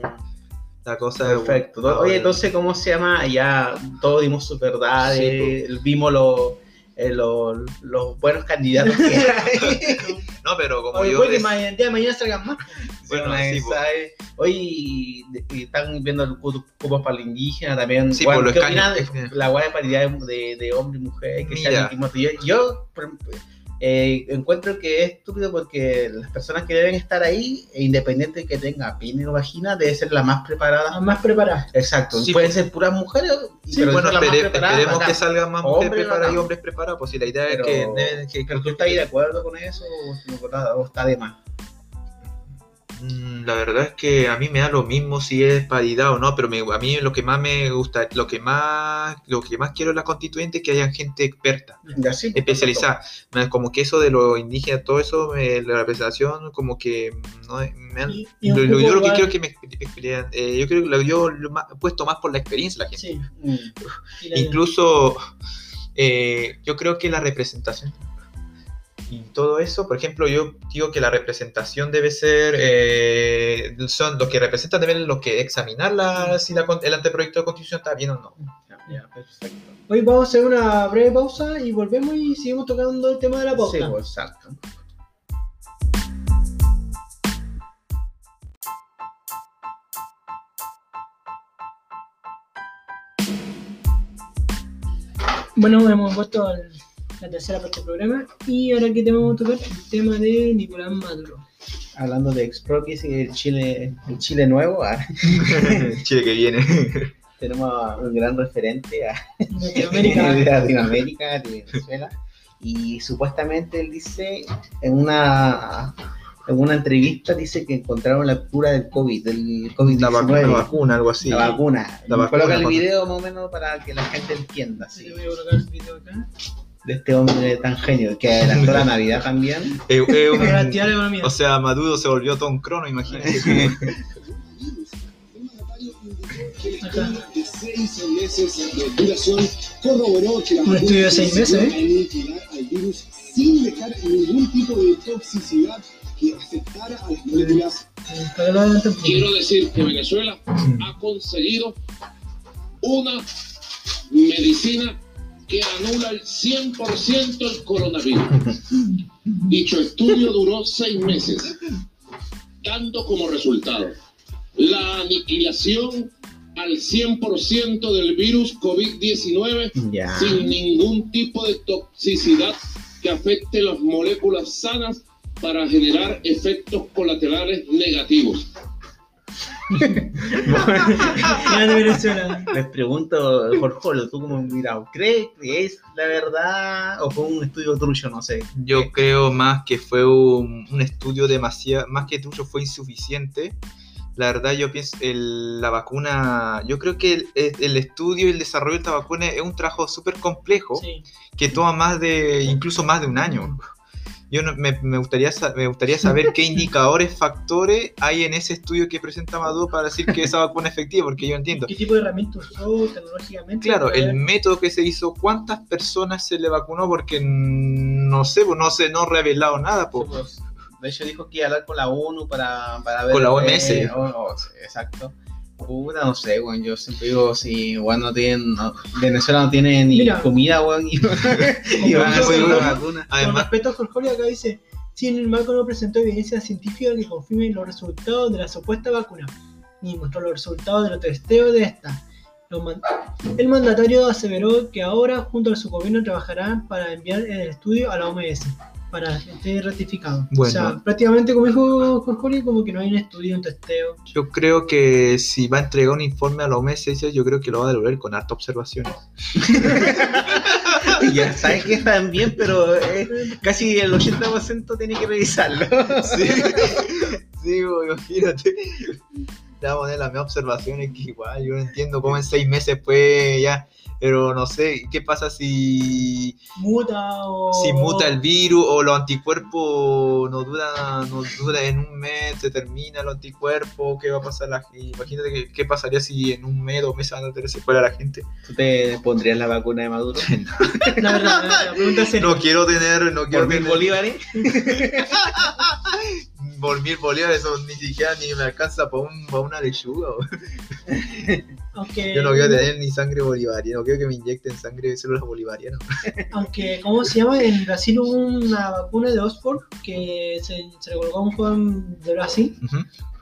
Speaker 3: La cosa es.
Speaker 4: Perfecto. Oye, entonces, ¿cómo se llama? Ya todos dimos sus verdades, vimos los, eh, los, los buenos candidatos que hay.
Speaker 3: No, pero como
Speaker 2: O
Speaker 3: yo.
Speaker 2: después que
Speaker 3: des-
Speaker 2: ma- el día de mañana salgan más.
Speaker 3: Bueno,
Speaker 4: Bueno,
Speaker 3: sí, po.
Speaker 4: Hoy están viendo el cu- cupos para la indígena también.
Speaker 3: Sí,
Speaker 4: Bueno,
Speaker 3: po, los
Speaker 4: ¿Qué
Speaker 3: escaños,
Speaker 4: opinan
Speaker 3: eh,
Speaker 4: de la guay de paridad de, de hombre y mujer? Que sea
Speaker 3: Mira.
Speaker 4: el mismo tío? Yo por- em, eh, encuentro que es estúpido porque las personas que deben estar ahí, e independiente de que tenga pene o vagina, debe ser la más preparada.
Speaker 2: Las más preparadas.
Speaker 4: Exacto.
Speaker 3: Sí,
Speaker 4: Pueden
Speaker 3: po.
Speaker 4: ser puras mujeres.
Speaker 2: Sí,
Speaker 4: pero
Speaker 3: bueno,
Speaker 4: son las pues, más
Speaker 3: espere-
Speaker 4: preparadas,
Speaker 3: esperemos
Speaker 4: bacán.
Speaker 3: que salgan más
Speaker 4: Hombre,
Speaker 3: mujeres preparadas y
Speaker 4: bacán.
Speaker 3: hombres preparados. Pues si la idea
Speaker 4: Pero-
Speaker 3: es que, deben- que-
Speaker 4: pues Pero tú estás ahí de acuerdo con eso o, o está de más.
Speaker 3: Mm, La verdad es que a mí me da lo mismo si es paridad o no, pero me- a mí lo que más me gusta, lo que más, lo que más quiero en las constituyentes es que haya gente experta,
Speaker 4: Ya sí, pues,
Speaker 3: especializada. Me- Como que eso de lo indígena, todo eso, me- la representación, como que mm, no es- me han-
Speaker 2: Y- y
Speaker 3: lo,
Speaker 2: un
Speaker 3: lo- yo
Speaker 2: poco
Speaker 3: lo que
Speaker 2: va-
Speaker 3: quiero que me expli- eh, yo creo que lo yo lo ma- puesto más por la experiencia de la gente.
Speaker 2: Sí.
Speaker 4: Mm.
Speaker 2: y la-
Speaker 3: Incluso eh, yo creo que la representación y todo eso, por ejemplo, yo digo que la representación debe ser, eh, son los que representan deben los que examinar la, si la con- el anteproyecto de constitución está bien o no.
Speaker 4: Ya, ya, perfecto.
Speaker 2: Hoy vamos a hacer una breve pausa y volvemos y seguimos tocando el tema de la pausa.
Speaker 4: Sí, pues, exacto.
Speaker 2: Bueno, hemos vuelto a la tercera parte del programa y ahora que te vamos a tocar el tema de Nicolás Maduro.
Speaker 4: Hablando de expropies y el Chile, el Chile nuevo, ah,
Speaker 3: Chile que viene.
Speaker 4: tenemos a un gran referente a de
Speaker 2: Latinoamérica.
Speaker 4: Latinoamérica, de Venezuela. Y supuestamente él dice, en una, en una entrevista, dice que encontraron la cura del COVID, del
Speaker 3: la vacuna, la
Speaker 4: COVID-19.
Speaker 3: vacuna, algo así.
Speaker 4: La vacuna.
Speaker 3: La vacuna
Speaker 4: Coloca el
Speaker 3: contra-
Speaker 4: video más o menos para que la gente entienda
Speaker 2: Sí,
Speaker 4: sí,
Speaker 2: le voy a colocar el video acá.
Speaker 4: de este hombre tan genio que adelantó la Navidad también.
Speaker 3: Eh, eh, un-
Speaker 2: Para activar la economía.
Speaker 3: o sea, Maduro se volvió Tom Crono, imagínate.
Speaker 5: de seis meses ¿eh? de duración corroboró que la
Speaker 2: Un estudio de seis meses, ¿eh?
Speaker 5: vacuna inoculará al virus sin dejar ningún tipo de toxicidad que afectara a las moléculas.
Speaker 2: Para que lo adelanten un poco.
Speaker 6: Quiero decir que Venezuela ha conseguido una medicina que anula el 100% el coronavirus. Dicho estudio duró seis meses, dando como resultado la aniquilación al 100% del virus COVID-19
Speaker 4: Ya.
Speaker 6: sin ningún tipo de toxicidad que afecte las moléculas sanas para generar efectos colaterales negativos.
Speaker 2: Ya de Venezuela.
Speaker 4: Les pregunto, Jorjolo, ¿tú como mirado? ¿Crees que es la verdad o fue un estudio trucho? No sé.
Speaker 3: Yo creo más que fue un, un estudio demasiado, más que tuyo fue insuficiente. La verdad yo pienso, el- la vacuna, yo creo que el, el- el estudio y el desarrollo de esta vacuna es un trabajo súper complejo
Speaker 2: Sí.
Speaker 3: que toma más de, incluso más de un año. Yo no- me, me gustaría, sa- me gustaría saber qué indicadores, factores hay en ese estudio que presenta Maduro para decir que esa vacuna es efectiva, porque yo entiendo.
Speaker 2: ¿Qué tipo de herramientas usó tecnológicamente?
Speaker 3: Claro,
Speaker 2: Para
Speaker 3: el
Speaker 2: ver-
Speaker 3: método que se hizo, cuántas personas se le vacunó, porque mm, no sé, pues, no se no ha revelado nada. pues.
Speaker 4: Pues, de hecho, dijo que iba a hablar con la ONU para, para ver.
Speaker 3: Con la OMS.
Speaker 4: eh, o- o- sí, exacto. Puta, no sé, weón. Yo siempre digo, si weón no tienen. no- Venezuela no tiene ni
Speaker 2: Mira.
Speaker 4: comida, weón. Y, y van a hacer una vacuna.
Speaker 2: Con
Speaker 3: Además,
Speaker 2: respecto a Jorge, acá dice: Sin embargo, no presentó evidencia científica que confirme los resultados de la supuesta vacuna, ni mostró los resultados de los testeos de esta. Los man- El mandatario aseveró que ahora, junto a su gobierno, trabajarán para enviar el estudio a la OMS para que esté ratificado. O
Speaker 3: Bueno.
Speaker 2: sea, prácticamente, como dijo Jorge, como que no hay un estudio, un testeo.
Speaker 3: yo creo que si va a entregar un informe a los meses, yo creo que lo va a devolver con harta observaciones.
Speaker 4: Y ya saben que están bien, pero eh, casi el 80% tiene que revisarlo.
Speaker 3: Sí, sí, bo, imagínate. Te voy a poner las mismas observaciones que igual, yo no entiendo cómo en seis meses pues ya, pero no sé, ¿qué pasa si,
Speaker 2: Muta o.
Speaker 3: si muta el virus o los anticuerpos no duran no dura en un mes, se termina el anticuerpo, qué va a pasar? La, imagínate que- qué pasaría si en un mes, dos meses van a tener secuela la gente.
Speaker 4: ¿Tú te pondrías la vacuna de Maduro?
Speaker 2: La verdad, la, la pregunta sería.
Speaker 3: No quiero tener, no quiero
Speaker 4: Por mil
Speaker 3: tener-
Speaker 4: bolívares.
Speaker 3: Por mil bolívares, eso ni siquiera ni me alcanza para un, pa' una lechuga. bo.
Speaker 2: aunque,
Speaker 3: Yo no quiero tener ni sangre bolivariana, no quiero que me inyecten sangre de células bolivarianas.
Speaker 2: Aunque, ¿cómo se llama? En Brasil hubo una vacuna de Oxford que se, se le colocó a un joven de Brasil
Speaker 3: Ujú.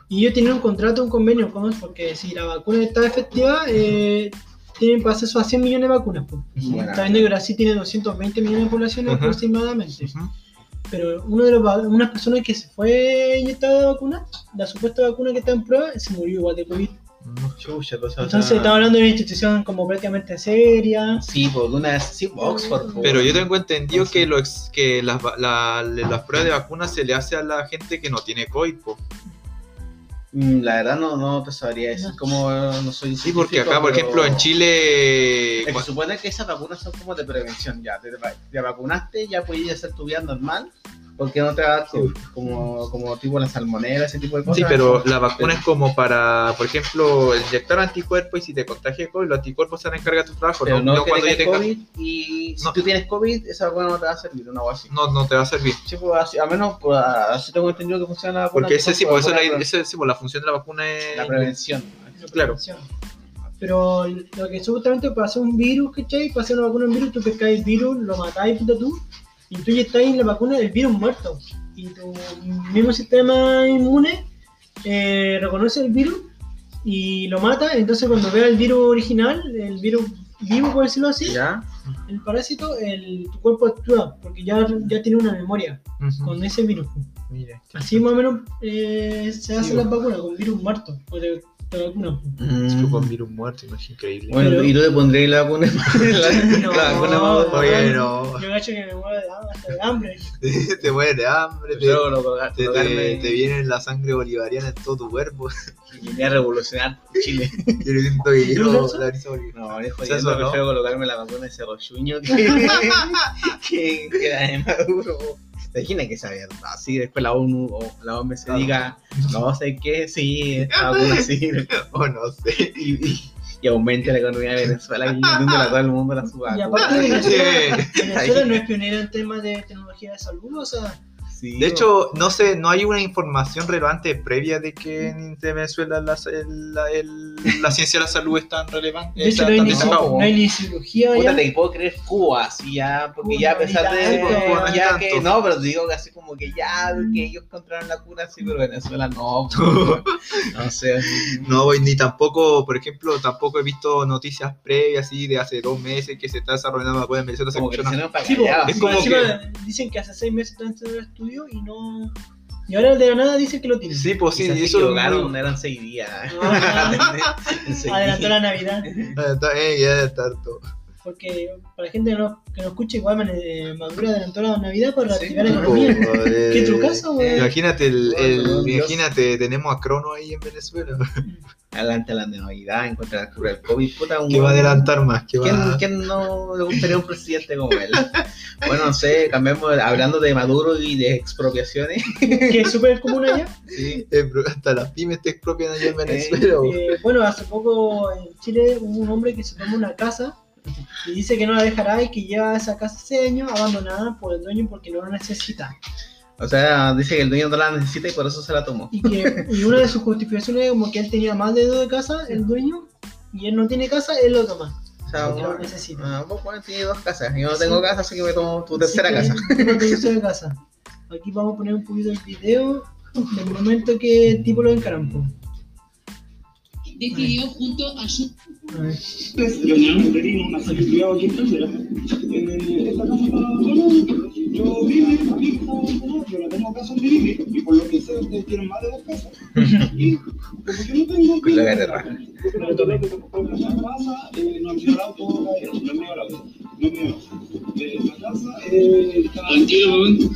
Speaker 2: y ellos tienen un contrato, un convenio con Oxford que si la vacuna está efectiva, eh, tienen acceso a 100 millones de vacunas. pues.
Speaker 4: Bueno,
Speaker 2: Sabiendo que Brasil tiene 220 millones de población
Speaker 3: Ujú.
Speaker 2: aproximadamente.
Speaker 3: Ujú.
Speaker 2: Pero uno de los, va- unas personas que se fue inyectada de vacuna, la supuesta vacuna que está en prueba, se murió igual de COVID.
Speaker 3: Mm,
Speaker 4: chucha, pues, o sea-
Speaker 2: Entonces estaba hablando de una institución como prácticamente seria.
Speaker 4: Sí, por una sí, por Oxford. por-
Speaker 3: Pero yo tengo entendido que, lo ex- que las, va- la- le- las pruebas de vacunas se le hace a la gente que no tiene COVID, po.
Speaker 4: Mm, La verdad no, no te sabría decir cómo no soy
Speaker 3: Sí, porque acá, por ejemplo, en Chile.
Speaker 4: Se supone que esas vacunas son como de prevención ya. Te, te vacunaste, ya puedes hacer tu vida normal. Porque no te va a dar COVID, como, como tipo la salmonera, ese tipo de cosas.
Speaker 3: Sí, pero la vacuna es como para, por ejemplo, inyectar anticuerpos y si te contagias COVID, los anticuerpos se van a encargar de tu trabajo.
Speaker 4: Pero no, que
Speaker 3: cuando ya
Speaker 4: tengas
Speaker 3: tengas-
Speaker 4: COVID y si
Speaker 3: No.
Speaker 4: tú tienes COVID, esa vacuna no te va a servir, una cosa así.
Speaker 3: no, no te va a servir.
Speaker 4: Sí, pues, así- a menos, pues, así tengo entendido que funciona la vacuna.
Speaker 3: Porque ese
Speaker 4: entonces,
Speaker 3: sí, por eso
Speaker 4: la,
Speaker 3: la, ese sí, pues, la función de la vacuna es.
Speaker 4: la prevención.
Speaker 3: Claro.
Speaker 2: Pero lo que supuestamente para hacer un virus, ¿cachai? Para hacer una vacuna de un virus, tú pescáis el virus, lo matáis, punto tú, y tú inyectáis en la vacuna del virus muerto. Y tu mismo sistema inmune eh, reconoce el virus y lo mata. Entonces, cuando vea el virus original, el virus vivo, por decirlo así,
Speaker 4: ¿Ya?
Speaker 2: el parásito, el, tu cuerpo actúa, porque ya, ya tiene una memoria
Speaker 3: Ujú.
Speaker 2: con ese virus.
Speaker 3: Mira, este-
Speaker 2: Así más o menos eh, se hacen
Speaker 4: Sí,
Speaker 2: las vacunas con virus muerto. O te, te vacunan.
Speaker 3: Esto
Speaker 4: pues,
Speaker 3: con virus muerto, imagínate, increíble.
Speaker 4: Mm. Bueno,
Speaker 2: Pero-
Speaker 4: y tú te pondrías la vacuna. la,
Speaker 2: No.
Speaker 4: la vacuna más
Speaker 2: Oye,
Speaker 4: bueno.
Speaker 3: no.
Speaker 2: Yo cacho que me muero de hambre, hasta de hambre.
Speaker 3: te mueres de hambre, te,
Speaker 4: Yo lo colgar-
Speaker 3: te- te-
Speaker 4: colgarme
Speaker 3: te viene la sangre bolivariana en todo tu cuerpo.
Speaker 4: y venía a revolucionar Chile.
Speaker 3: Yo lo siento que yo
Speaker 2: ¿Tú, Celso?
Speaker 3: la brisa boliviana.
Speaker 4: No, es
Speaker 3: Eso
Speaker 4: jodiendo,
Speaker 3: no.
Speaker 4: prefiero colocarme la vacuna de cerrochuño que, que, que la de Maduro. ¿Te imaginas que esa verdad? Así después la ONU o la OMS
Speaker 3: Claro.
Speaker 4: diga, no sé qué, sí, esta vacuna sirve.
Speaker 3: Oh, no sé.
Speaker 4: Y, y, y aumente la economía de Venezuela y la todo el mundo la suba.
Speaker 2: Y aparte Venezuela, Venezuela
Speaker 4: Ahí.
Speaker 2: no es pionera en temas de tecnología de salud, o sea,
Speaker 4: Sí,
Speaker 3: De hecho, no sé, no hay una información relevante previa de que en Venezuela la, el- la- el- la ciencia de la salud es tan relevante.
Speaker 2: de hecho
Speaker 3: está
Speaker 2: no hay,
Speaker 3: tan
Speaker 2: ni,
Speaker 3: destacado.
Speaker 2: no hay ni cirugía
Speaker 4: Puta,
Speaker 2: ya.
Speaker 4: te puedo creer Cuba, así ya, porque
Speaker 2: Cuba,
Speaker 4: ya a pesar de.
Speaker 2: ni tanto, Mm.
Speaker 3: Cuba, ni
Speaker 4: ya
Speaker 3: tanto.
Speaker 4: que, no, pero te digo que así como que ya, que ellos encontraron la cura, sí, pero Venezuela no. pues, no sé. así.
Speaker 3: No, voy ni tampoco, por ejemplo, tampoco he visto noticias previas así de hace dos meses que se está desarrollando una vacuna en Venezuela. se
Speaker 4: Como que
Speaker 3: escuchó
Speaker 4: se
Speaker 3: una-
Speaker 4: nos para
Speaker 2: Sí, po,
Speaker 4: allá,
Speaker 3: es
Speaker 2: y
Speaker 3: como
Speaker 2: encima
Speaker 3: que-
Speaker 2: dicen que hace seis meses están haciendo el estudio y no. Y ahora de la nada dicen que lo tienen.
Speaker 3: Sí, pues sí,
Speaker 4: Quizás se
Speaker 3: eso es
Speaker 4: equivocaron,
Speaker 3: muy-
Speaker 4: eran seis días.
Speaker 2: Ah,
Speaker 4: En seis
Speaker 2: Adelantó
Speaker 4: días.
Speaker 2: la Navidad.
Speaker 3: Ah, está- eh, ya está harto.
Speaker 2: Porque para la gente que no, que no escucha, igual man- eh, Maduro adelantó la Navidad para
Speaker 4: Sí,
Speaker 2: reactivar la
Speaker 4: po.
Speaker 2: economía.
Speaker 3: Joder.
Speaker 2: ¿Qué trucazo, güey?
Speaker 3: eh, Imagínate, el, el-
Speaker 4: Bueno, Dios.
Speaker 3: imagínate, tenemos a Crono ahí en Venezuela.
Speaker 4: Adelante la Navidad, encuentra la cura del COVID, puta, un
Speaker 3: ¿Qué va a adelantar más? ¿Qué va
Speaker 4: ¿Quién,
Speaker 3: a-
Speaker 4: quién no le gustaría un presidente como él? Bueno, no sé, cambiamos, hablando de Maduro y de expropiaciones.
Speaker 2: que es súper común allá.
Speaker 4: Sí.
Speaker 3: Eh, bro, hasta las pymes te expropian allá en Venezuela. güey.
Speaker 2: Eh, bueno, hace poco en Chile hubo un hombre que se tomó una casa y dice que no la dejará y que lleva esa casa hace años abandonada por el dueño porque no la necesita.
Speaker 4: O sea, dice que el dueño no la necesita y por eso se la tomó.
Speaker 2: Y que y una de sus justificaciones es como que él tenía más de dos casas, el dueño, y él no tiene casa, él lo toma.
Speaker 4: O sea,
Speaker 2: porque lo
Speaker 4: bueno,
Speaker 2: necesita.
Speaker 4: ah, vos bueno, tienes dos casas. Yo no tengo
Speaker 2: Ah, Sí.
Speaker 4: casa, así que me tomo tu tercera
Speaker 2: Así
Speaker 4: casa.
Speaker 2: que no te uso de casa. Aquí vamos a poner un poquito el video del momento que el tipo lo encarampo.
Speaker 7: decidió Este junto a su
Speaker 2: A ver.
Speaker 5: Yo soy interino, nací y criado aquí en Venezuela. En el- esta casa está abandonada. Yo vine, vine que está abandonada. Yo la tengo acá donde vine. Y por lo que sé, ustedes tienen más de dos casas. Y como yo no tengo.
Speaker 4: Con la cara de raja.
Speaker 5: Yo creo que tengo que comprar una casa, eh, no alquilar auto, eh, no es mío el auto, no es mío. Eh, la casa eh, está.
Speaker 6: Tranquilo, weón.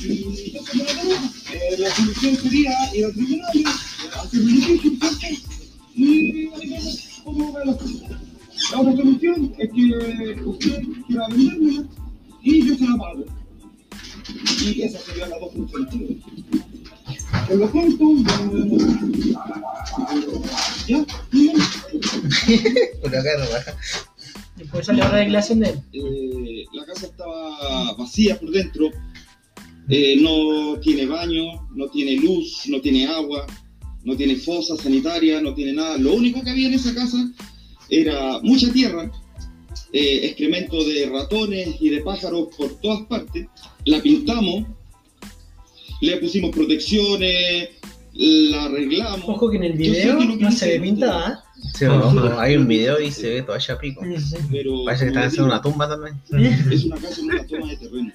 Speaker 5: Y eso me lo tomo. Eh, la solución sería ir al tribunal, eh, hacer un litigio importante y alegrar cómo va la cosa. La otra solución es que usted quiera venderme y yo se la pago. Y esa sería la dos funciones. Por lo pronto, ya, ya,
Speaker 4: Con la cara de raja.
Speaker 2: Después sale la declaración de él.
Speaker 5: eh, la casa estaba vacía por dentro, eh, no tiene baño, no tiene luz, no tiene agua, no tiene fosa sanitaria, no tiene nada. Lo único que había en esa casa era mucha tierra, eh, excremento de ratones y de pájaros por todas partes. La pintamos, le pusimos protecciones, la arreglamos.
Speaker 2: Ojo que en el video no se le pinta, ¿ah?
Speaker 4: Sí, no, no, hay un video y se ve todo allá pico.
Speaker 5: pero
Speaker 4: Parece que
Speaker 5: como
Speaker 4: están haciendo
Speaker 5: digo,
Speaker 4: una tumba también.
Speaker 2: eh,
Speaker 5: es una casa en una toma de terreno.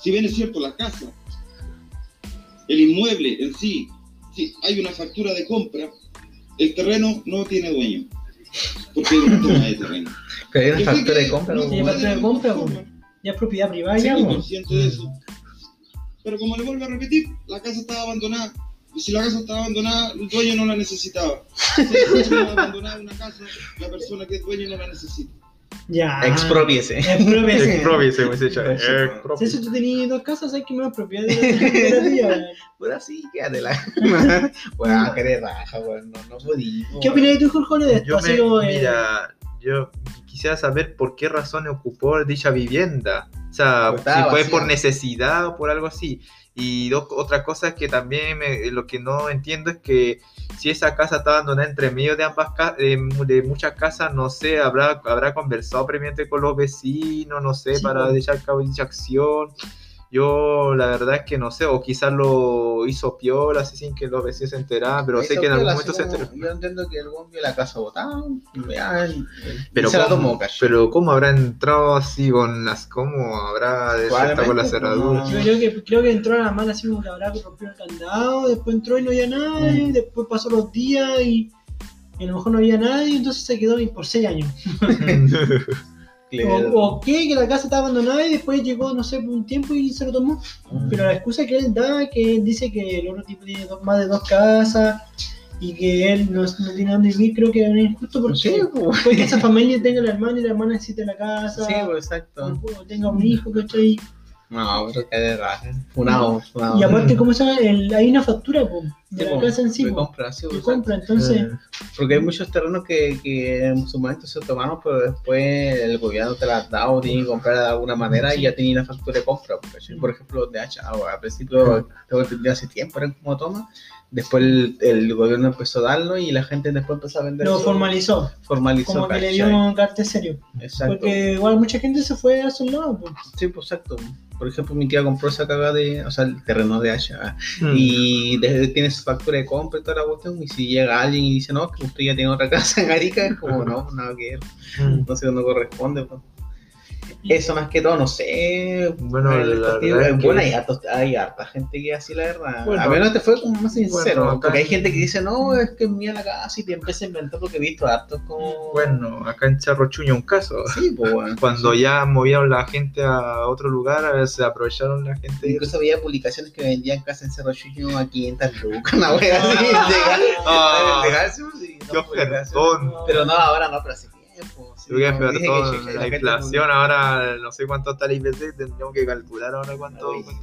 Speaker 5: Si bien es cierto, la casa, el inmueble en sí, sí, hay una factura de compra, el terreno no tiene dueño, porque es una toma de terreno.
Speaker 4: Pero hay una factura de compra.
Speaker 5: No
Speaker 4: ¿no?
Speaker 2: Tiene factura de compra, po. Ya es propiedad privada,
Speaker 5: Sí,
Speaker 2: ya, po.
Speaker 5: consciente de eso. Pero como le vuelvo a repetir, la casa estaba abandonada. Y si la casa estaba abandonada, el dueño no la necesitaba. Si la persona abandonada una casa, la persona que es dueño no la necesita.
Speaker 2: Ya.
Speaker 4: Expropiese.
Speaker 3: É
Speaker 2: Expropiese.
Speaker 3: Expropiese, me dice
Speaker 4: Sí.
Speaker 2: Si eso tú tenías dos casas, hay que me apropiar de la de la tuya.
Speaker 4: Pues así, quédatela. Weón, ah, que de raja, weón. No, no podí.
Speaker 2: ¿Qué
Speaker 4: weón.
Speaker 2: opinas de tú, Jorge, de esto?
Speaker 3: Yo
Speaker 2: Así
Speaker 3: me-
Speaker 2: como, eh,
Speaker 3: mira, yo quisiera saber por qué razón ocupó dicha vivienda. O sea,
Speaker 4: Porque Pues estaba
Speaker 3: si fue
Speaker 4: vacía.
Speaker 3: por necesidad o por algo así. Y dos, otra cosa que también me- eh, lo que no entiendo es que si esa casa está abandonada entre medio de ambas ca- de, mu- de muchas casas, no sé, habrá, habrá conversado previamente con los vecinos, no sé,
Speaker 2: Sí,
Speaker 3: para
Speaker 2: pues.
Speaker 3: echar a cabo dicha acción. Yo la verdad es que no sé, o quizás lo hizo piola, así sin que los vecinos se enteraran, pero sé
Speaker 4: Eso
Speaker 3: que en algún
Speaker 4: viola,
Speaker 3: momento
Speaker 4: así
Speaker 3: se
Speaker 4: como-
Speaker 3: enteraron.
Speaker 4: Yo entiendo que el weón vio la casa botada. ya,
Speaker 2: Oh,
Speaker 4: y- y
Speaker 3: Pero
Speaker 4: se la tomó,
Speaker 3: ¿cómo,
Speaker 4: cacho.
Speaker 3: pero ¿cómo habrá entrado así con las... ¿Cómo habrá desertado con la
Speaker 4: Probablemente,
Speaker 3: cerradura?
Speaker 4: no.
Speaker 2: Yo creo que, creo que entró a la mala así como que habrá rompió el candado, después entró y no había nadie, después pasó los días y, y a lo mejor no había nadie, entonces se quedó ahí por seis años. oh.
Speaker 4: Claro.
Speaker 2: O, o qué, que la casa estaba abandonada y después llegó, no sé, por un tiempo y se lo tomó.
Speaker 4: Mm.
Speaker 2: Pero la excusa que él da, que él dice que el otro tipo tiene dos- más de dos casas y que él no, no tiene dónde vivir, creo que es injusto porque
Speaker 4: Sí, pues.
Speaker 2: puede que esa familia tenga la hermana y la hermana necesita la casa.
Speaker 4: Sí, pues, exacto.
Speaker 2: o tenga un hijo, ¿cachai?
Speaker 4: No, pero que de raja. Funado, funado.
Speaker 2: Y aparte, ¿cómo se llama? El- hay una factura po, de la
Speaker 4: Ah, po,
Speaker 2: casa en sí, pues,
Speaker 4: de
Speaker 2: po,
Speaker 4: compra, Eh, sí,
Speaker 2: de
Speaker 4: exacto.
Speaker 2: compra, entonces.
Speaker 4: Porque hay muchos terrenos que, que en su momento se tomaron, pero después el gobierno te las da o tiene que comprar de alguna manera y ya tenía la factura de compra. pues, ¿cachai? Por ejemplo, de H, al principio, tengo entendido hace tiempo, eran como toma. Después el, el gobierno empezó a darlo y la gente después empezó a vender.
Speaker 2: Lo
Speaker 4: eso.
Speaker 2: formalizó,
Speaker 4: Formalizó,
Speaker 2: como que le
Speaker 4: ¿cachai?
Speaker 2: dio un cartel serio.
Speaker 4: Exacto.
Speaker 2: Porque igual mucha gente se fue a su lado. po.
Speaker 4: Sí, pues exacto. Por ejemplo, mi tía compró esa cagada de, o sea, el terreno de H.
Speaker 3: Mm.
Speaker 4: Y desde tiene su factura de compra y toda la cuestión. Y si llega alguien y dice, no, que usted ya tiene otra casa en Arica, es como, no, pues, nada que ver. Entonces no corresponde. pues. Eso más que todo, no sé.
Speaker 3: Bueno,
Speaker 4: el
Speaker 3: la
Speaker 4: partido-
Speaker 3: verdad es que-
Speaker 4: bueno, hay, hartos- hay harta gente que así, la verdad.
Speaker 3: Bueno.
Speaker 4: a menos te fue como más sincero.
Speaker 3: Bueno, acá-
Speaker 4: porque hay gente que dice, no, es que es mía la casa y te empieza a inventar porque he visto hartos como.
Speaker 3: Bueno, acá en Charrochuño un caso.
Speaker 4: Sí, pues bueno.
Speaker 3: Cuando ya movieron la gente a otro lugar, a ver, se aprovecharon la gente.
Speaker 4: Incluso había publicaciones que vendían casa en Cerro Chuño a 500 lucas, una wea así. legal.
Speaker 3: Ah.
Speaker 4: Legal, sí, sí,
Speaker 3: ¡Qué
Speaker 4: no, publicaciones.
Speaker 3: ofertón!
Speaker 4: Pero no, ahora no, pero hace tiempo. sí,
Speaker 3: Yo creo que
Speaker 4: no,
Speaker 3: es peor
Speaker 4: dije
Speaker 3: todo,
Speaker 4: que sí, que
Speaker 3: la
Speaker 4: gente
Speaker 3: inflación ahora, no sé cuánto está el IPC, tendríamos que calcular ahora
Speaker 4: no-
Speaker 3: cuánto.
Speaker 4: no, bueno.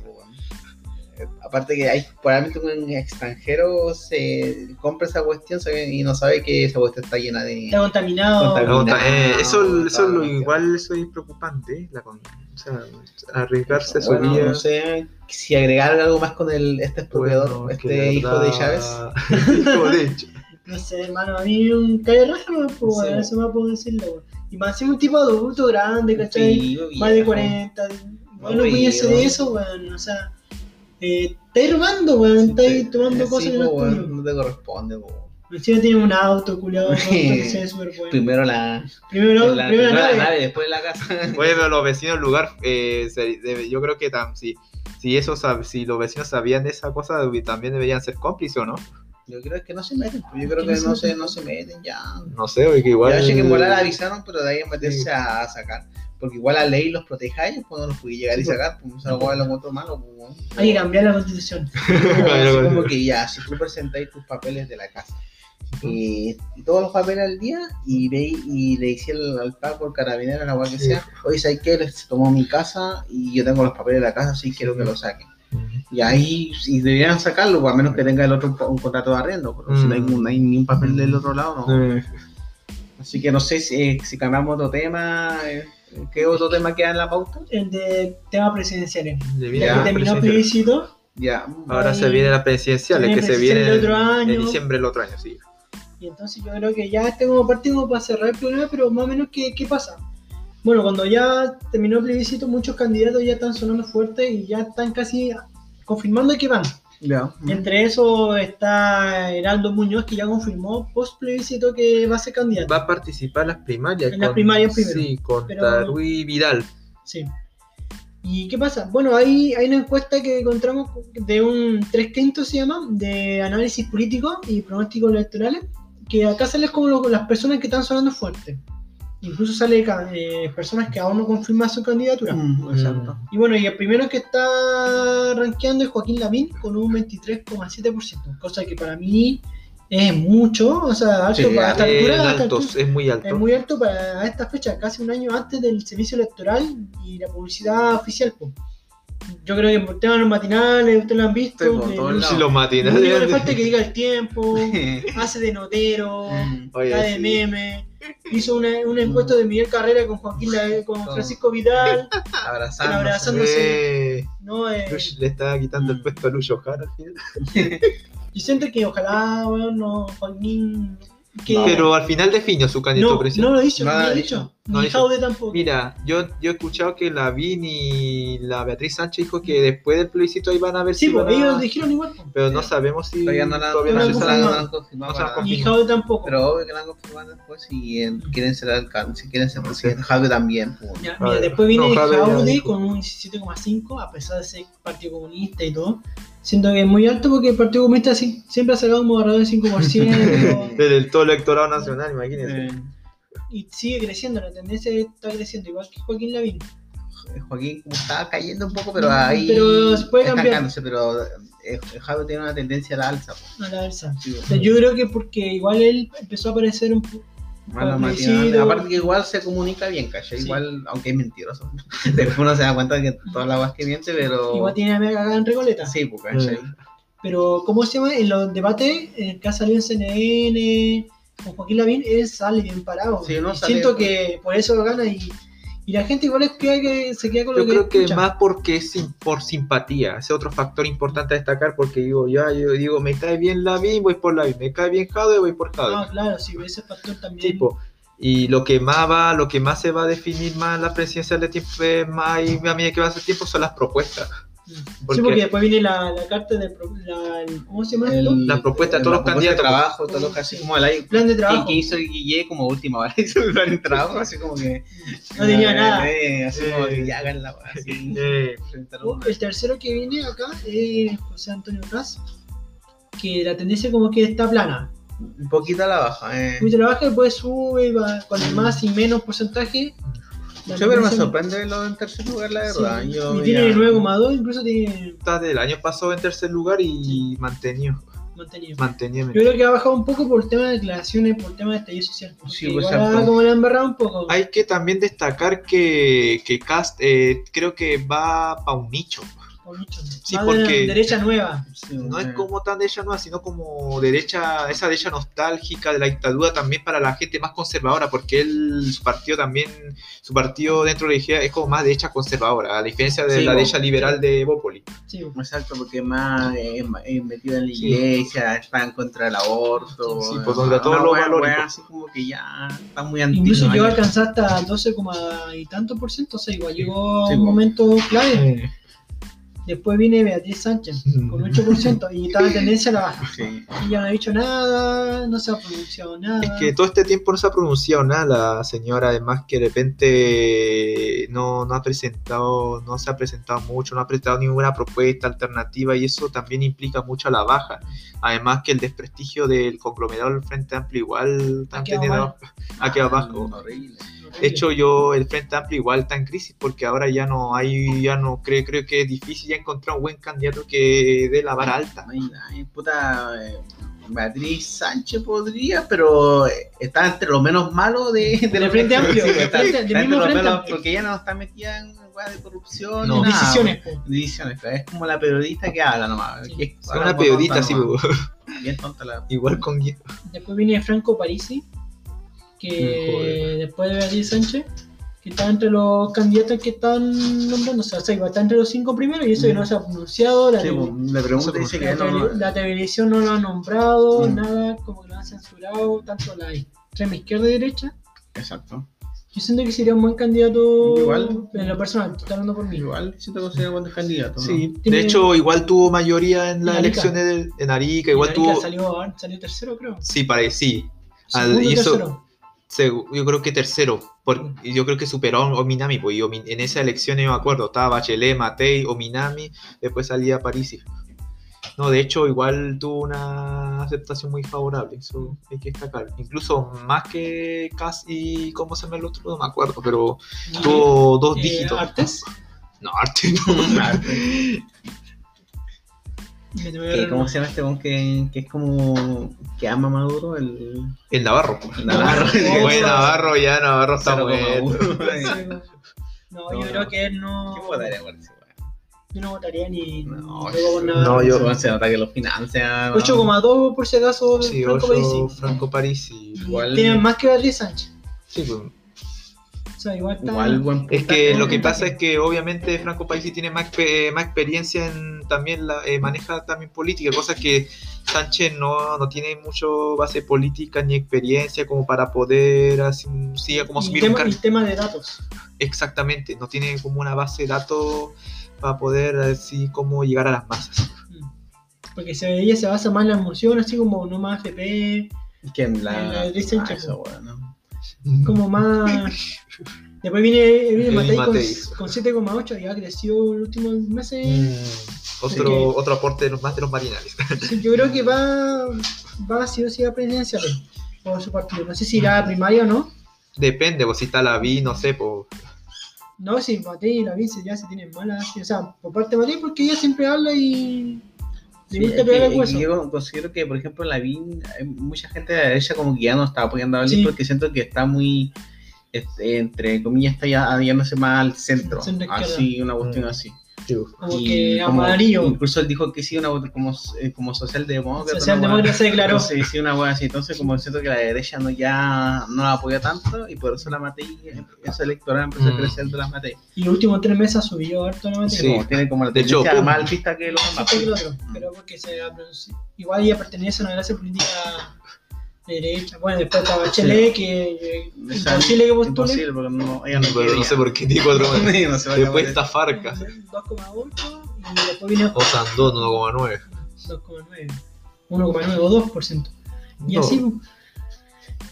Speaker 4: Eh, Aparte que hay, probablemente un extranjero se compra esa cuestión sabe, y no sabe que esa cuestión está llena
Speaker 2: Está
Speaker 4: de...
Speaker 2: contaminado.
Speaker 4: Contaminado.
Speaker 3: No, ta- eh, eso
Speaker 4: No,
Speaker 3: eso es lo,
Speaker 4: no, no.
Speaker 3: igual eso es preocupante, eh, la con- o sea, arriesgarse a su
Speaker 4: Bueno,
Speaker 3: vida.
Speaker 4: no sé si agregar algo más con el, este expropiador,
Speaker 3: Bueno, es que
Speaker 4: este hijo de Chávez.
Speaker 3: verdad- hijo de Chávez.
Speaker 2: No sé, hermano, a mí un calle raja no
Speaker 4: Sí, po.
Speaker 2: eso me puedo decirlo. po. Y más encima un tipo adulto grande, ¿cachai?
Speaker 4: Vivo,
Speaker 2: más de
Speaker 4: viejo.
Speaker 2: 40. Bueno,
Speaker 4: Aburrido.
Speaker 2: voy a hacer eso, weón. O sea, eh, estáis robando, weón. Estáis
Speaker 4: Sí,
Speaker 2: tomando
Speaker 4: sí, pues,
Speaker 2: cosas que no
Speaker 4: po,
Speaker 2: es
Speaker 4: bueno,
Speaker 2: tuyo.
Speaker 4: no te corresponde. pues. po.
Speaker 2: Encima tiene un auto, culiado. un auto que se ve súper bueno.
Speaker 4: Primero la,
Speaker 2: Primero,
Speaker 4: la-
Speaker 2: primero la nave.
Speaker 4: después la casa.
Speaker 3: Oye, pero los vecinos del lugar, eh, se- debe- yo creo que tam- si, si, eso sab- si los vecinos sabían de esa cosa, debi- también deberían ser cómplices, ¿o no?
Speaker 4: Yo creo que no se meten, pues, yo creo
Speaker 2: ¿Quién
Speaker 4: que
Speaker 2: se
Speaker 4: no
Speaker 2: mete?
Speaker 4: se, no se meten ya.
Speaker 3: No sé, oye, que igual...
Speaker 4: Ya sé que en volar avisaron, pero de ahí a meterse
Speaker 3: Sí.
Speaker 4: a, a sacar. Porque igual la ley los protege a ellos, pues no los puede llegar y
Speaker 2: Sí, pues.
Speaker 4: sacar, pues se lo voy a lo encuentro malo. Pues, ¿no?
Speaker 2: Hay que cambiar la constitución.
Speaker 4: Así como que ya, si tú presentáis tus papeles de la casa, eh, y todos los papeles al día, y ve y le hicieron al Paco, el carabinero, la guay que
Speaker 3: Sí.
Speaker 4: sea, oye, ¿sabes qué? Se tomó mi casa y yo tengo los papeles de la casa, así quiero que lo saquen. Y ahí y deberían sacarlo, pues, a menos que tenga el otro un, un contrato de arriendo, pero si no hay,
Speaker 3: Mm.
Speaker 4: no hay ni un papel del otro lado, no.
Speaker 3: Eh,
Speaker 4: Así que no sé si, eh, si cambiamos otro tema, eh, ¿qué otro tema queda en la pauta?
Speaker 2: El de temas presidenciales.
Speaker 3: le
Speaker 4: Ya,
Speaker 3: viene
Speaker 2: Ya
Speaker 3: la
Speaker 2: terminó el
Speaker 3: presidencial.
Speaker 2: plebiscito.
Speaker 4: Ya,
Speaker 3: Ahora se vienen las presidenciales,
Speaker 2: Se
Speaker 3: que
Speaker 2: viene
Speaker 3: se
Speaker 2: presidencial
Speaker 3: vienen
Speaker 2: el otro año.
Speaker 3: en diciembre del otro año, sí.
Speaker 2: Y entonces yo creo que ya este como parte como para cerrar el programa, pero más o menos, ¿qué, qué pasa? Bueno, cuando ya terminó el plebiscito, muchos candidatos ya están sonando fuerte y ya están casi confirmando que van.
Speaker 4: ya.
Speaker 2: Entre eso está Heraldo Muñoz, que ya confirmó post plebiscito que va a ser candidato.
Speaker 3: Va a participar las primarias.
Speaker 2: En las primarias primero.
Speaker 3: Sí, con
Speaker 2: Pero-
Speaker 3: Tarui Vidal.
Speaker 2: Sí. ¿Y qué pasa? Bueno, hay, hay una encuesta que encontramos de un 3 quintos, se llama, de análisis político y pronósticos electorales, que acá salen como lo- las personas que están sonando fuerte. Incluso sale ca- eh, personas que aún no confirman su candidatura.
Speaker 4: Mm, exacto.
Speaker 2: Y bueno, y el primero que está rankeando es Joaquín Lavín con un 23,7%, cosa que para mí es mucho, o sea, alto
Speaker 4: Sí,
Speaker 2: para esta
Speaker 3: Eh,
Speaker 2: altura,
Speaker 3: es
Speaker 2: a esta
Speaker 3: alto,
Speaker 2: altura
Speaker 3: es muy alto.
Speaker 2: es muy alto para esta fecha, casi un año antes del servicio electoral y la publicidad oficial. po. Yo creo que por temas matinales, ustedes lo han visto,
Speaker 4: Sí, por
Speaker 2: eh,
Speaker 4: todos
Speaker 2: lo
Speaker 4: lados.
Speaker 3: Si lo matina.
Speaker 2: único que le falta es que diga el tiempo, hace de notero,
Speaker 4: Mm.
Speaker 3: Oye,
Speaker 2: está de
Speaker 3: sí.
Speaker 2: meme, hizo una, una encuesta de Miguel Carrera con Joaquín La- con Francisco Vidal,
Speaker 4: Abrazando.
Speaker 2: Abrazo.
Speaker 3: Eh,
Speaker 2: no eh,
Speaker 3: Lush le está quitando
Speaker 2: Mm.
Speaker 3: el puesto a Lucho Jara al final.
Speaker 2: Yo siento que ojalá, weón, no, Joaquín. Que
Speaker 3: Pero al final definió su candidato
Speaker 2: no,
Speaker 3: presidencial.
Speaker 2: no lo hizo,
Speaker 4: No
Speaker 2: no lo
Speaker 4: lo
Speaker 2: ha
Speaker 4: hizo.
Speaker 2: dicho.
Speaker 3: No
Speaker 2: Ni
Speaker 3: hizo.
Speaker 2: Jaude tampoco.
Speaker 3: Mira, yo, yo he escuchado que la Vin y la Beatriz Sánchez dijo que después del plebiscito ahí van a ver
Speaker 2: sí,
Speaker 3: si van
Speaker 2: porque
Speaker 3: a-
Speaker 2: ellos dijeron igual. po.
Speaker 3: Pero no sabemos si
Speaker 4: Todavía no la
Speaker 3: todavía no
Speaker 2: no
Speaker 3: se
Speaker 2: la
Speaker 3: sabe.
Speaker 2: confirmado.
Speaker 4: han confirmado.
Speaker 3: No se la
Speaker 4: para-
Speaker 3: confirmado.
Speaker 2: Ni Jaude tampoco.
Speaker 4: Pero obvio que la han confirmado después y eh, quieren ser alcalde, si quieren ser presidente, Javier también. pues.
Speaker 2: Ya,
Speaker 3: A
Speaker 2: mira,
Speaker 3: ver,
Speaker 2: después viene
Speaker 3: no, Jaude ya
Speaker 2: Jaude
Speaker 3: dijo.
Speaker 2: con un 17,5, a pesar de ser Partido Comunista y todo. Siento que es muy alto porque el Partido Comunista sí- siempre ha sacado un moderador del 5%.
Speaker 3: Desde el todo electorado nacional, imagínense.
Speaker 2: eh, y sigue creciendo, la tendencia está creciendo, igual que Joaquín Lavín.
Speaker 4: Joaquín como estaba cayendo un poco, pero ahí
Speaker 2: Mm, Pero se puede
Speaker 4: está
Speaker 2: cambiar.
Speaker 4: estancándose, pero eh, Javier tiene una tendencia a la alza. pues.
Speaker 2: A la alza.
Speaker 4: Sí, pues.
Speaker 2: O sea, yo creo que porque igual él empezó a aparecer un, po-
Speaker 4: Más los
Speaker 2: Parecido.
Speaker 4: matinales. Aparte que igual se comunica bien, ¿cachai?
Speaker 2: Pues, Sí.
Speaker 4: Igual, aunque es mentiroso. Después uno se da cuenta que todas las guas que miente, pero...
Speaker 2: igual tiene la mega cagada en Recoleta.
Speaker 4: Sí, pues, ¿cachai?
Speaker 2: Pero, ¿cómo se llama? En los debates eh, que ha salido en CNN con Joaquín Lavín, él sale bien parado.
Speaker 4: Sí, no
Speaker 2: Y
Speaker 4: sale-
Speaker 2: siento que por eso lo gana y, y la gente igual es que, que se queda con
Speaker 3: Yo
Speaker 2: lo
Speaker 3: creo que
Speaker 2: escucha.
Speaker 3: más porque es sim- por simpatía. Ese otro factor importante a destacar porque digo, ya, yo digo, me cae bien la Vin, voy por la Vin. Me cae bien Jade, voy por Jade.
Speaker 2: Ah, claro, sí, ese factor también.
Speaker 3: tipo. Y lo que más va, lo que más se va a definir más en la presidencia de tiempo eh, más y a medida que va a ser tiempo son las propuestas.
Speaker 2: sí,
Speaker 3: porque-
Speaker 2: porque después viene la, la carta de... pro- la- el- ¿Cómo se llama esto?
Speaker 4: El-
Speaker 3: La propuesta de todos
Speaker 4: la
Speaker 3: los
Speaker 4: propuesta de
Speaker 3: candidatos.
Speaker 4: trabajo, todos los casi como al aire.
Speaker 2: Plan de
Speaker 4: Y
Speaker 2: trabajo.
Speaker 4: que hizo el Guille como última hora, hizo el plan de trabajo, así como que...
Speaker 2: No tenía
Speaker 4: eh,
Speaker 2: nada.
Speaker 4: eh, así como
Speaker 3: Eh.
Speaker 4: que ya hagan la wea, así.
Speaker 3: Eh,
Speaker 4: frente a la
Speaker 2: Oh,
Speaker 4: una.
Speaker 2: El tercero que viene acá es José Antonio Cas, que la tendencia como que está plana.
Speaker 4: Un poquito a la baja, eh.
Speaker 2: Muy trabaja, después sube, va con más y menos porcentaje. La
Speaker 4: Yo pero me
Speaker 2: tendencia-
Speaker 4: sorprende lo en tercer lugar, la verdad.
Speaker 2: Sí,
Speaker 4: Yo
Speaker 2: y tiene
Speaker 4: ya-
Speaker 2: el 9,2, incluso tiene
Speaker 3: está del año pasado en tercer lugar y mantenido.
Speaker 2: mantenido.
Speaker 3: mantenido.
Speaker 2: Yo creo que ha bajado un poco por tema de declaraciones, por tema de estallido social. porque
Speaker 4: Sí, pues,
Speaker 2: igual
Speaker 4: exacto.
Speaker 2: como le han barrado un poco.
Speaker 3: Hay que también destacar que, que Cast eh, creo que va para un nicho.
Speaker 2: por mucho.
Speaker 3: Sí,
Speaker 2: Más de la
Speaker 3: porque-
Speaker 2: derecha nueva.
Speaker 4: Sí,
Speaker 3: No es
Speaker 4: eh.
Speaker 3: como tan derecha nueva, sino como derecha, esa derecha nostálgica de la dictadura también para la gente más conservadora, porque él, su partido también, su partido dentro de la izquierda es como más derecha conservadora, a diferencia de
Speaker 4: Sí,
Speaker 3: la
Speaker 4: bo-
Speaker 3: derecha liberal de Bópoli.
Speaker 2: Sí,
Speaker 4: Exacto, porque más eh, ma- eh, metido en la iglesia, están contra el aborto.
Speaker 3: Sí,
Speaker 4: eh,
Speaker 3: pues, donde a todos
Speaker 4: una
Speaker 3: los
Speaker 4: wea-
Speaker 3: valores,
Speaker 4: wea
Speaker 3: pues.
Speaker 4: Así como que ya está muy antiguo.
Speaker 2: Incluso llegó a
Speaker 4: ¿no?
Speaker 2: alcanzar hasta 12, coma y tanto por ciento, o sea, igual llegó a
Speaker 4: Sí,
Speaker 2: un
Speaker 4: pues.
Speaker 2: momento clave. Después viene Beatriz Sánchez con 8% y está la tendencia a la baja.
Speaker 4: Sí.
Speaker 2: Ella no ha dicho nada, no se ha pronunciado nada.
Speaker 3: Es
Speaker 4: Ah.
Speaker 3: que todo este tiempo no se ha pronunciado nada la señora, además que de repente no, no ha presentado, no se ha presentado mucho, no ha presentado ninguna propuesta alternativa y eso también implica mucho a la baja. Además que el desprestigio del conglomerado del Frente Amplio igual
Speaker 2: Ha
Speaker 3: tan
Speaker 2: quedado
Speaker 3: tenido aquí abajo.
Speaker 4: Mm, Horrible.
Speaker 3: De hecho, yo el Frente Amplio igual está en crisis porque ahora ya no hay, ya no creo, creo que es difícil ya encontrar un buen candidato que dé la vara alta.
Speaker 4: No hay nadie, puta. eh, Beatriz Sánchez podría, pero eh, está entre los menos malos de, de
Speaker 2: Del
Speaker 4: los-
Speaker 2: Frente Amplio,
Speaker 4: Sí,
Speaker 2: del
Speaker 4: está-
Speaker 2: Frente-
Speaker 4: está
Speaker 2: del
Speaker 4: entre
Speaker 2: mismo
Speaker 4: los
Speaker 2: Frente
Speaker 4: menos-
Speaker 2: Amplio.
Speaker 4: Porque ella no está metida en weá de corrupción.
Speaker 3: No.
Speaker 4: ni nada,
Speaker 2: decisiones. po.
Speaker 4: Decisiones, pero es como la periodista que habla nomás.
Speaker 2: Sí.
Speaker 4: que Ah, es-
Speaker 3: Es
Speaker 4: habla
Speaker 3: una
Speaker 4: como
Speaker 3: periodista pues.
Speaker 4: tonta
Speaker 3: así,
Speaker 4: nomás. Bien tonta la
Speaker 3: igual con guía.
Speaker 2: Después viene Franco Parisi,
Speaker 3: Mm,
Speaker 2: que
Speaker 3: joder.
Speaker 2: después de Beatriz Sánchez, que está entre los candidatos que están nombrando, o sea, va a estar entre los cinco primeros y eso
Speaker 3: Mm.
Speaker 2: que no se ha pronunciado, la,
Speaker 4: Sí,
Speaker 2: tele-
Speaker 4: pues, la pregunta dice que
Speaker 2: la
Speaker 4: no,
Speaker 2: tele- la televisión no lo ha nombrado,
Speaker 4: Mm.
Speaker 2: nada, como que lo han censurado, tanto la extrema izquierda y derecha.
Speaker 4: Exacto.
Speaker 2: Yo siento que sería un buen candidato
Speaker 4: Igual.
Speaker 2: en lo personal, estoy hablando por mí.
Speaker 4: Igual se te considera buen candidato.
Speaker 3: Sí,
Speaker 2: Tiene-
Speaker 3: de hecho igual tuvo mayoría en las
Speaker 2: En Arica.
Speaker 3: elecciones del- en Arica, igual
Speaker 2: Y Gareca
Speaker 3: tuvo...
Speaker 2: salió, ah, salió tercero, creo.
Speaker 3: Sí, para, sí, Al-
Speaker 2: Segundo,
Speaker 3: hizo-
Speaker 2: tercero.
Speaker 3: segu- yo creo que tercero,
Speaker 2: Mm.
Speaker 3: por- y yo creo que superó a Ominami, pues, y Omi- en esas elecciones yo me acuerdo, estaba Bachelet, Matei, Ominami, después salía Parisi. No, de hecho, igual tuvo una aceptación muy favorable, eso hay que destacar. Incluso más que Cass y cómo se me lo otro, no me acuerdo, pero tuvo dos
Speaker 2: Eh,
Speaker 3: dígitos.
Speaker 2: ¿Artes?
Speaker 3: No, Arte no.
Speaker 2: Me tuve que
Speaker 4: Eh, ¿Cómo se llama este bon que, que es como. que ama a Maduro? El.
Speaker 3: El Navarro. pues.
Speaker 4: Navarro.
Speaker 3: Güey, Navarro, ya Navarro está muerto.
Speaker 4: 0,1.
Speaker 2: pues. no,
Speaker 4: No,
Speaker 2: yo
Speaker 4: no.
Speaker 2: creo que él no.
Speaker 4: ¿Qué votaría por ese weón?
Speaker 2: Yo no votaría ni.
Speaker 4: No,
Speaker 2: luego por nada.
Speaker 3: no, yo-
Speaker 4: Ese weón se nota que lo financia.
Speaker 2: 8,2 por si acaso.
Speaker 3: Sí,
Speaker 2: Franco
Speaker 3: ocho,
Speaker 2: Parisi.
Speaker 3: Franco Parisi.
Speaker 4: Igual-
Speaker 2: Tienen más que Beatriz Sánchez.
Speaker 3: Sí, pues.
Speaker 2: O sea, igual está.
Speaker 4: Igual buen
Speaker 3: Es
Speaker 4: puntaje.
Speaker 3: que lo que pasa es que obviamente Franco Paisi tiene más, pe- más experiencia en también la, eh, maneja también política, cosa que Sánchez no, no tiene mucho base política ni experiencia como para poder así, sí, como
Speaker 2: y
Speaker 3: asumir un
Speaker 2: tema,
Speaker 3: cargo.
Speaker 2: y tema de datos.
Speaker 3: Exactamente, no tiene como una base de datos para poder así como llegar a las masas.
Speaker 2: Porque se, ella se basa más en la emoción, así como no más FP,
Speaker 4: Que en la.
Speaker 2: en la de Sánchez,
Speaker 4: Ah, eso, weón, ¿no?
Speaker 2: como más. Después viene, viene
Speaker 3: El
Speaker 2: Matei con,
Speaker 3: Mateis.
Speaker 2: con 7,8 y ha crecido en los últimos meses.
Speaker 3: Mm, Otro, otro aporte de los más de los marinales.
Speaker 2: Sí, Yo creo que va, va sí o sí a presidencia por su partido. No sé si irá a primaria o no.
Speaker 3: Depende, pues si está la vi, no sé, pues
Speaker 2: No, si Matei y la Vince ya se tienen malas. O sea, por parte de Matei, porque ella siempre habla y le
Speaker 4: Sí,
Speaker 2: gusta pegar
Speaker 4: es que-
Speaker 2: al
Speaker 4: es
Speaker 2: hueso.
Speaker 4: que Yo considero que, por ejemplo, la VIN, hay mucha gente de la derecha como que ya no está apoyando a Lavín
Speaker 2: Sí.
Speaker 4: porque siento que está muy, este, entre comillas, está ya yéndose más al centro.
Speaker 2: Centro izquierda.
Speaker 4: Así, una cuestión así.
Speaker 2: Como
Speaker 4: Y
Speaker 2: que
Speaker 4: como-
Speaker 2: amarillo.
Speaker 4: Incluso él dijo que sí, una cuestión como, eh, como socialdemócrata. una
Speaker 2: Socialdemócrata se
Speaker 4: hueá-
Speaker 2: declaró.
Speaker 4: Entonces, sí, una hueá así. Entonces, como siento que la derecha no ya no la apoya tanto y por eso la Matei, eh, esa electoral empezó
Speaker 3: Mm.
Speaker 4: a crecer de las Matei.
Speaker 2: Y los últimos tres meses ha subido harto la Matei.
Speaker 3: Sí.
Speaker 4: Como tiene como la
Speaker 3: De hecho,
Speaker 4: tendencia
Speaker 3: pum.
Speaker 4: más alpista que los demás. Mm.
Speaker 2: Siempre que el otro, pero porque se la pronunci- Igual ella pertenece a una clase política de derecha. Bueno, después está Bachelet, que
Speaker 4: O sea,
Speaker 2: imposible que postule.
Speaker 4: Imposible, porque no, ella no
Speaker 3: Pero no
Speaker 4: quería.
Speaker 3: sé por qué digo otro.
Speaker 4: No se va a
Speaker 3: Después
Speaker 4: acabar
Speaker 3: está Farca.
Speaker 2: 2,8 y después viene
Speaker 3: O Sandón 1,9.
Speaker 2: 2,9. 1,9 o 2%. Y
Speaker 3: No.
Speaker 2: así, pues.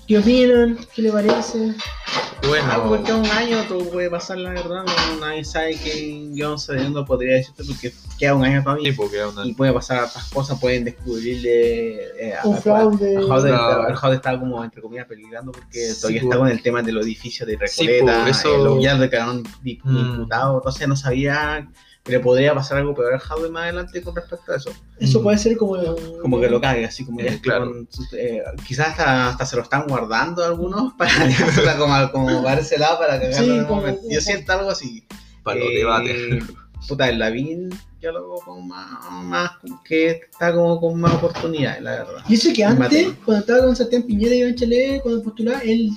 Speaker 2: ¿qué opinan? ¿Qué le parece?
Speaker 4: Ah,
Speaker 3: Bueno,
Speaker 4: porque un año todo puede pasar, la verdad. No, nadie sabe que yo no podría decirte porque queda un año todavía.
Speaker 3: sí, porque es una-
Speaker 4: Y puede pasar otras cosas, pueden descubrirle eh, a,
Speaker 2: Un
Speaker 4: a-
Speaker 2: fraude.
Speaker 4: a Howard
Speaker 3: Claro.
Speaker 4: está- a Howard está como, entre comillas, peligrando porque
Speaker 3: Sí,
Speaker 4: todavía
Speaker 3: po.
Speaker 4: está con el tema de los edificios de
Speaker 3: Sí,
Speaker 4: Recoleta.
Speaker 3: po, eso-
Speaker 4: eh, lo- ya lo declararon dip-
Speaker 3: Mm.
Speaker 4: diputado, entonces no sabía que le podría pasar algo peor a Howard más adelante con respecto a eso.
Speaker 2: Eso puede ser como.
Speaker 4: Como que lo cague, así como
Speaker 3: Eh,
Speaker 4: ya está
Speaker 3: claro.
Speaker 4: con su- eh, quizás hasta, hasta se lo están guardando algunos para dejársela como, como para ese lado para cagarlo
Speaker 2: Sí,
Speaker 4: en un
Speaker 2: como-
Speaker 4: momento. Yo siento algo así.
Speaker 3: para los
Speaker 4: Eh,
Speaker 3: debates.
Speaker 4: Puta, el Lavín yo lo veo con más, más que está como con más oportunidades, la verdad.
Speaker 2: Y eso que antes,
Speaker 4: Matei.
Speaker 2: cuando estaba con Sebastián Piñera y Bachelet, cuando postulaba, él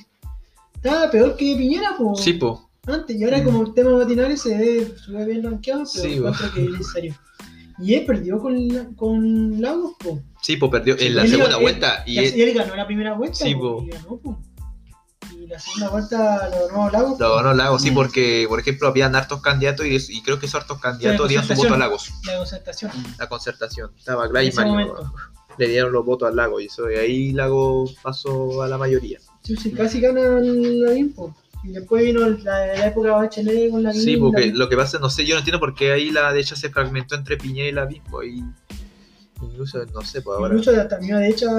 Speaker 2: estaba peor que Piñera, pues.
Speaker 3: Sí, po.
Speaker 2: antes y ahora como el tema matinal se ve, se ve bien rankeado, pero
Speaker 3: Mm. Sí,
Speaker 2: encuentro que es necesario. Y él perdió con, la- con Lagos, po.
Speaker 3: Sí, po, perdió en la
Speaker 2: Sí, eh,
Speaker 3: segunda
Speaker 2: él-
Speaker 3: vuelta.
Speaker 2: Y
Speaker 3: Y
Speaker 2: él,
Speaker 3: él
Speaker 2: ganó la primera vuelta
Speaker 3: Sí,
Speaker 2: po,
Speaker 3: po.
Speaker 2: y ganó, po. Y la segunda vuelta lo ganó Lagos.
Speaker 3: lo ganó Lagos, sí,
Speaker 4: Mm.
Speaker 3: porque, por ejemplo, habían hartos candidatos y, es- y creo que esos hartos candidatos dieron su voto a
Speaker 2: concertación.
Speaker 3: Lagos.
Speaker 2: La concertación.
Speaker 3: La concertación. Estaba
Speaker 2: En
Speaker 3: Gladys
Speaker 2: ese
Speaker 3: Mario.
Speaker 2: momento.
Speaker 3: Le dieron los votos a Lagos y, eso, y ahí Lagos pasó a la mayoría.
Speaker 2: Sí, sí, casi gana la Info. Y después vino la, la época de Bachelet con la
Speaker 3: Sí,
Speaker 2: la-
Speaker 3: porque lo que pasa, no sé, yo no entiendo por qué ahí la derecha se fragmentó entre Piñera y la Bispo. Y incluso, no sé, pues ahora.
Speaker 2: Incluso la también de hecho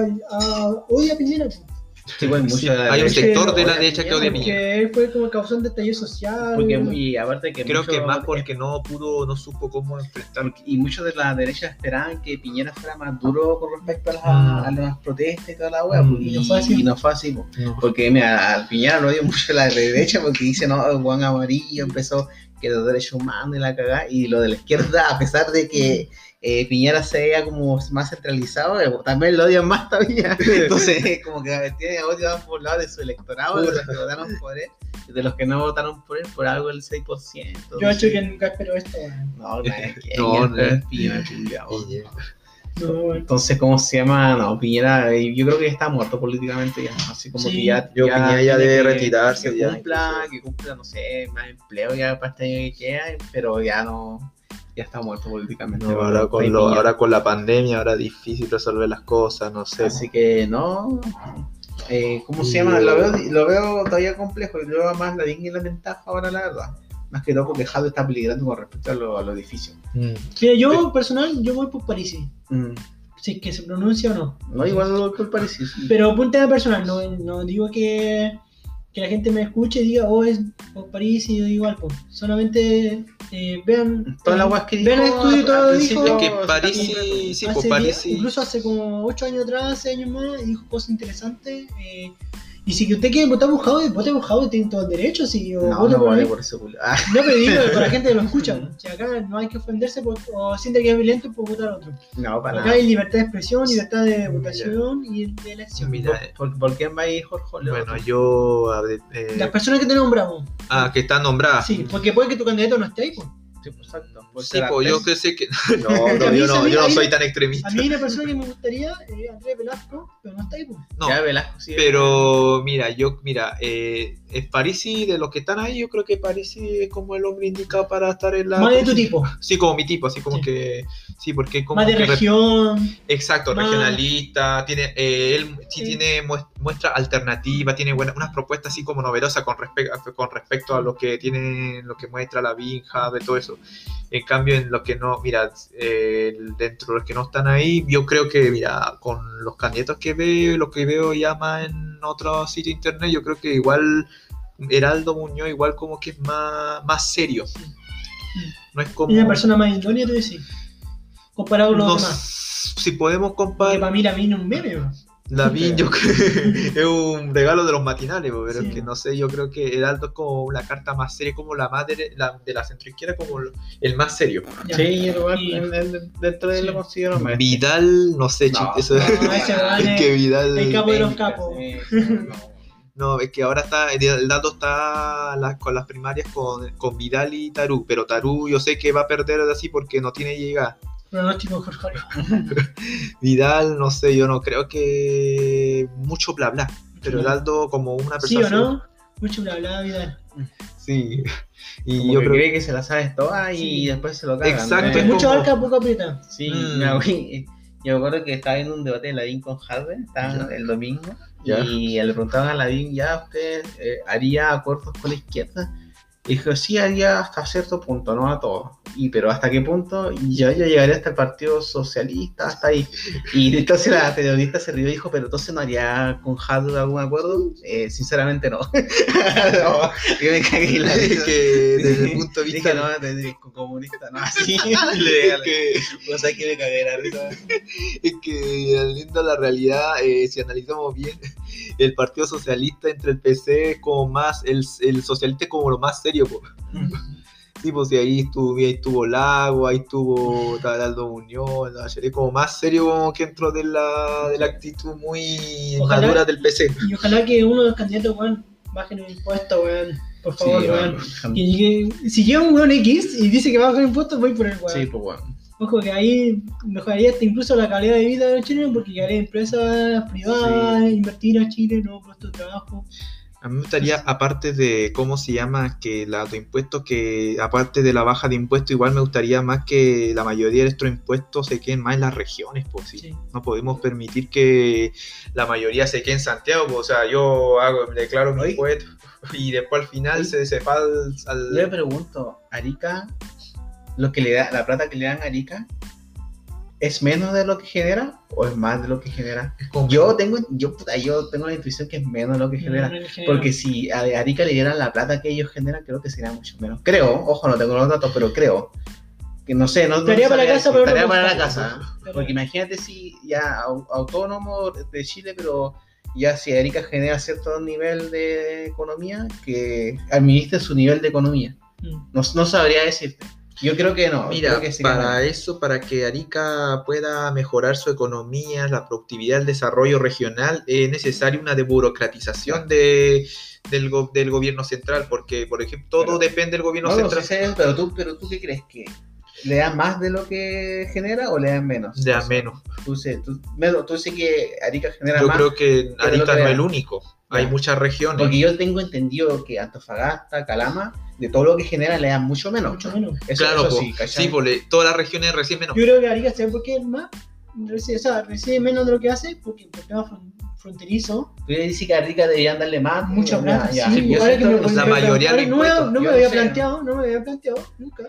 Speaker 2: odia a Piñera. po.
Speaker 4: Sí, pues, mucho
Speaker 3: Sí,
Speaker 4: de la
Speaker 3: hay un
Speaker 4: derecha.
Speaker 3: sector de la
Speaker 4: Odia a
Speaker 3: derecha que odia a Piñera.
Speaker 2: Porque él fue como causante de estallido social.
Speaker 4: Porque, y aparte que
Speaker 3: Creo que
Speaker 4: mucho-
Speaker 3: más porque no pudo, no supo cómo enfrentar.
Speaker 4: y muchos de la derecha esperaban que Piñera fuera más duro con respecto a las,
Speaker 3: Mm.
Speaker 4: a las protestas y toda la wea,
Speaker 3: Mm.
Speaker 4: pues, y,
Speaker 2: Y no fue así.
Speaker 4: y no fue así, pues. porque mira, al Piñera lo odio mucho la derecha porque dice, no, Juan Amarillo empezó que los derechos humanos y la cagada, y lo de la izquierda, a pesar de que eh, Piñera sea como más centralizado, eh, también lo odian más todavía, entonces como que eh, tiene odio por un lado de su electorado, de los que votaron por él, de los que no votaron por él, por algo el 6%.
Speaker 2: Yo
Speaker 4: no
Speaker 2: he hecho
Speaker 4: sé.
Speaker 2: que nunca espero esto. weón.
Speaker 4: No,
Speaker 3: No,
Speaker 4: no,
Speaker 3: no.
Speaker 2: No, weón.
Speaker 4: Entonces, ¿cómo se llama? No, Piñera, eh, yo creo que está muerto políticamente ya, así como
Speaker 2: Sí.
Speaker 4: que ya...
Speaker 3: Yo, Piñera ya
Speaker 4: tiene
Speaker 3: debe
Speaker 4: que-
Speaker 3: retirarse
Speaker 4: Que
Speaker 3: ya,
Speaker 4: cumpla,
Speaker 3: incluso.
Speaker 4: que cumpla, no sé, más empleo ya para este año que queda, pero ya no... Ya está muerto políticamente.
Speaker 3: No,
Speaker 4: ¿verdad?
Speaker 3: ahora, con lo-
Speaker 4: Piñera.
Speaker 3: ahora con la pandemia, ahora es difícil resolver las cosas, no sé.
Speaker 4: Así que no... eh, ¿Cómo se llama? Lo veo, lo veo todavía complejo, yo veo más la dignidad y la ventaja ahora, la verdad. más que todo porque Jado está peligrando con respecto a, lo- a los edificios.
Speaker 3: Mm.
Speaker 2: Sí, yo personal, yo voy por Parisi.
Speaker 4: Mm.
Speaker 2: Si es que se pronuncia o no.
Speaker 4: No, igual no por parecido.
Speaker 2: Pero por un tema personal, no, no digo que, que la gente me escuche y diga, oh, es por París y yo digo algo. Solamente eh, vean.
Speaker 4: Todas las guas que dijo
Speaker 2: Vean el estudio,
Speaker 4: al-
Speaker 2: todo
Speaker 4: al
Speaker 2: dijo.
Speaker 4: principio
Speaker 3: Es que
Speaker 4: está
Speaker 3: Parisi,
Speaker 4: comprando.
Speaker 3: sí,
Speaker 2: hace
Speaker 3: pues
Speaker 2: die-
Speaker 3: Parisi.
Speaker 2: Incluso hace como 8 años atrás, 6 años más, dijo cosas interesantes. eh, y si usted quiere votar por Jaude, vote por Jaude, tiene todo el derecho. Si, o
Speaker 4: No,
Speaker 2: vote
Speaker 4: no
Speaker 2: por
Speaker 3: ¿eh?
Speaker 4: vale
Speaker 2: mí.
Speaker 4: por ese culo. Ah,
Speaker 2: No, pero digo que para la gente que lo escucha. Si acá no hay que ofenderse por- o siente que es violento, pues votar a otro.
Speaker 4: no, para
Speaker 2: Acá
Speaker 4: nada.
Speaker 2: hay libertad de expresión, libertad de
Speaker 4: Mira.
Speaker 2: votación y de elección.
Speaker 3: Mira. eh.
Speaker 4: ¿Por, por, por quién va a ir Jorge?
Speaker 3: Bueno, yo. a ver, eh,
Speaker 2: Las personas que te nombramos.
Speaker 3: ah, que está nombrada.
Speaker 2: Sí, porque puede que tu candidato no esté ahí. po.
Speaker 4: Sí, pues, exacto. Por
Speaker 3: Sí,
Speaker 4: ser
Speaker 3: pues yo
Speaker 4: artes-
Speaker 3: que sé que. No,
Speaker 2: A
Speaker 3: no,
Speaker 2: mí-
Speaker 3: yo
Speaker 2: a
Speaker 3: no,
Speaker 2: mí-
Speaker 3: yo
Speaker 2: a
Speaker 3: no
Speaker 2: mí-
Speaker 3: soy tan
Speaker 2: A
Speaker 3: extremista.
Speaker 2: mí una persona que me gustaría es Andrés Velasco, pero no está ahí. pues. po.
Speaker 3: No,
Speaker 4: Ya Velasco sí.
Speaker 3: pero mira, yo, mira, eh, es Parisi, de los que están ahí, yo creo que Parisi es como el hombre indicado para estar en la.
Speaker 2: Más de tu tipo,
Speaker 3: Sí, como mi tipo, así como
Speaker 2: Sí.
Speaker 3: que. Sí, porque es como.
Speaker 2: más de
Speaker 3: que rep-
Speaker 2: región.
Speaker 3: Exacto,
Speaker 2: Más-
Speaker 3: regionalista, tiene, eh, él sí
Speaker 2: Sí.
Speaker 3: tiene mues- muestra alternativa, tiene buenas, unas propuestas así como novedosas con, respe- con respecto a lo que tiene, lo que muestra la Binja, de todo eso. En cambio, en los que no, mira, eh, dentro de los que no están ahí, yo creo que, mira, con los candidatos que veo y lo que veo ya más en otro sitio internet, yo creo que igual Heraldo Muñoz igual como que es más, más serio. No es como...
Speaker 2: Es una persona más idónea, tú decís. Comparado con los
Speaker 3: no
Speaker 2: demás.
Speaker 3: s- si podemos
Speaker 2: Que
Speaker 3: comparar...
Speaker 2: para mí la mina es un meme. pues. po.
Speaker 3: Lavín, yo creo que es un regalo de los matinales, po, pero
Speaker 2: Sí.
Speaker 3: es que no sé, yo creo que Heraldo es como una carta más seria, como la más dere- la- de la centroizquierda, como el- el más serio.
Speaker 2: Ya.
Speaker 4: Sí, igual,
Speaker 2: Y-
Speaker 4: en- en- dentro de él
Speaker 2: Sí.
Speaker 4: lo considero más.
Speaker 3: Vidal, no sé,
Speaker 4: No,
Speaker 3: chiste, eso-
Speaker 2: No, ese weón
Speaker 3: es que
Speaker 2: es- el
Speaker 4: Ah,
Speaker 3: Vidal.
Speaker 2: capo
Speaker 4: pues,
Speaker 2: de los capos.
Speaker 4: Sí, sí, no.
Speaker 3: No, es que ahora está, Heraldo está la- con las primarias con, con Vidal y Tarú, pero Tarú yo sé que va a perder así porque no tiene llegada.
Speaker 2: Pronóstico, Jorge.
Speaker 3: Vidal, no sé, yo no creo que mucho bla bla, pero Heraldo como una
Speaker 2: ¿Sí o
Speaker 3: persona.
Speaker 2: no? Mucho bla bla, vida.
Speaker 3: Sí. Y
Speaker 4: Como
Speaker 3: yo
Speaker 4: que
Speaker 3: creo
Speaker 4: cree que se la sabe toda y
Speaker 2: Sí.
Speaker 4: después se lo cagan.
Speaker 3: Exacto,
Speaker 4: Eh,
Speaker 3: es
Speaker 2: Mucho
Speaker 3: como-
Speaker 2: arca, poco aprieta.
Speaker 4: Sí,
Speaker 3: Mm.
Speaker 4: no, güey, Yo me acuerdo que estaba en un debate de Lavín con Harden, estaba
Speaker 3: Ya.
Speaker 4: el domingo,
Speaker 3: Ya.
Speaker 4: y le preguntaban a Lavín, ¿ya usted eh, haría acuerdos con la izquierda? Y dijo, sí, haría hasta cierto punto, no a todo. Y, pero ¿hasta qué punto? Y Yo, yo llegaría hasta el Partido Socialista, hasta ahí. Y entonces la periodista se rió y dijo, pero entonces no haría con Harden algún acuerdo. Eh, sinceramente no. No, yo me cagué en la risa.
Speaker 3: que desde el punto de vista
Speaker 4: Dije, no, de, de comunista, no, así.
Speaker 3: es que,
Speaker 4: O sea, que me cagué en la risa.
Speaker 3: es que lindo la realidad eh, si analizamos bien el partido socialista entre el PC es como más el, el socialista es como lo más serio po. sí pues si ahí estuvo ahí estuvo Lago ahí estuvo Taraldo Unión ayer es como más serio como que dentro de la, de la actitud muy
Speaker 2: Ojalá.
Speaker 3: madura del PC
Speaker 2: Y ojalá que uno de los candidatos, weón, bajen el impuesto, weón. Por
Speaker 4: Sí,
Speaker 2: favor, weón.
Speaker 4: bueno.
Speaker 2: Que llegue- si llega un weón X y dice que va a bajar impuestos, voy por el weón.
Speaker 4: Sí, pues bueno.
Speaker 2: Ojo que ahí mejoraría hasta incluso la calidad de vida de los chilenos porque llegaría empresas privadas, invertir a Chile, nuevos puestos de trabajo.
Speaker 3: A mí me gustaría, aparte de cómo se llama, que la autoimpuesto, que aparte de la baja de impuestos, igual me gustaría más que la mayoría de nuestros impuestos se queden más en las regiones, pues sí.
Speaker 2: Sí.
Speaker 3: No podemos permitir que la mayoría se quede en Santiago, pues, o sea, yo hago, declaro mi
Speaker 4: Oye.
Speaker 3: impuesto y después al final
Speaker 4: Oye.
Speaker 3: se, se va al... al-
Speaker 4: Yo le pregunto, Arica, lo que le da, la plata que le dan a Arica, ¿es menos de lo que genera o es más de lo que genera?
Speaker 3: es como-
Speaker 4: Yo tengo, yo, puta, yo tengo la intuición que es menos de lo que genera.
Speaker 2: Mm.
Speaker 4: Porque si a Arica le dieran la plata que ellos generan, creo que sería mucho menos. Creo, ojo, no tengo los datos, pero creo. Que no sé, no
Speaker 2: Tarea
Speaker 4: no
Speaker 2: para la
Speaker 4: sabría
Speaker 2: casa,
Speaker 4: decir.
Speaker 2: pero no
Speaker 4: Tarea
Speaker 2: nos
Speaker 4: para la
Speaker 2: gusta.
Speaker 4: casa. ¿eh? Porque imagínate si ya au- autónomo de Chile, pero ya si Erika genera cierto nivel de economía, que administre su nivel de economía.
Speaker 2: Mm.
Speaker 4: No, no sabría decirte. Yo creo que no.
Speaker 3: Mira,
Speaker 4: creo que sí
Speaker 3: para
Speaker 4: gana.
Speaker 3: eso, para que Arica pueda mejorar su economía, la productividad, el desarrollo regional, es necesaria una deburocratización de, del, go- del gobierno central, porque, por ejemplo, todo
Speaker 4: Pero-
Speaker 3: depende del
Speaker 4: No,
Speaker 3: gobierno
Speaker 4: no,
Speaker 3: central.
Speaker 4: sí sé, pero, tú, pero tú qué crees que... ¿Le dan más de lo que genera o le dan menos?
Speaker 3: De a
Speaker 4: O sea,
Speaker 3: menos.
Speaker 4: Tú, sé- tú, menos, tú sé que Arica genera
Speaker 3: Yo
Speaker 4: más.
Speaker 3: creo que
Speaker 4: lo
Speaker 3: Arica no
Speaker 4: crea.
Speaker 3: es el único. Hay
Speaker 4: Ya.
Speaker 3: muchas regiones.
Speaker 4: Porque yo tengo entendido que Antofagasta, Calama, de todo lo que genera le dan mucho menos.
Speaker 2: Mucho menos.
Speaker 4: Eso,
Speaker 3: claro,
Speaker 4: eso
Speaker 3: po.
Speaker 4: sí,
Speaker 3: sí,
Speaker 4: ¿cachai?
Speaker 3: po, le- todas las regiones reciben menos.
Speaker 2: Yo creo que Arica, ¿sabes por qué es más? Recibe, o sea, recibe menos de lo que hace porque por temas fron- fronterizo.
Speaker 4: Tú le dices que a Rica deberían darle más.
Speaker 2: Mucha
Speaker 4: ya,
Speaker 2: plata,
Speaker 4: ya.
Speaker 2: Ah, sí, pues,
Speaker 4: Yo
Speaker 2: ahora
Speaker 4: siento
Speaker 2: que me
Speaker 4: que
Speaker 2: voy-
Speaker 3: la
Speaker 2: me-
Speaker 3: mayoría
Speaker 2: ahora
Speaker 3: de
Speaker 2: no me-
Speaker 3: impuestos,
Speaker 2: No me
Speaker 4: yo
Speaker 2: había
Speaker 4: sé.
Speaker 2: planteado, no me había planteado nunca.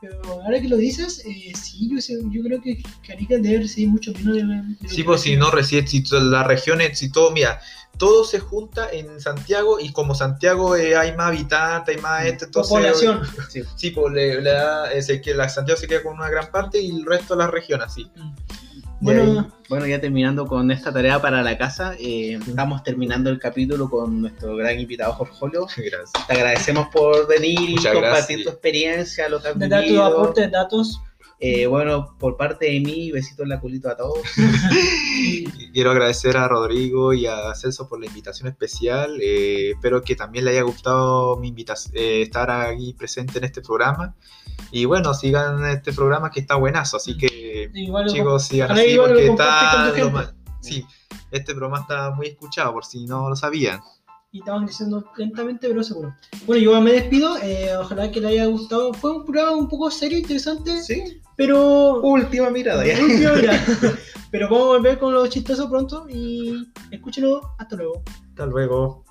Speaker 2: Pero ahora que lo dices, eh, sí, yo, sé- yo creo que Carica debe recibir mucho menos de, de lo que
Speaker 3: Sí, pues si
Speaker 2: recibe.
Speaker 3: no recién, si to- las regiones, si todo, mira, todo se junta en Santiago y como Santiago eh, hay más habitantes, hay más
Speaker 4: Mm.
Speaker 3: este, entonces...
Speaker 2: Población.
Speaker 3: Sí, pues le, le da, eh, se que la Santiago se queda con una gran parte y el resto de las regiones, sí.
Speaker 4: Bueno,
Speaker 2: Bueno,
Speaker 4: bueno, ya terminando con esta tarea para la casa, eh, estamos terminando el capítulo con nuestro gran invitado Jorjolio.
Speaker 3: Gracias.
Speaker 4: Te agradecemos por venir y
Speaker 3: Muchas
Speaker 4: compartir
Speaker 3: gracias.
Speaker 4: tu experiencia, lo que has
Speaker 2: de dar tus
Speaker 4: vivido.
Speaker 2: aportes, datos.
Speaker 4: Eh, bueno, por parte de mí, besitos en la culito a todos.
Speaker 3: Y Quiero agradecer a Rodrigo y a Celso por la invitación especial. eh, espero que también le haya gustado mi invitación, estar aquí presente en este programa. Y bueno, sigan este programa que está buenazo, así que
Speaker 2: Igual
Speaker 3: chicos sigan
Speaker 2: ojalá
Speaker 3: así
Speaker 2: igual lo
Speaker 3: porque
Speaker 2: compartí con
Speaker 3: está...
Speaker 2: tu
Speaker 3: lo
Speaker 2: gente.
Speaker 3: más- sí, este programa está muy escuchado por si no lo sabían.
Speaker 2: y estamos creciendo lentamente, pero seguro. Bueno, yo me despido. eh, ojalá que les haya gustado. Fue un programa un poco serio, interesante,
Speaker 4: Sí, Uh,
Speaker 2: pero.
Speaker 4: última mirada ya.
Speaker 2: Última hora. pero vamos a volver con lo chistoso pronto y escúchenlo. Hasta luego.
Speaker 3: Hasta luego.